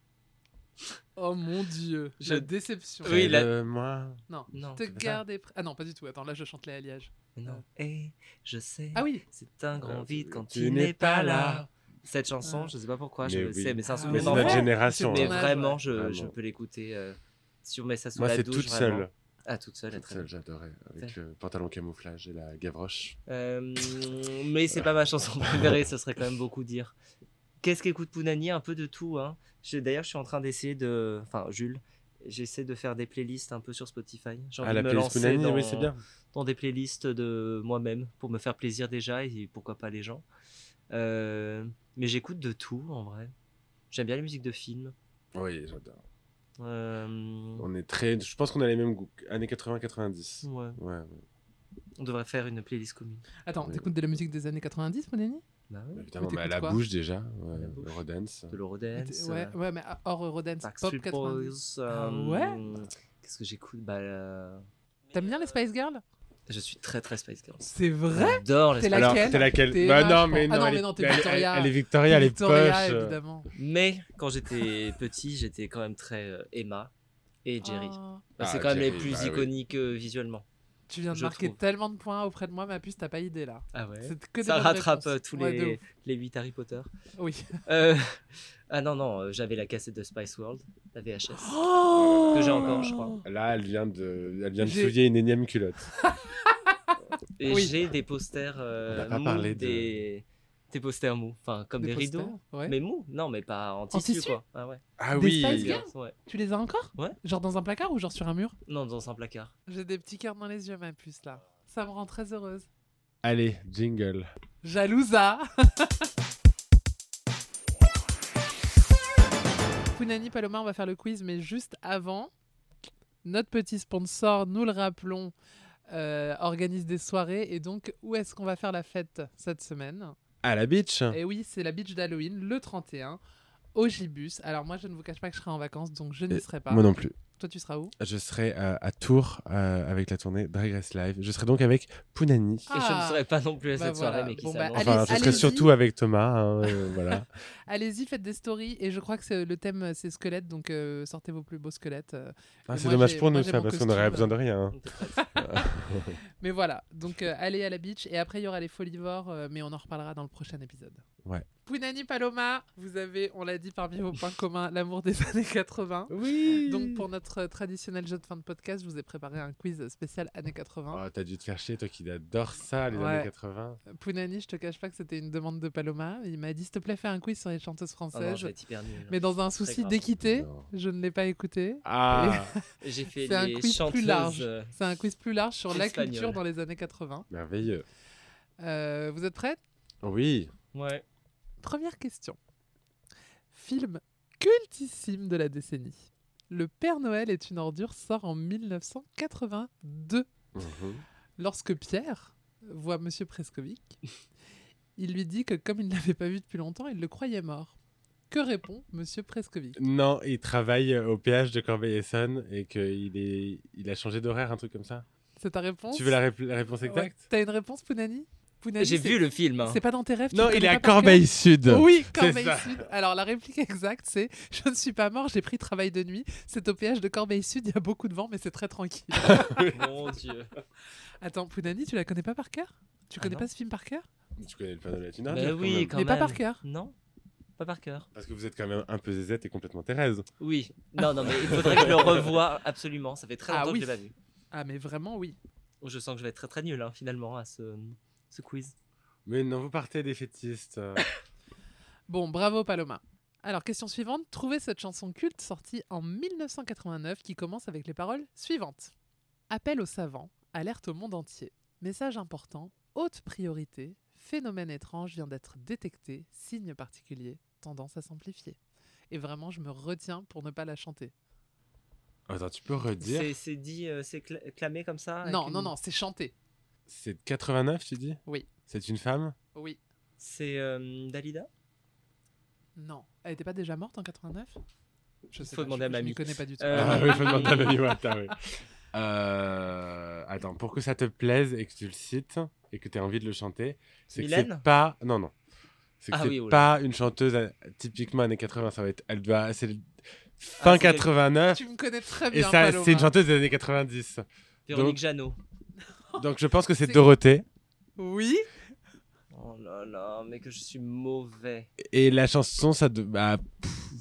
Speaker 1: Oh mon dieu,
Speaker 4: Je-
Speaker 1: la déception.
Speaker 4: Oui,
Speaker 2: Près
Speaker 4: la-
Speaker 2: de moi.
Speaker 1: Non,
Speaker 4: Non.
Speaker 1: te
Speaker 4: c'est pas ça.
Speaker 1: garder... pr- Ah non, pas du tout, attends, là je chante les alliages.
Speaker 4: Non. Et je sais.
Speaker 1: Ah oui
Speaker 4: C'est un grand
Speaker 2: Euh,
Speaker 4: vide
Speaker 2: tu-
Speaker 4: quand
Speaker 2: tu
Speaker 4: tu
Speaker 2: n'es
Speaker 4: n'es pas
Speaker 2: pas
Speaker 4: là.
Speaker 2: là.
Speaker 4: Cette chanson, je sais pas pourquoi, je
Speaker 2: Mais
Speaker 4: le
Speaker 2: oui.
Speaker 4: sais, mais c'est un
Speaker 1: Ah
Speaker 2: Mais
Speaker 1: oui.
Speaker 2: c'est
Speaker 4: souvenir
Speaker 2: notre
Speaker 1: Ouais.
Speaker 4: d'enfant.
Speaker 2: génération.
Speaker 4: Mais
Speaker 2: hein.
Speaker 1: dommage,
Speaker 4: vraiment,
Speaker 1: ouais.
Speaker 4: je,
Speaker 2: Ah
Speaker 4: je
Speaker 2: non.
Speaker 4: peux l'écouter. euh, si on met ça sous
Speaker 2: Moi,
Speaker 4: la
Speaker 2: c'est
Speaker 4: douche,
Speaker 2: toute
Speaker 4: vraiment.
Speaker 2: seule.
Speaker 4: Ah, toute seule,
Speaker 2: Toute
Speaker 4: très bien.
Speaker 2: seule, j'adorais. Avec le pantalon camouflage et la gavroche.
Speaker 4: Euh, mais c'est pas ma chanson préférée, ce serait quand même beaucoup dire. Qu'est-ce qu'écoute Pounani Un peu de tout. Hein. Je- D'ailleurs, je suis en train d'essayer de. Enfin, Jules, j'essaie de faire des playlists un peu sur Spotify. J'ai envie
Speaker 2: Ah,
Speaker 4: de
Speaker 2: la
Speaker 4: me
Speaker 2: playlist
Speaker 4: lancer
Speaker 2: Pounani,
Speaker 4: dans,
Speaker 2: oui, c'est bien.
Speaker 4: dans des playlists de moi-même pour me faire plaisir déjà et pourquoi pas les gens. Euh, mais j'écoute de tout en vrai. J'aime bien les musiques de films.
Speaker 2: Oui, j'adore.
Speaker 4: Euh,
Speaker 2: On est très. Je pense qu'on a les mêmes goûts. Années 80-90.
Speaker 4: ouais.
Speaker 1: Hmm.
Speaker 2: Ouais, ouais.
Speaker 4: On devrait faire une playlist commune.
Speaker 1: Attends,
Speaker 2: Oui.
Speaker 1: t'écoutes de la musique des années 90, mon ami
Speaker 4: Bah ouais,
Speaker 2: Évidemment,
Speaker 1: Mais
Speaker 2: mais à
Speaker 1: t'écoutes
Speaker 2: la
Speaker 1: quoi
Speaker 2: bouche déjà. Ouais,
Speaker 4: la bouche.
Speaker 2: Eurodance.
Speaker 4: De l'Eurodance.
Speaker 1: Ouais,
Speaker 4: euh,
Speaker 1: ouais, mais à- hors Eurodance, pop
Speaker 4: Backstreet
Speaker 1: 90.
Speaker 4: Boys.
Speaker 1: Ah
Speaker 4: euh,
Speaker 1: ouais
Speaker 4: Qu'est-ce que j'écoute bah, euh,
Speaker 1: T'aimes bien les Spice Girls
Speaker 4: Je suis très très Spice Girls.
Speaker 1: C'est vrai
Speaker 4: J'adore les
Speaker 1: T'es
Speaker 4: Spice
Speaker 1: laquelle
Speaker 4: Girls.
Speaker 2: Alors, t'es laquelle
Speaker 1: T'es
Speaker 2: Bah
Speaker 1: là,
Speaker 2: non,
Speaker 1: je
Speaker 2: mais
Speaker 1: pense.
Speaker 2: non.
Speaker 1: Ah non,
Speaker 2: elle
Speaker 1: mais
Speaker 2: est-
Speaker 1: non, t'es
Speaker 2: elle-
Speaker 1: Victoria.
Speaker 2: Elle, elle est Victoria, elle est
Speaker 1: Victoria,
Speaker 2: poche. euh.
Speaker 1: évidemment.
Speaker 4: Mais quand j'étais petit, j'étais quand même très euh, Emma et Jerry.
Speaker 1: Ah.
Speaker 4: Bah, c'est
Speaker 2: Ah,
Speaker 4: quand même les
Speaker 2: Jerry,
Speaker 4: plus
Speaker 2: bah oui.
Speaker 4: iconiques euh, visuellement.
Speaker 1: tu viens de
Speaker 4: Je
Speaker 1: marquer
Speaker 4: trouve.
Speaker 1: tellement de points auprès de moi, ma puce, t'as pas idée là.
Speaker 4: Ah ouais
Speaker 1: C'est que des
Speaker 4: Ça
Speaker 1: bonnes
Speaker 4: rattrape
Speaker 1: réponses.
Speaker 4: euh, tous
Speaker 1: Ouais, de
Speaker 4: les,
Speaker 1: ouf.
Speaker 4: les 8 Harry Potter.
Speaker 1: Oui.
Speaker 4: Euh, ah non, non, euh, j'avais la cassette de Spice World, la VHS,
Speaker 1: Oh
Speaker 4: que j'ai encore, je crois.
Speaker 2: Là, elle vient de, elle vient de
Speaker 1: J'ai-
Speaker 2: souiller une énième culotte.
Speaker 4: Et
Speaker 1: Oui.
Speaker 4: j'ai des posters euh,
Speaker 2: On n'a pas
Speaker 4: mous,
Speaker 2: parlé de-
Speaker 4: des... des posters mous, enfin comme des,
Speaker 1: posters,
Speaker 4: rideaux.
Speaker 1: ouais.
Speaker 4: Mais mous Non, mais pas en tissu,
Speaker 1: tissu
Speaker 4: quoi. Ah ouais.
Speaker 2: Ah
Speaker 1: Des
Speaker 2: oui.
Speaker 1: Spice Girls
Speaker 4: Ouais.
Speaker 1: Tu les as encore
Speaker 4: Ouais.
Speaker 1: Genre dans un placard ou genre sur un mur
Speaker 4: Non, dans un placard.
Speaker 1: J'ai des petits cœurs dans les yeux, ma puce là. Ça me rend très heureuse.
Speaker 2: Allez, jingle.
Speaker 1: Jalousa Pounani Paloma, on va faire le quiz, mais juste avant, notre petit sponsor, nous le rappelons, euh, organise des soirées. Et donc, où est-ce qu'on va faire la fête cette semaine
Speaker 2: À la beach.
Speaker 1: Et oui, c'est la beach d'Halloween, le 31, au Gibus. Alors, moi, je ne vous cache pas que je serai en vacances, donc je n'y
Speaker 2: Et
Speaker 1: serai pas.
Speaker 2: Moi non plus.
Speaker 1: Toi, tu seras où
Speaker 2: Je serai euh, à Tours euh, avec la tournée Drag Race Live. Je serai donc avec Pounani.
Speaker 4: Et je ne
Speaker 1: Ah.
Speaker 4: serai pas non plus à
Speaker 1: Bah
Speaker 4: cette soirée,
Speaker 1: voilà.
Speaker 4: mais qui
Speaker 1: Bon, bah,
Speaker 4: s'annonce.
Speaker 1: allez-
Speaker 2: Enfin, je serai
Speaker 1: allez-y.
Speaker 2: surtout avec Thomas. hein, euh, voilà.
Speaker 1: Allez-y, faites des stories. Et je crois que c'est- le thème, euh, c'est squelette, donc euh, sortez vos plus beaux squelettes. euh.
Speaker 2: Ah,
Speaker 1: Et
Speaker 2: c'est
Speaker 1: moi,
Speaker 2: dommage
Speaker 1: j'ai-
Speaker 2: pour
Speaker 1: moi,
Speaker 2: nous
Speaker 1: j'ai
Speaker 2: ça
Speaker 1: mon
Speaker 2: parce qu'on
Speaker 1: costume.
Speaker 2: aurait besoin de rien. hein.
Speaker 4: On te prête.
Speaker 1: Mais voilà, donc euh, allez à la beach. Et après, il y aura les folivores, euh, mais on en reparlera dans le prochain épisode.
Speaker 2: Ouais.
Speaker 1: Pounani Paloma, vous avez, on l'a dit, parmi vos points communs, l'amour des années 80.
Speaker 2: Oui.
Speaker 1: Donc, pour notre euh, traditionnel jeu de fin de podcast, je vous ai préparé un quiz spécial années 80.
Speaker 2: Oh, t'as dû te faire chier, toi qui adore ça, les
Speaker 1: Ouais.
Speaker 2: années 80.
Speaker 1: Pounani, Euh, je te cache pas que c'était une demande de Paloma. Il m'a dit, s'il te plaît, fais un quiz sur les chanteuses
Speaker 4: Oh non, je
Speaker 1: françaises.
Speaker 4: vais être hyper nul.
Speaker 1: mais dans un
Speaker 4: Très
Speaker 1: souci
Speaker 4: grave.
Speaker 1: d'équité,
Speaker 2: Non.
Speaker 1: je ne l'ai pas écouté.
Speaker 2: Ah,
Speaker 4: J'ai fait
Speaker 1: C'est un
Speaker 4: les
Speaker 1: quiz
Speaker 4: chanteuses.
Speaker 1: plus large.
Speaker 4: euh,
Speaker 1: C'est un quiz plus large sur la
Speaker 4: Espagnol.
Speaker 1: culture dans les années 80.
Speaker 2: merveilleux.
Speaker 1: Euh, vous êtes prêts
Speaker 2: Oui.
Speaker 4: Ouais.
Speaker 1: Première question. Film cultissime de la décennie. Le Père Noël est une ordure sort en 1982.
Speaker 2: Mhm.
Speaker 1: Lorsque Pierre voit Monsieur Preskovic, il lui dit que comme il ne l'avait pas vu depuis longtemps, il le croyait mort. Que répond Monsieur Preskovic
Speaker 2: Non, il travaille euh, au péage de Corbeil-Essonne et qu'il est... il a changé d'horaire, un truc comme ça.
Speaker 1: C'est ta réponse
Speaker 2: Tu veux la, rép- la réponse exacte
Speaker 1: Ouais. T'as une réponse, Pounani Pounani,
Speaker 4: J'ai
Speaker 1: c'est-
Speaker 4: vu le film. hein.
Speaker 1: C'est pas dans tes rêves tu
Speaker 2: Non,
Speaker 1: le
Speaker 2: il est
Speaker 1: connais
Speaker 2: à
Speaker 1: pas par cœur
Speaker 2: Corbeil-Sud.
Speaker 1: Oui,
Speaker 2: C'est ça.
Speaker 1: Corbeil-Sud. Alors la réplique exacte, c'est Je ne suis pas mort, j'ai pris travail de nuit. C'est au péage de Corbeil-Sud, il y a beaucoup de vent, mais c'est très tranquille.
Speaker 4: Mon Dieu.
Speaker 1: Attends, Pounani, tu la connais pas par cœur Tu
Speaker 4: Ah
Speaker 1: connais
Speaker 4: non.
Speaker 1: pas ce film par cœur
Speaker 2: Tu connais le panneau de la Thune
Speaker 4: Bah
Speaker 1: Ben
Speaker 2: Ardière, quand
Speaker 4: oui,
Speaker 2: même.
Speaker 4: quand
Speaker 1: Mais pas
Speaker 4: même.
Speaker 1: par cœur.
Speaker 4: Non, pas par cœur.
Speaker 2: Parce que vous êtes quand même un peu zézette et complètement Thérèse.
Speaker 4: Oui. Non, non, mais il faudrait que je le revoie absolument. Ça fait très
Speaker 1: Ah
Speaker 4: longtemps
Speaker 1: oui.
Speaker 4: que je l'ai pas vu.
Speaker 1: Ah, mais vraiment, oui.
Speaker 4: Je sens que je vais être très très nul hein, finalement à ce, ce quiz.
Speaker 2: Mais non, vous partez des fétistes. euh.
Speaker 1: Bon, bravo Paloma. Alors, question suivante. Trouvez cette chanson culte sortie en 1989 qui commence avec les paroles suivantes. Appel aux savants, alerte au monde entier. Message important, haute priorité, phénomène étrange vient d'être détecté, signe particulier, tendance à s'amplifier. Et vraiment, je me retiens pour ne pas la chanter.
Speaker 2: Attends, tu peux redire
Speaker 4: C'est c'est dit, euh, c'est cla- clamé comme ça Ah, avec
Speaker 1: Non,
Speaker 4: une-
Speaker 1: non, non, c'est chanté.
Speaker 2: C'est 89, tu dis
Speaker 1: Oui.
Speaker 2: C'est une femme
Speaker 1: Oui.
Speaker 4: C'est euh, Dalida
Speaker 1: Non. Elle n'était pas déjà morte en 89 Je sais
Speaker 4: Faut
Speaker 1: je-
Speaker 4: demander à
Speaker 1: je
Speaker 4: mamie.
Speaker 1: m'y connais pas du tout.
Speaker 4: Euh,
Speaker 2: Ah oui, faut demander à Mamie Wata, oui. Euh, Attends, pour que ça te plaise et que tu le cites et que tu aies envie de le chanter, c'est que
Speaker 4: Mylène
Speaker 2: c'est pas. Non, non. C'est que
Speaker 4: Ah
Speaker 2: c'est
Speaker 4: oui, oula.
Speaker 2: pas une chanteuse euh, typiquement années 80, ça va être. Elle doit. C'est le- fin
Speaker 4: c'est-
Speaker 2: 89
Speaker 1: Tu me connais très bien.
Speaker 2: et ça, c'est une
Speaker 1: Paloma.
Speaker 2: chanteuse des années 90.
Speaker 4: Véronique
Speaker 2: Donc-
Speaker 4: Jeannot.
Speaker 2: Donc je pense que c'est
Speaker 1: C'est-
Speaker 2: Dorothée.
Speaker 1: Oui.
Speaker 4: Oh là là, mais que je suis mauvais.
Speaker 2: Et la chanson, ça. de- Bah,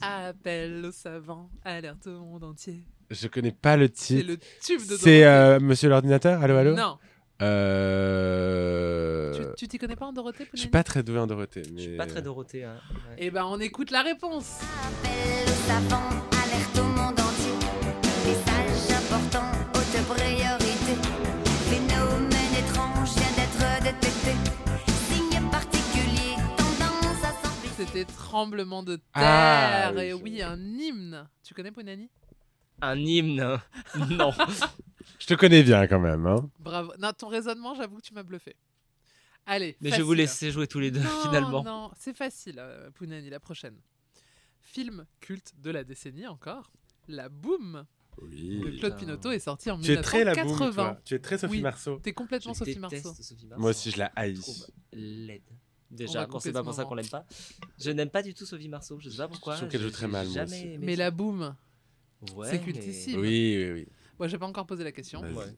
Speaker 1: Appel au savant, alerte au monde entier.
Speaker 2: je connais pas le
Speaker 1: C'est
Speaker 2: titre.
Speaker 1: le tube de
Speaker 2: C'est
Speaker 1: Dorothée.
Speaker 2: euh, Monsieur l'ordinateur Allô, allô
Speaker 1: Non, tu-
Speaker 2: Euh...
Speaker 1: tu t'y connais pas en Dorothée
Speaker 2: Je suis pas très doué en Dorothée. Mais... euh,
Speaker 4: Je suis pas très Dorothée. hein. Ouais.
Speaker 1: Eh ben, on écoute la réponse.
Speaker 8: Appel le savant, alerte au monde entier. Message important, haute priorité. Phénomène étrange vient d'être détecté. Signe particulier, tendance à s'amplifier.
Speaker 1: C'était Tremblement de terre.
Speaker 2: Ah, oui,
Speaker 1: et
Speaker 2: je-
Speaker 1: oui, un hymne. Tu connais Pounani
Speaker 4: Un hymne hein. Non.
Speaker 2: Je te connais bien quand même. Hein.
Speaker 1: Bravo. Non, ton raisonnement, j'avoue que tu m'as bluffé. Allez.
Speaker 4: Mais je vais vous
Speaker 1: facile.
Speaker 4: laisser jouer tous les deux
Speaker 1: Non,
Speaker 4: finalement.
Speaker 1: Non, c'est facile, euh, Pounani, la prochaine. Film culte de la décennie encore. La Boum de
Speaker 2: Oui.
Speaker 1: Claude
Speaker 4: Putain.
Speaker 1: Pinoteau est sorti en
Speaker 2: Tu es très la boum,
Speaker 1: 1980.
Speaker 2: toi. Tu es très Sophie
Speaker 1: Oui.
Speaker 2: Marceau.
Speaker 1: T'es complètement
Speaker 4: Je
Speaker 1: Sophie
Speaker 4: déteste
Speaker 1: Marceau.
Speaker 4: Sophie Marceau.
Speaker 2: Moi aussi, je la
Speaker 4: Je
Speaker 2: haïs.
Speaker 4: trouve laide.
Speaker 1: On va
Speaker 4: Déjà, bon,
Speaker 1: couper
Speaker 4: c'est
Speaker 1: ce
Speaker 4: pas pour ça
Speaker 1: moment.
Speaker 4: qu'on l'aime pas. Je n'aime pas du tout Sophie Marceau. Je sais pas pourquoi.
Speaker 2: Je trouve qu'elle joue
Speaker 4: j'ai-
Speaker 2: très
Speaker 4: j'ai
Speaker 2: mal, moi
Speaker 4: jamais
Speaker 2: aussi.
Speaker 4: aimé
Speaker 1: Mais
Speaker 4: ça.
Speaker 1: la Boum,
Speaker 4: Ouais,
Speaker 1: c'est
Speaker 4: mais-
Speaker 1: cultissime.
Speaker 2: Oui, oui, oui.
Speaker 1: moi j'ai pas encore posé la question.
Speaker 2: Vas-y.
Speaker 4: Ouais.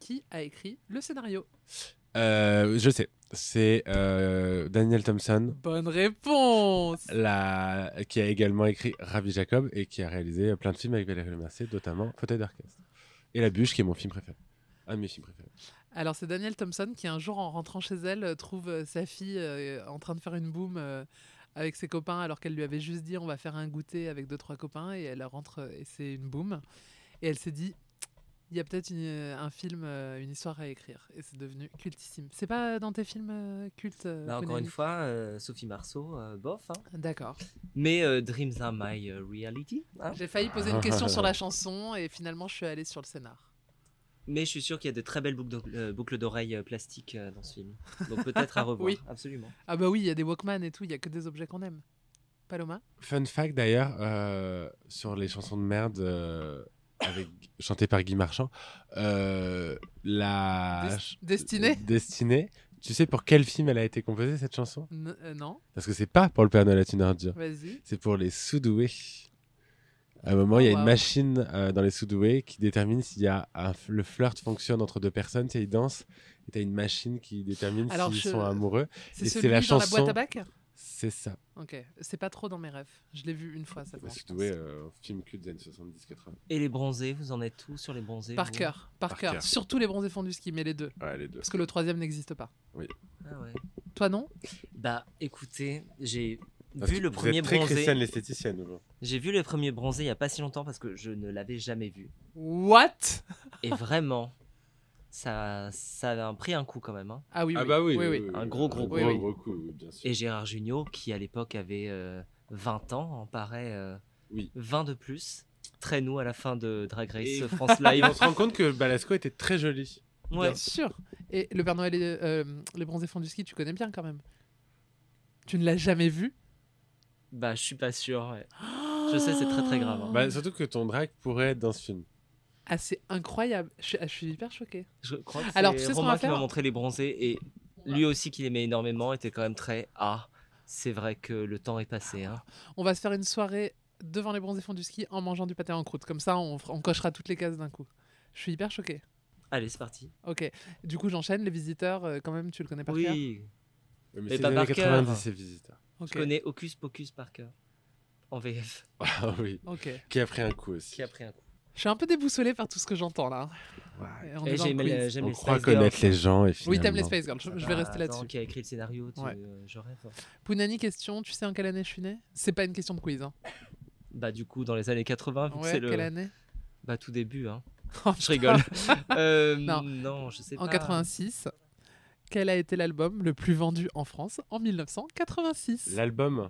Speaker 1: Qui a écrit le scénario
Speaker 2: Euh, je sais. C'est euh, Daniel Thompson
Speaker 1: Bonne réponse
Speaker 2: la... qui a également écrit Ravi Jacob et qui a réalisé plein de films avec Valérie Lemercier, notamment Fauteuil d'orchestre. Et La Bûche, qui est mon film préféré. Un de mes films préférés.
Speaker 1: Alors c'est Danielle Thompson qui un jour en rentrant chez elle euh, trouve euh, sa fille euh, en train de faire une boum euh, avec ses copains alors qu'elle lui avait juste dit on va faire un goûter avec deux trois copains et elle rentre euh, et c'est une boum et elle s'est dit il y a peut-être une- euh, un film euh, une histoire à écrire et c'est devenu cultissime. C'est pas dans tes films euh, cultes euh,
Speaker 4: Là, Bah, encore
Speaker 1: Pounani
Speaker 4: une fois, euh, Sophie Marceau, euh, bof. hein.
Speaker 1: D'accord.
Speaker 4: Mais euh, Dreams Are My euh, Reality. hein.
Speaker 1: J'ai failli poser une question sur la chanson et finalement je suis allée sur le scénar.
Speaker 4: Mais je suis sûr qu'il y a de très belles boucles d'o- euh, boucles d'oreilles euh, plastiques euh, dans ce film. Donc peut-être à revoir.
Speaker 1: Oui.
Speaker 4: absolument.
Speaker 1: Ah bah oui, il y a des Walkman et tout, il y a que des objets qu'on aime. Paloma
Speaker 2: Fun fact d'ailleurs, euh, sur les chansons de merde euh, avec, chantées par Guy Marchand, euh, la.
Speaker 1: Des- Destinée
Speaker 2: Destinée. Tu sais pour quel film elle a été composée cette chanson
Speaker 1: N- euh, Non,
Speaker 2: Parce que c'est pas pour le Père Noël à une ordure,
Speaker 1: vas-y.
Speaker 2: c'est pour les sous-doués. À un moment, il y a
Speaker 1: Wow.
Speaker 2: une machine euh, dans les sous-doués qui détermine s'il y a un f- le flirt fonctionne entre deux personnes, si ils dansent, et t'as une machine qui détermine
Speaker 1: Alors,
Speaker 2: s'ils
Speaker 1: je-
Speaker 2: sont amoureux.
Speaker 1: C'est
Speaker 2: Et c'est
Speaker 1: celui
Speaker 2: la
Speaker 1: dans la boîte
Speaker 2: chanson-
Speaker 1: à bac
Speaker 2: C'est ça.
Speaker 1: Ok, c'est pas trop dans mes rêves. Je l'ai vu une fois, ça
Speaker 2: Les sous-doués, euh, film cul des années 70-80.
Speaker 4: Et les bronzés, vous en êtes tous sur les bronzés
Speaker 1: Par
Speaker 4: vous
Speaker 1: cœur, par
Speaker 2: Par
Speaker 1: cœur. Bah.
Speaker 2: cœur.
Speaker 1: Surtout les bronzés fondus ski, mais les deux.
Speaker 2: Ouais, les deux.
Speaker 1: Parce que le troisième n'existe pas.
Speaker 4: Ah ouais.
Speaker 1: Toi non
Speaker 4: Bah écoutez, j'ai
Speaker 2: Parce
Speaker 4: vu
Speaker 2: que
Speaker 4: le
Speaker 2: vous
Speaker 4: premier
Speaker 2: êtes très chrétienne
Speaker 4: bronzé.
Speaker 2: l'esthéticienne. vous.
Speaker 4: J'ai vu le premier bronzé il y a pas si longtemps parce que je ne l'avais jamais vu.
Speaker 1: What
Speaker 4: Et vraiment, ça, ça a un- pris un coup quand même. hein.
Speaker 1: Ah oui, oui.
Speaker 2: bah
Speaker 1: oui, oui.
Speaker 4: Un gros, gros
Speaker 1: coup. Oui,
Speaker 2: coup, bien sûr.
Speaker 4: Et Gérard Jugnot, qui à l'époque avait euh, 20 ans, en paraît euh,
Speaker 2: Oui.
Speaker 4: 20 de plus. Très nous à la fin de Drag Race
Speaker 2: Et-
Speaker 4: France
Speaker 2: Et
Speaker 4: Live.
Speaker 2: on se rend compte que Balasco était très joli.
Speaker 4: Ouais.
Speaker 1: Bien sûr. Et le Père Noël et euh, les bronzés fondus ski, tu connais bien quand même. Tu ne l'as jamais vu
Speaker 4: Bah je suis pas sûr. ouais. Je sais, c'est très, très grave, hein.
Speaker 2: Bah, surtout que ton drag pourrait être dans ce film.
Speaker 1: Ah, c'est incroyable. Je suis, ah, je suis hyper choquée.
Speaker 4: Je crois que
Speaker 1: Alors,
Speaker 4: c'est
Speaker 1: tu sais ce qu'on
Speaker 4: Romain
Speaker 1: va
Speaker 4: qui m'a
Speaker 1: faire
Speaker 4: montré les bronzés et Lui aussi, qu'il aimait énormément, était quand même très. Ah, c'est vrai que le temps est passé. hein.
Speaker 1: On va se faire une soirée devant les bronzés fonds du ski en mangeant du pâté en croûte. Comme ça, on, fera- on cochera toutes les cases d'un coup. Je suis hyper choquée.
Speaker 4: Allez, c'est parti.
Speaker 1: Ok. Du coup, j'enchaîne. Les visiteurs, euh, quand même, tu le connais par cœur
Speaker 4: Oui,
Speaker 2: Mais,
Speaker 4: Mais
Speaker 2: c'est
Speaker 4: pas
Speaker 2: les
Speaker 4: par
Speaker 2: années 90,
Speaker 4: cœur.
Speaker 2: ces visiteurs.
Speaker 1: Ok.
Speaker 4: je connais Hocus Pocus par cœur. En VF.
Speaker 2: Ah oui.
Speaker 1: Ok.
Speaker 2: Qui a pris un coup aussi.
Speaker 4: Qui a pris un coup.
Speaker 1: Je suis un peu déboussolée par tout ce que j'entends là.
Speaker 2: Ouais.
Speaker 1: Et on est
Speaker 4: Eh,
Speaker 1: dans le
Speaker 4: J'aime
Speaker 1: quiz.
Speaker 4: les, j'aime
Speaker 2: On
Speaker 4: les
Speaker 2: croit
Speaker 4: Spice Girls.
Speaker 2: connaître les gens et finalement...
Speaker 1: Oui, t'aimes les Space Girls. Je, je vais
Speaker 4: Bah,
Speaker 1: rester
Speaker 4: attends,
Speaker 1: là-dessus.
Speaker 4: Qui a écrit le scénario tu-
Speaker 1: Ouais.
Speaker 4: euh, Je rêve.
Speaker 1: Pounani, question. Tu sais en quelle année je suis née C'est pas une question de quiz. Hein.
Speaker 4: Bah, du coup, dans les années 80, vu que
Speaker 1: Ouais,
Speaker 4: Ah, c'est le
Speaker 1: quelle année
Speaker 4: bah, tout début, hein.
Speaker 1: Oh,
Speaker 4: je rigole. Euh,
Speaker 1: Non.
Speaker 4: non. je sais
Speaker 1: En
Speaker 4: pas.
Speaker 1: 86. Quel a été l'album le plus vendu en France en 1986
Speaker 2: L'album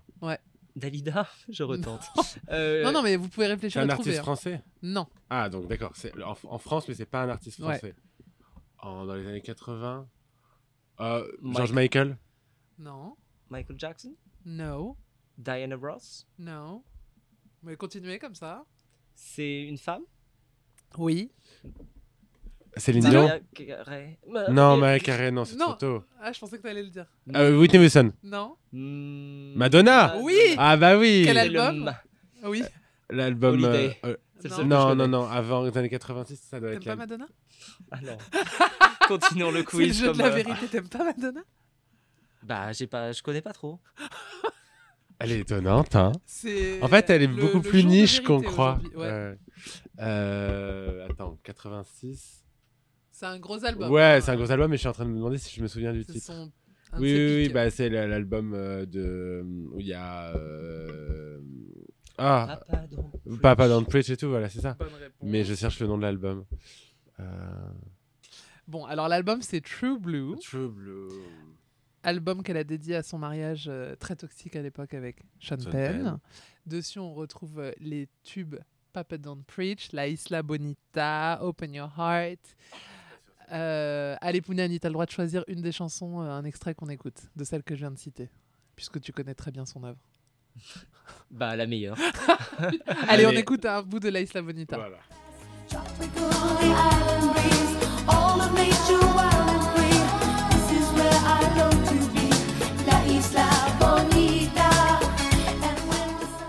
Speaker 4: Dalida, je retente. Euh,
Speaker 1: Non, non, mais vous pouvez réfléchir
Speaker 2: C'est
Speaker 1: à
Speaker 2: un
Speaker 1: le
Speaker 2: artiste
Speaker 1: trouver. hein.
Speaker 2: français
Speaker 1: Non.
Speaker 2: Ah, donc d'accord. C'est en, en France, mais c'est pas un artiste
Speaker 1: Ouais.
Speaker 2: français. En- dans les années 80. Euh,
Speaker 4: Mike.
Speaker 2: George Michael
Speaker 1: Non.
Speaker 4: Michael Jackson
Speaker 1: No.
Speaker 4: Diana Ross
Speaker 1: Non. Mais continuez comme ça.
Speaker 4: C'est une femme
Speaker 1: Oui.
Speaker 2: Céline
Speaker 1: Bah,
Speaker 2: Dion
Speaker 4: Mariah Carey. euh,
Speaker 2: Non, Mariah Carey, non, c'est
Speaker 1: Non.
Speaker 2: trop tôt.
Speaker 1: Ah, je pensais que t'allais le dire.
Speaker 2: Euh, Whitney Houston.
Speaker 1: Non.
Speaker 4: Mm,
Speaker 2: Madonna
Speaker 4: Madonna.
Speaker 1: Oui.
Speaker 2: Ah bah oui
Speaker 1: Quel
Speaker 4: C'est le
Speaker 1: album
Speaker 4: ma-
Speaker 1: Oui.
Speaker 2: L'album... euh,
Speaker 4: Holiday.
Speaker 2: euh,
Speaker 4: C'est le
Speaker 1: Non.
Speaker 4: seul que je
Speaker 2: non, non,
Speaker 4: connais.
Speaker 2: non, avant les années 86, ça doit
Speaker 1: T'aimes
Speaker 2: être...
Speaker 1: pas
Speaker 2: l'album.
Speaker 1: Madonna
Speaker 4: Ah, non. Continuons le
Speaker 1: C'est le
Speaker 4: quiz.
Speaker 1: jeu de
Speaker 4: comme,
Speaker 1: la
Speaker 4: euh,
Speaker 1: vérité. T'aimes pas Madonna
Speaker 4: Bah, j'ai pas, je connais pas trop.
Speaker 2: Elle est étonnante, hein
Speaker 1: C'est.
Speaker 2: En fait, elle est
Speaker 1: le-
Speaker 2: beaucoup
Speaker 1: le
Speaker 2: plus
Speaker 1: jour de
Speaker 2: niche
Speaker 1: vérité
Speaker 2: qu'on croit.
Speaker 1: aujourd'hui, ouais.
Speaker 2: Ouais. Euh, attends, 86.
Speaker 1: C'est un gros album.
Speaker 2: Ouais, c'est un gros album, mais je suis en train de me demander si je me souviens du
Speaker 1: C'est
Speaker 2: titre.
Speaker 1: son- un de
Speaker 2: Oui,
Speaker 1: ses
Speaker 2: oui, oui,
Speaker 1: pics.
Speaker 2: bah, c'est la- l'album euh, de. où il y a. euh, Ah,
Speaker 4: Papa Don't Preach.
Speaker 2: Papa Don't Preach et tout, voilà, c'est ça.
Speaker 1: Bonne réponse.
Speaker 2: Mais je cherche le nom de l'album. Euh,
Speaker 1: Bon, alors l'album c'est True Blue,
Speaker 2: True Blue.
Speaker 1: album qu'elle a dédié à son mariage euh, très toxique à l'époque avec Sean
Speaker 2: Sean
Speaker 1: Penn.
Speaker 2: Penn.
Speaker 1: Dessus, on retrouve euh, les tubes Papa Don't Preach, La Isla Bonita, Open Your Heart. Euh, allez, Pounani, t'as le droit de choisir une des chansons, euh, un extrait qu'on écoute, de celle que je viens de citer, puisque tu connais très bien son œuvre.
Speaker 4: Bah, la meilleure.
Speaker 1: Allez, on
Speaker 4: Allez.
Speaker 1: écoute un bout de La Isla Bonita.
Speaker 2: Voilà.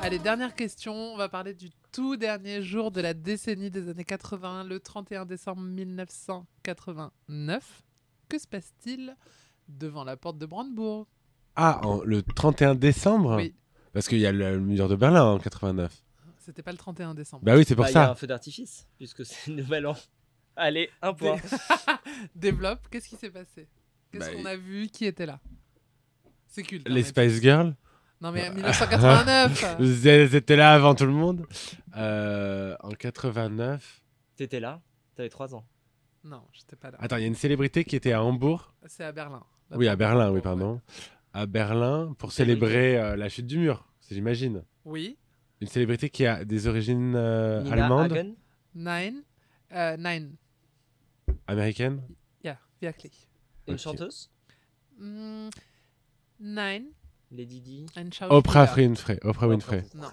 Speaker 1: Allez, dernière question. On va parler du tout dernier jour de la décennie des années 80, le 31 décembre 1989. Que se passe-t-il devant la porte de Brandebourg
Speaker 2: Ah, en- le 31 décembre
Speaker 1: Oui.
Speaker 2: Parce qu'il y a le, le mur de Berlin hein, en 89.
Speaker 1: C'était pas le 31 décembre.
Speaker 2: Bah oui, c'est pour
Speaker 4: Bah, il y a
Speaker 2: ça.
Speaker 4: un feu d'artifice, puisque c'est le nouvel an. Allez, un point.
Speaker 1: Développe, qu'est-ce qui s'est passé Qu'est-ce
Speaker 2: Bah,
Speaker 1: qu'on a vu Qui était là C'est culte. hein,
Speaker 2: Les
Speaker 1: mais-
Speaker 2: Spice Girls
Speaker 1: Non
Speaker 2: Ah.
Speaker 1: mais 1989
Speaker 2: Elles étaient là avant tout le monde. Euh, en 89.
Speaker 4: T'étais là, t'avais 3 ans.
Speaker 1: Non, j'étais pas là.
Speaker 2: Attends, il y a une célébrité qui était à Hambourg.
Speaker 1: C'est à Berlin. La
Speaker 2: Oui,
Speaker 1: porte
Speaker 2: à
Speaker 1: de
Speaker 2: Berlin, oui,
Speaker 1: Brandebourg, Ah, ouais.
Speaker 2: pardon. À Berlin pour célébrer euh, la chute du mur, c'est- j'imagine.
Speaker 1: Oui.
Speaker 2: Une célébrité qui a des origines euh,
Speaker 4: Nina
Speaker 2: allemandes,
Speaker 4: Hagen
Speaker 1: Nine. Euh, nine.
Speaker 2: américaines.
Speaker 1: Yeah, wirklich.
Speaker 4: une
Speaker 2: Ok.
Speaker 4: chanteuse
Speaker 1: Mm, nine.
Speaker 4: Lady Di
Speaker 1: and
Speaker 2: Oprah
Speaker 1: Schauspieler.
Speaker 2: Winfrey. Oprah Winfrey.
Speaker 1: Non.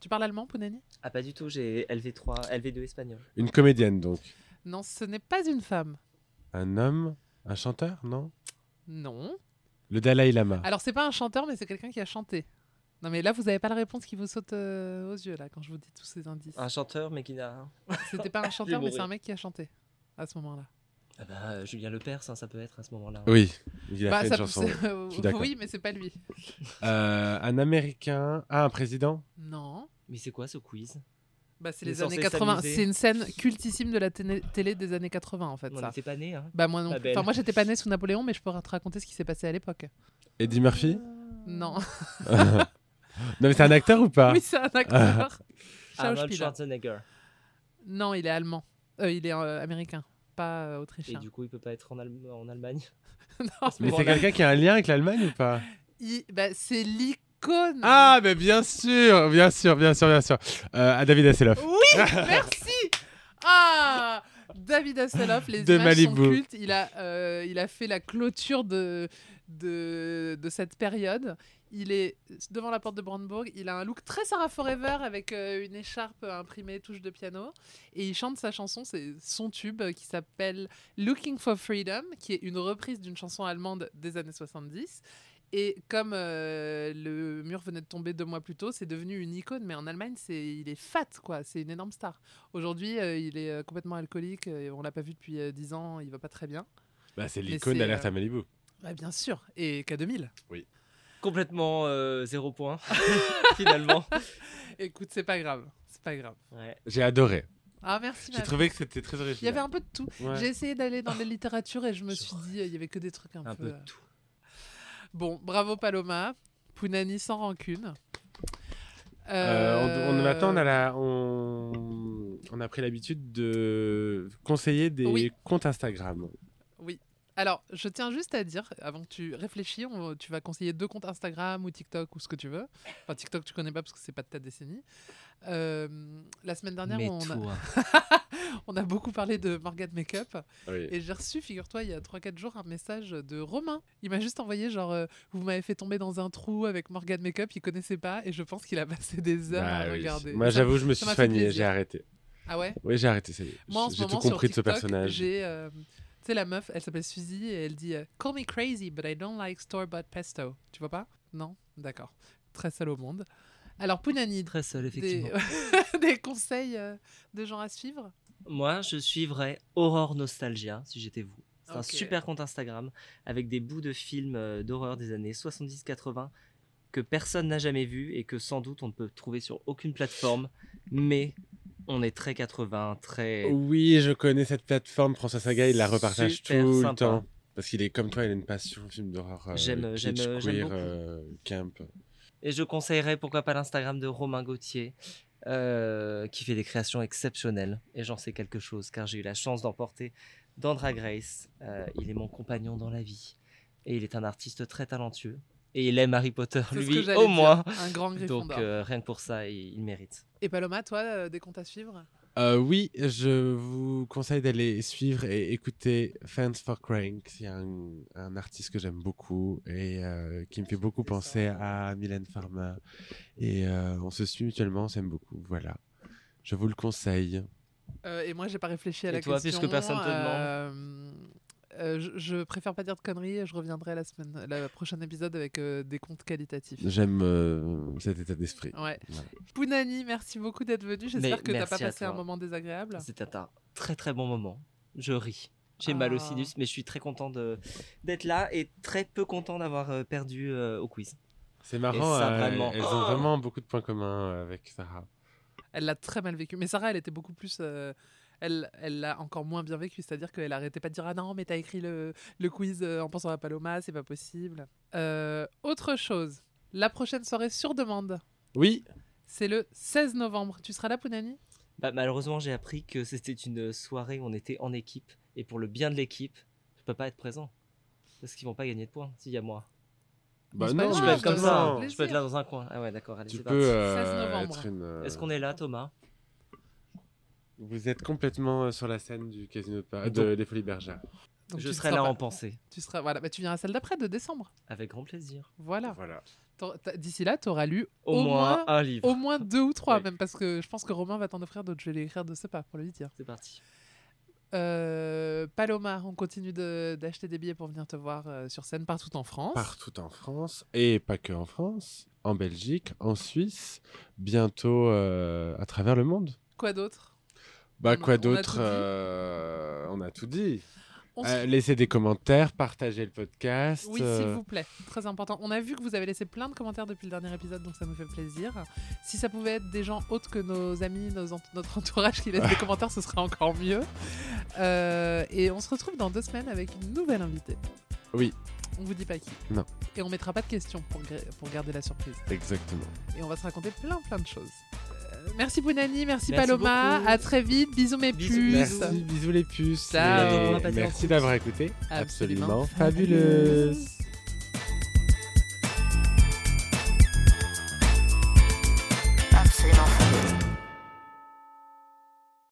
Speaker 1: Tu parles allemand, Pounani
Speaker 4: Ah, pas du tout, j'ai LV3, LV2 espagnol.
Speaker 2: Une comédienne, donc.
Speaker 1: Non, ce n'est pas une femme.
Speaker 2: Un homme Un chanteur Non
Speaker 1: Non.
Speaker 2: Le Dalai Lama.
Speaker 1: Alors, c'est pas un chanteur, mais c'est quelqu'un qui a chanté. Non, mais là, vous n'avez pas la réponse qui vous saute euh, aux yeux, là, quand je vous dis tous ces indices.
Speaker 2: Ah.
Speaker 4: Un chanteur, mais qui n'a.
Speaker 1: C'était pas un chanteur, mais
Speaker 4: bourré.
Speaker 1: c'est un mec qui a chanté à ce moment-là.
Speaker 4: Ah bah, euh, Julien Lepers, hein, ça peut être à ce moment-là.
Speaker 2: Oui, il a
Speaker 1: Bah,
Speaker 2: fait
Speaker 1: ça
Speaker 2: une
Speaker 1: peut-
Speaker 2: chanson.
Speaker 1: c'est- euh,
Speaker 2: Je suis d'accord.
Speaker 1: oui, mais c'est pas lui.
Speaker 2: Euh, un américain. Ah, un président
Speaker 1: Non.
Speaker 4: Mais c'est quoi ce quiz
Speaker 1: Bah, c'est
Speaker 4: Il est
Speaker 1: les années
Speaker 4: censé
Speaker 1: 80.
Speaker 4: s'amuser.
Speaker 1: C'est une scène cultissime de la téné- télé des années 80, en fait,
Speaker 4: On
Speaker 1: ça.
Speaker 4: n'était pas nés, hein.
Speaker 1: Bah, moi non
Speaker 4: Pas
Speaker 1: plus.
Speaker 4: belle.
Speaker 1: Enfin, moi, j'étais pas née sous Napoléon, mais je pourrais te raconter ce qui s'est passé à l'époque.
Speaker 2: Eddie Murphy
Speaker 1: Non.
Speaker 2: Non, mais c'est un acteur ou pas
Speaker 1: oui, c'est un acteur.
Speaker 4: Arnold
Speaker 1: Schauspieler.
Speaker 4: Schwarzenegger.
Speaker 1: Non, il est allemand. Euh, il est euh, américain, pas euh,
Speaker 4: Et
Speaker 1: autrichien.
Speaker 4: du coup, il peut pas être en, Allem- en Allemagne.
Speaker 1: Non,
Speaker 2: Mais
Speaker 1: bon,
Speaker 2: c'est quelqu'un qui a un lien avec l'Allemagne ou pas
Speaker 1: il- bah, c'est l'icône.
Speaker 2: Ah, mais bien sûr, bien sûr, bien sûr, bien sûr. Euh, à David Hasselhoff.
Speaker 1: Oui, merci. Ah, David Hasselhoff, les
Speaker 2: De
Speaker 1: images sont
Speaker 2: Malibu.
Speaker 1: cultes. Il a, euh, il a fait la clôture de, de, de cette période. Il est devant la porte de Brandebourg. Il a un look très Sarah Forever avec euh, une écharpe imprimée touche de piano. Et il chante sa chanson, c'est son tube euh, qui s'appelle Looking for Freedom, qui est une reprise d'une chanson allemande des années 70. Et comme euh, le mur venait de tomber deux mois plus tôt, c'est devenu une icône. Mais en Allemagne, c'est il est fat, quoi. C'est une énorme star. Aujourd'hui, euh, il est euh, complètement alcoolique. euh, on l'a pas vu depuis euh, 10 ans. Il va pas très bien.
Speaker 2: Bah, c'est
Speaker 1: Mais
Speaker 2: l'icône
Speaker 1: c'est,
Speaker 2: d'Alerte
Speaker 1: euh,
Speaker 2: à Malibu.
Speaker 1: Ouais, bien sûr. Et K2000.
Speaker 4: Complètement euh, zéro point, finalement.
Speaker 1: Écoute, c'est pas grave. C'est pas grave.
Speaker 4: Ouais.
Speaker 2: J'ai adoré.
Speaker 1: Ah, merci.
Speaker 2: J'ai
Speaker 1: Marie.
Speaker 2: trouvé que c'était très
Speaker 1: Il y avait
Speaker 2: original.
Speaker 1: un peu de tout.
Speaker 2: Ouais.
Speaker 1: J'ai essayé d'aller dans les littératures et je me
Speaker 4: Je
Speaker 1: suis
Speaker 4: vois.
Speaker 1: dit, euh, il y avait que des trucs un,
Speaker 4: Un
Speaker 1: peu.
Speaker 4: peu
Speaker 1: euh,
Speaker 4: de tout.
Speaker 1: Bon, bravo Paloma. Pounani sans rancune.
Speaker 2: Euh, on, on-
Speaker 1: Euh,
Speaker 2: maintenant, on a, la- on, on a pris l'habitude de conseiller des
Speaker 1: Oui.
Speaker 2: comptes Instagram.
Speaker 1: Oui. Alors, je tiens juste à dire, avant que tu réfléchis, on- tu vas conseiller deux comptes Instagram ou TikTok ou ce que tu veux. Enfin, TikTok, tu connais pas parce que c'est pas de ta décennie. Euh, la semaine dernière,
Speaker 4: Mais
Speaker 1: on a,
Speaker 4: toi,
Speaker 1: on a beaucoup parlé de Morgane Makeup.
Speaker 2: Ah Oui.
Speaker 1: Et j'ai reçu, figure-toi, il y a 3-4 jours, un message de Romain. Il m'a juste envoyé genre, euh, vous m'avez fait tomber dans un trou avec Morgane Makeup, il connaissait pas. Et je pense qu'il a passé des heures
Speaker 2: Bah
Speaker 1: à
Speaker 2: oui.
Speaker 1: regarder.
Speaker 2: Moi,
Speaker 1: Ça-
Speaker 2: j'avoue, je me
Speaker 1: ça
Speaker 2: suis
Speaker 1: m'a fait
Speaker 2: soigné,
Speaker 1: plaisir.
Speaker 2: j'ai arrêté.
Speaker 1: Ah ouais
Speaker 2: Oui, j'ai arrêté, ça y est.
Speaker 1: Moi, en ce
Speaker 2: J'ai tout
Speaker 1: moment,
Speaker 2: compris de ce
Speaker 1: sur TikTok,
Speaker 2: personnage.
Speaker 1: J'ai, euh, tu sais, la meuf, elle s'appelle Suzy et elle dit euh, Call me crazy, but I don't like store-bought pesto. Tu vois pas Non D'accord. Très seule au monde. Alors, Pounani,
Speaker 4: très seul, effectivement.
Speaker 1: des, des conseils euh, de gens à suivre
Speaker 4: Moi, je suivrais Aurore Nostalgia, si j'étais vous. C'est un
Speaker 1: Ok.
Speaker 4: super compte Instagram avec des bouts de films euh, d'horreur des années 70-80 que personne n'a jamais vu et que sans doute on ne peut trouver sur aucune plateforme. Mais on est très 80, très.
Speaker 2: Oui, je connais cette plateforme. François Saga, il la repartage
Speaker 4: Super
Speaker 2: tout le
Speaker 4: sympa.
Speaker 2: temps. Parce qu'il est comme toi, il a une passion, film d'horreur. euh,
Speaker 4: J'aime-
Speaker 2: kitsch,
Speaker 4: j'aime- j'aime
Speaker 2: queer,
Speaker 4: beaucoup.
Speaker 2: euh, camp.
Speaker 4: Et je conseillerais pourquoi pas l'Instagram de Romain Gauthier. euh, qui fait des créations exceptionnelles et j'en sais quelque chose car j'ai eu la chance d'emporter dans Drag Race. Euh, il est mon compagnon dans la vie et il est un artiste très talentueux et il aime Harry Potter
Speaker 1: C'est ce que
Speaker 4: lui
Speaker 1: j'allais
Speaker 4: au
Speaker 1: dire.
Speaker 4: moins.
Speaker 1: Un grand Gryffondor.
Speaker 4: Donc euh, rien que pour ça, il, il mérite.
Speaker 1: Et Paloma, toi, euh, des comptes à suivre
Speaker 2: Euh, oui, je vous conseille d'aller suivre et écouter Fans for Crank. C'est un, un artiste que j'aime beaucoup et euh, qui me fait beaucoup penser à Mylène Farmer. Et euh, on se suit mutuellement, on s'aime beaucoup. Voilà. Je vous le conseille.
Speaker 1: Euh, Et moi, j'ai pas réfléchi à
Speaker 4: Et
Speaker 1: la
Speaker 4: toi,
Speaker 1: question.
Speaker 4: puisque personne te
Speaker 1: euh, euh, je, je préfère pas dire de conneries, je reviendrai la semaine, la prochain épisode avec euh, des comptes qualitatifs.
Speaker 2: J'aime euh, cet état d'esprit.
Speaker 1: Ouais.
Speaker 2: Voilà.
Speaker 1: Pounani, merci beaucoup d'être venu. J'espère
Speaker 4: Mais
Speaker 1: que t'as pas
Speaker 4: merci à
Speaker 1: passé un
Speaker 4: toi.
Speaker 1: moment désagréable.
Speaker 4: C'était un très très bon moment. Je ris. J'ai mal au
Speaker 1: Ah.
Speaker 4: sinus, mais je suis très content de- d'être là et très peu content d'avoir euh, perdu euh, au quiz.
Speaker 2: C'est marrant.
Speaker 4: ça,
Speaker 2: euh,
Speaker 4: vraiment. Oh
Speaker 2: Elles ont vraiment beaucoup de points communs euh, avec Sarah.
Speaker 1: Elle l'a très mal vécu. Mais Sarah, elle était beaucoup plus. euh, elle elle l'a encore moins bien vécu. C'est-à-dire qu'elle arrêtait pas de dire Ah non, mais t'as écrit le, le quiz euh, en pensant à Paloma, c'est pas possible. Euh, autre chose, la prochaine soirée sur demande,
Speaker 2: Oui,
Speaker 1: c'est le 16 novembre. Tu seras là, Pounani
Speaker 4: Bah, malheureusement, j'ai appris que c'était une soirée où on était en équipe et pour le bien de l'équipe, je peux pas être présent parce qu'ils vont pas gagner de points s'il y a moi.
Speaker 2: Bah
Speaker 1: c'est pas
Speaker 2: non,
Speaker 1: grave,
Speaker 4: je peux être comme ça. hein.
Speaker 1: justement.
Speaker 4: Je peux être là dans un coin. Ah ouais, d'accord. Allez,
Speaker 2: tu
Speaker 4: c'est
Speaker 2: peux
Speaker 4: parti.
Speaker 1: 16
Speaker 2: euh,
Speaker 1: novembre.
Speaker 2: être une. euh,
Speaker 4: Est-ce qu'on est là, Thomas
Speaker 2: Vous êtes complètement euh, sur la scène du casino de Paris, de- des Folies Bergères.
Speaker 1: Donc
Speaker 4: Je
Speaker 1: tu
Speaker 4: serai
Speaker 1: seras
Speaker 4: là
Speaker 1: pas-
Speaker 4: en pensée.
Speaker 1: Tu seras, voilà, bah, tu viens à celle d'après, de décembre.
Speaker 4: Avec grand plaisir.
Speaker 1: Voilà.
Speaker 2: Voilà.
Speaker 1: T'auras- t'as- D'ici là, t'auras lu
Speaker 4: Au, moins, un livre.
Speaker 1: au moins deux ou trois,
Speaker 2: Oui.
Speaker 1: même parce que je pense que Romain va t'en offrir d'autres. Je vais l'écrire de ce pas pour lui dire.
Speaker 4: C'est parti.
Speaker 1: Euh, Paloma, on continue de- d'acheter des billets pour venir te voir euh, sur scène partout en France.
Speaker 2: Partout en France, et pas que en France, en Belgique, en Suisse, bientôt euh, à travers le monde.
Speaker 1: Quoi d'autre On
Speaker 2: Bah
Speaker 1: a- on a
Speaker 2: quoi
Speaker 1: tout
Speaker 2: d'autre
Speaker 1: dit.
Speaker 2: euh, On a tout dit.
Speaker 1: On se-
Speaker 2: Euh, laissez des commentaires, partagez le podcast.
Speaker 1: Oui, s'il
Speaker 2: euh,
Speaker 1: vous plaît. Très important. On a vu que vous avez laissé plein de commentaires depuis le dernier épisode, donc ça nous fait plaisir. Si ça pouvait être des gens autres que nos amis, nos ent- notre entourage qui laissent des commentaires, ce serait encore mieux. Euh, et on se retrouve dans deux semaines avec une nouvelle invitée.
Speaker 2: Oui.
Speaker 1: On vous dit pas qui.
Speaker 2: Non.
Speaker 1: Et on mettra pas de questions pour, gra- pour garder la surprise.
Speaker 2: Exactement.
Speaker 1: et on va se raconter plein plein de choses. Euh, merci Pounani, merci,
Speaker 4: Merci
Speaker 1: Paloma,
Speaker 4: beaucoup.
Speaker 1: à très vite, bisous mes
Speaker 4: Bisous.
Speaker 1: puces.
Speaker 2: Merci, bisous les puces.
Speaker 1: Ciao.
Speaker 2: et
Speaker 4: On va pas dire en
Speaker 2: merci
Speaker 4: couple.
Speaker 2: d'avoir écouté.
Speaker 1: Absolument
Speaker 2: Absolument fabuleuse.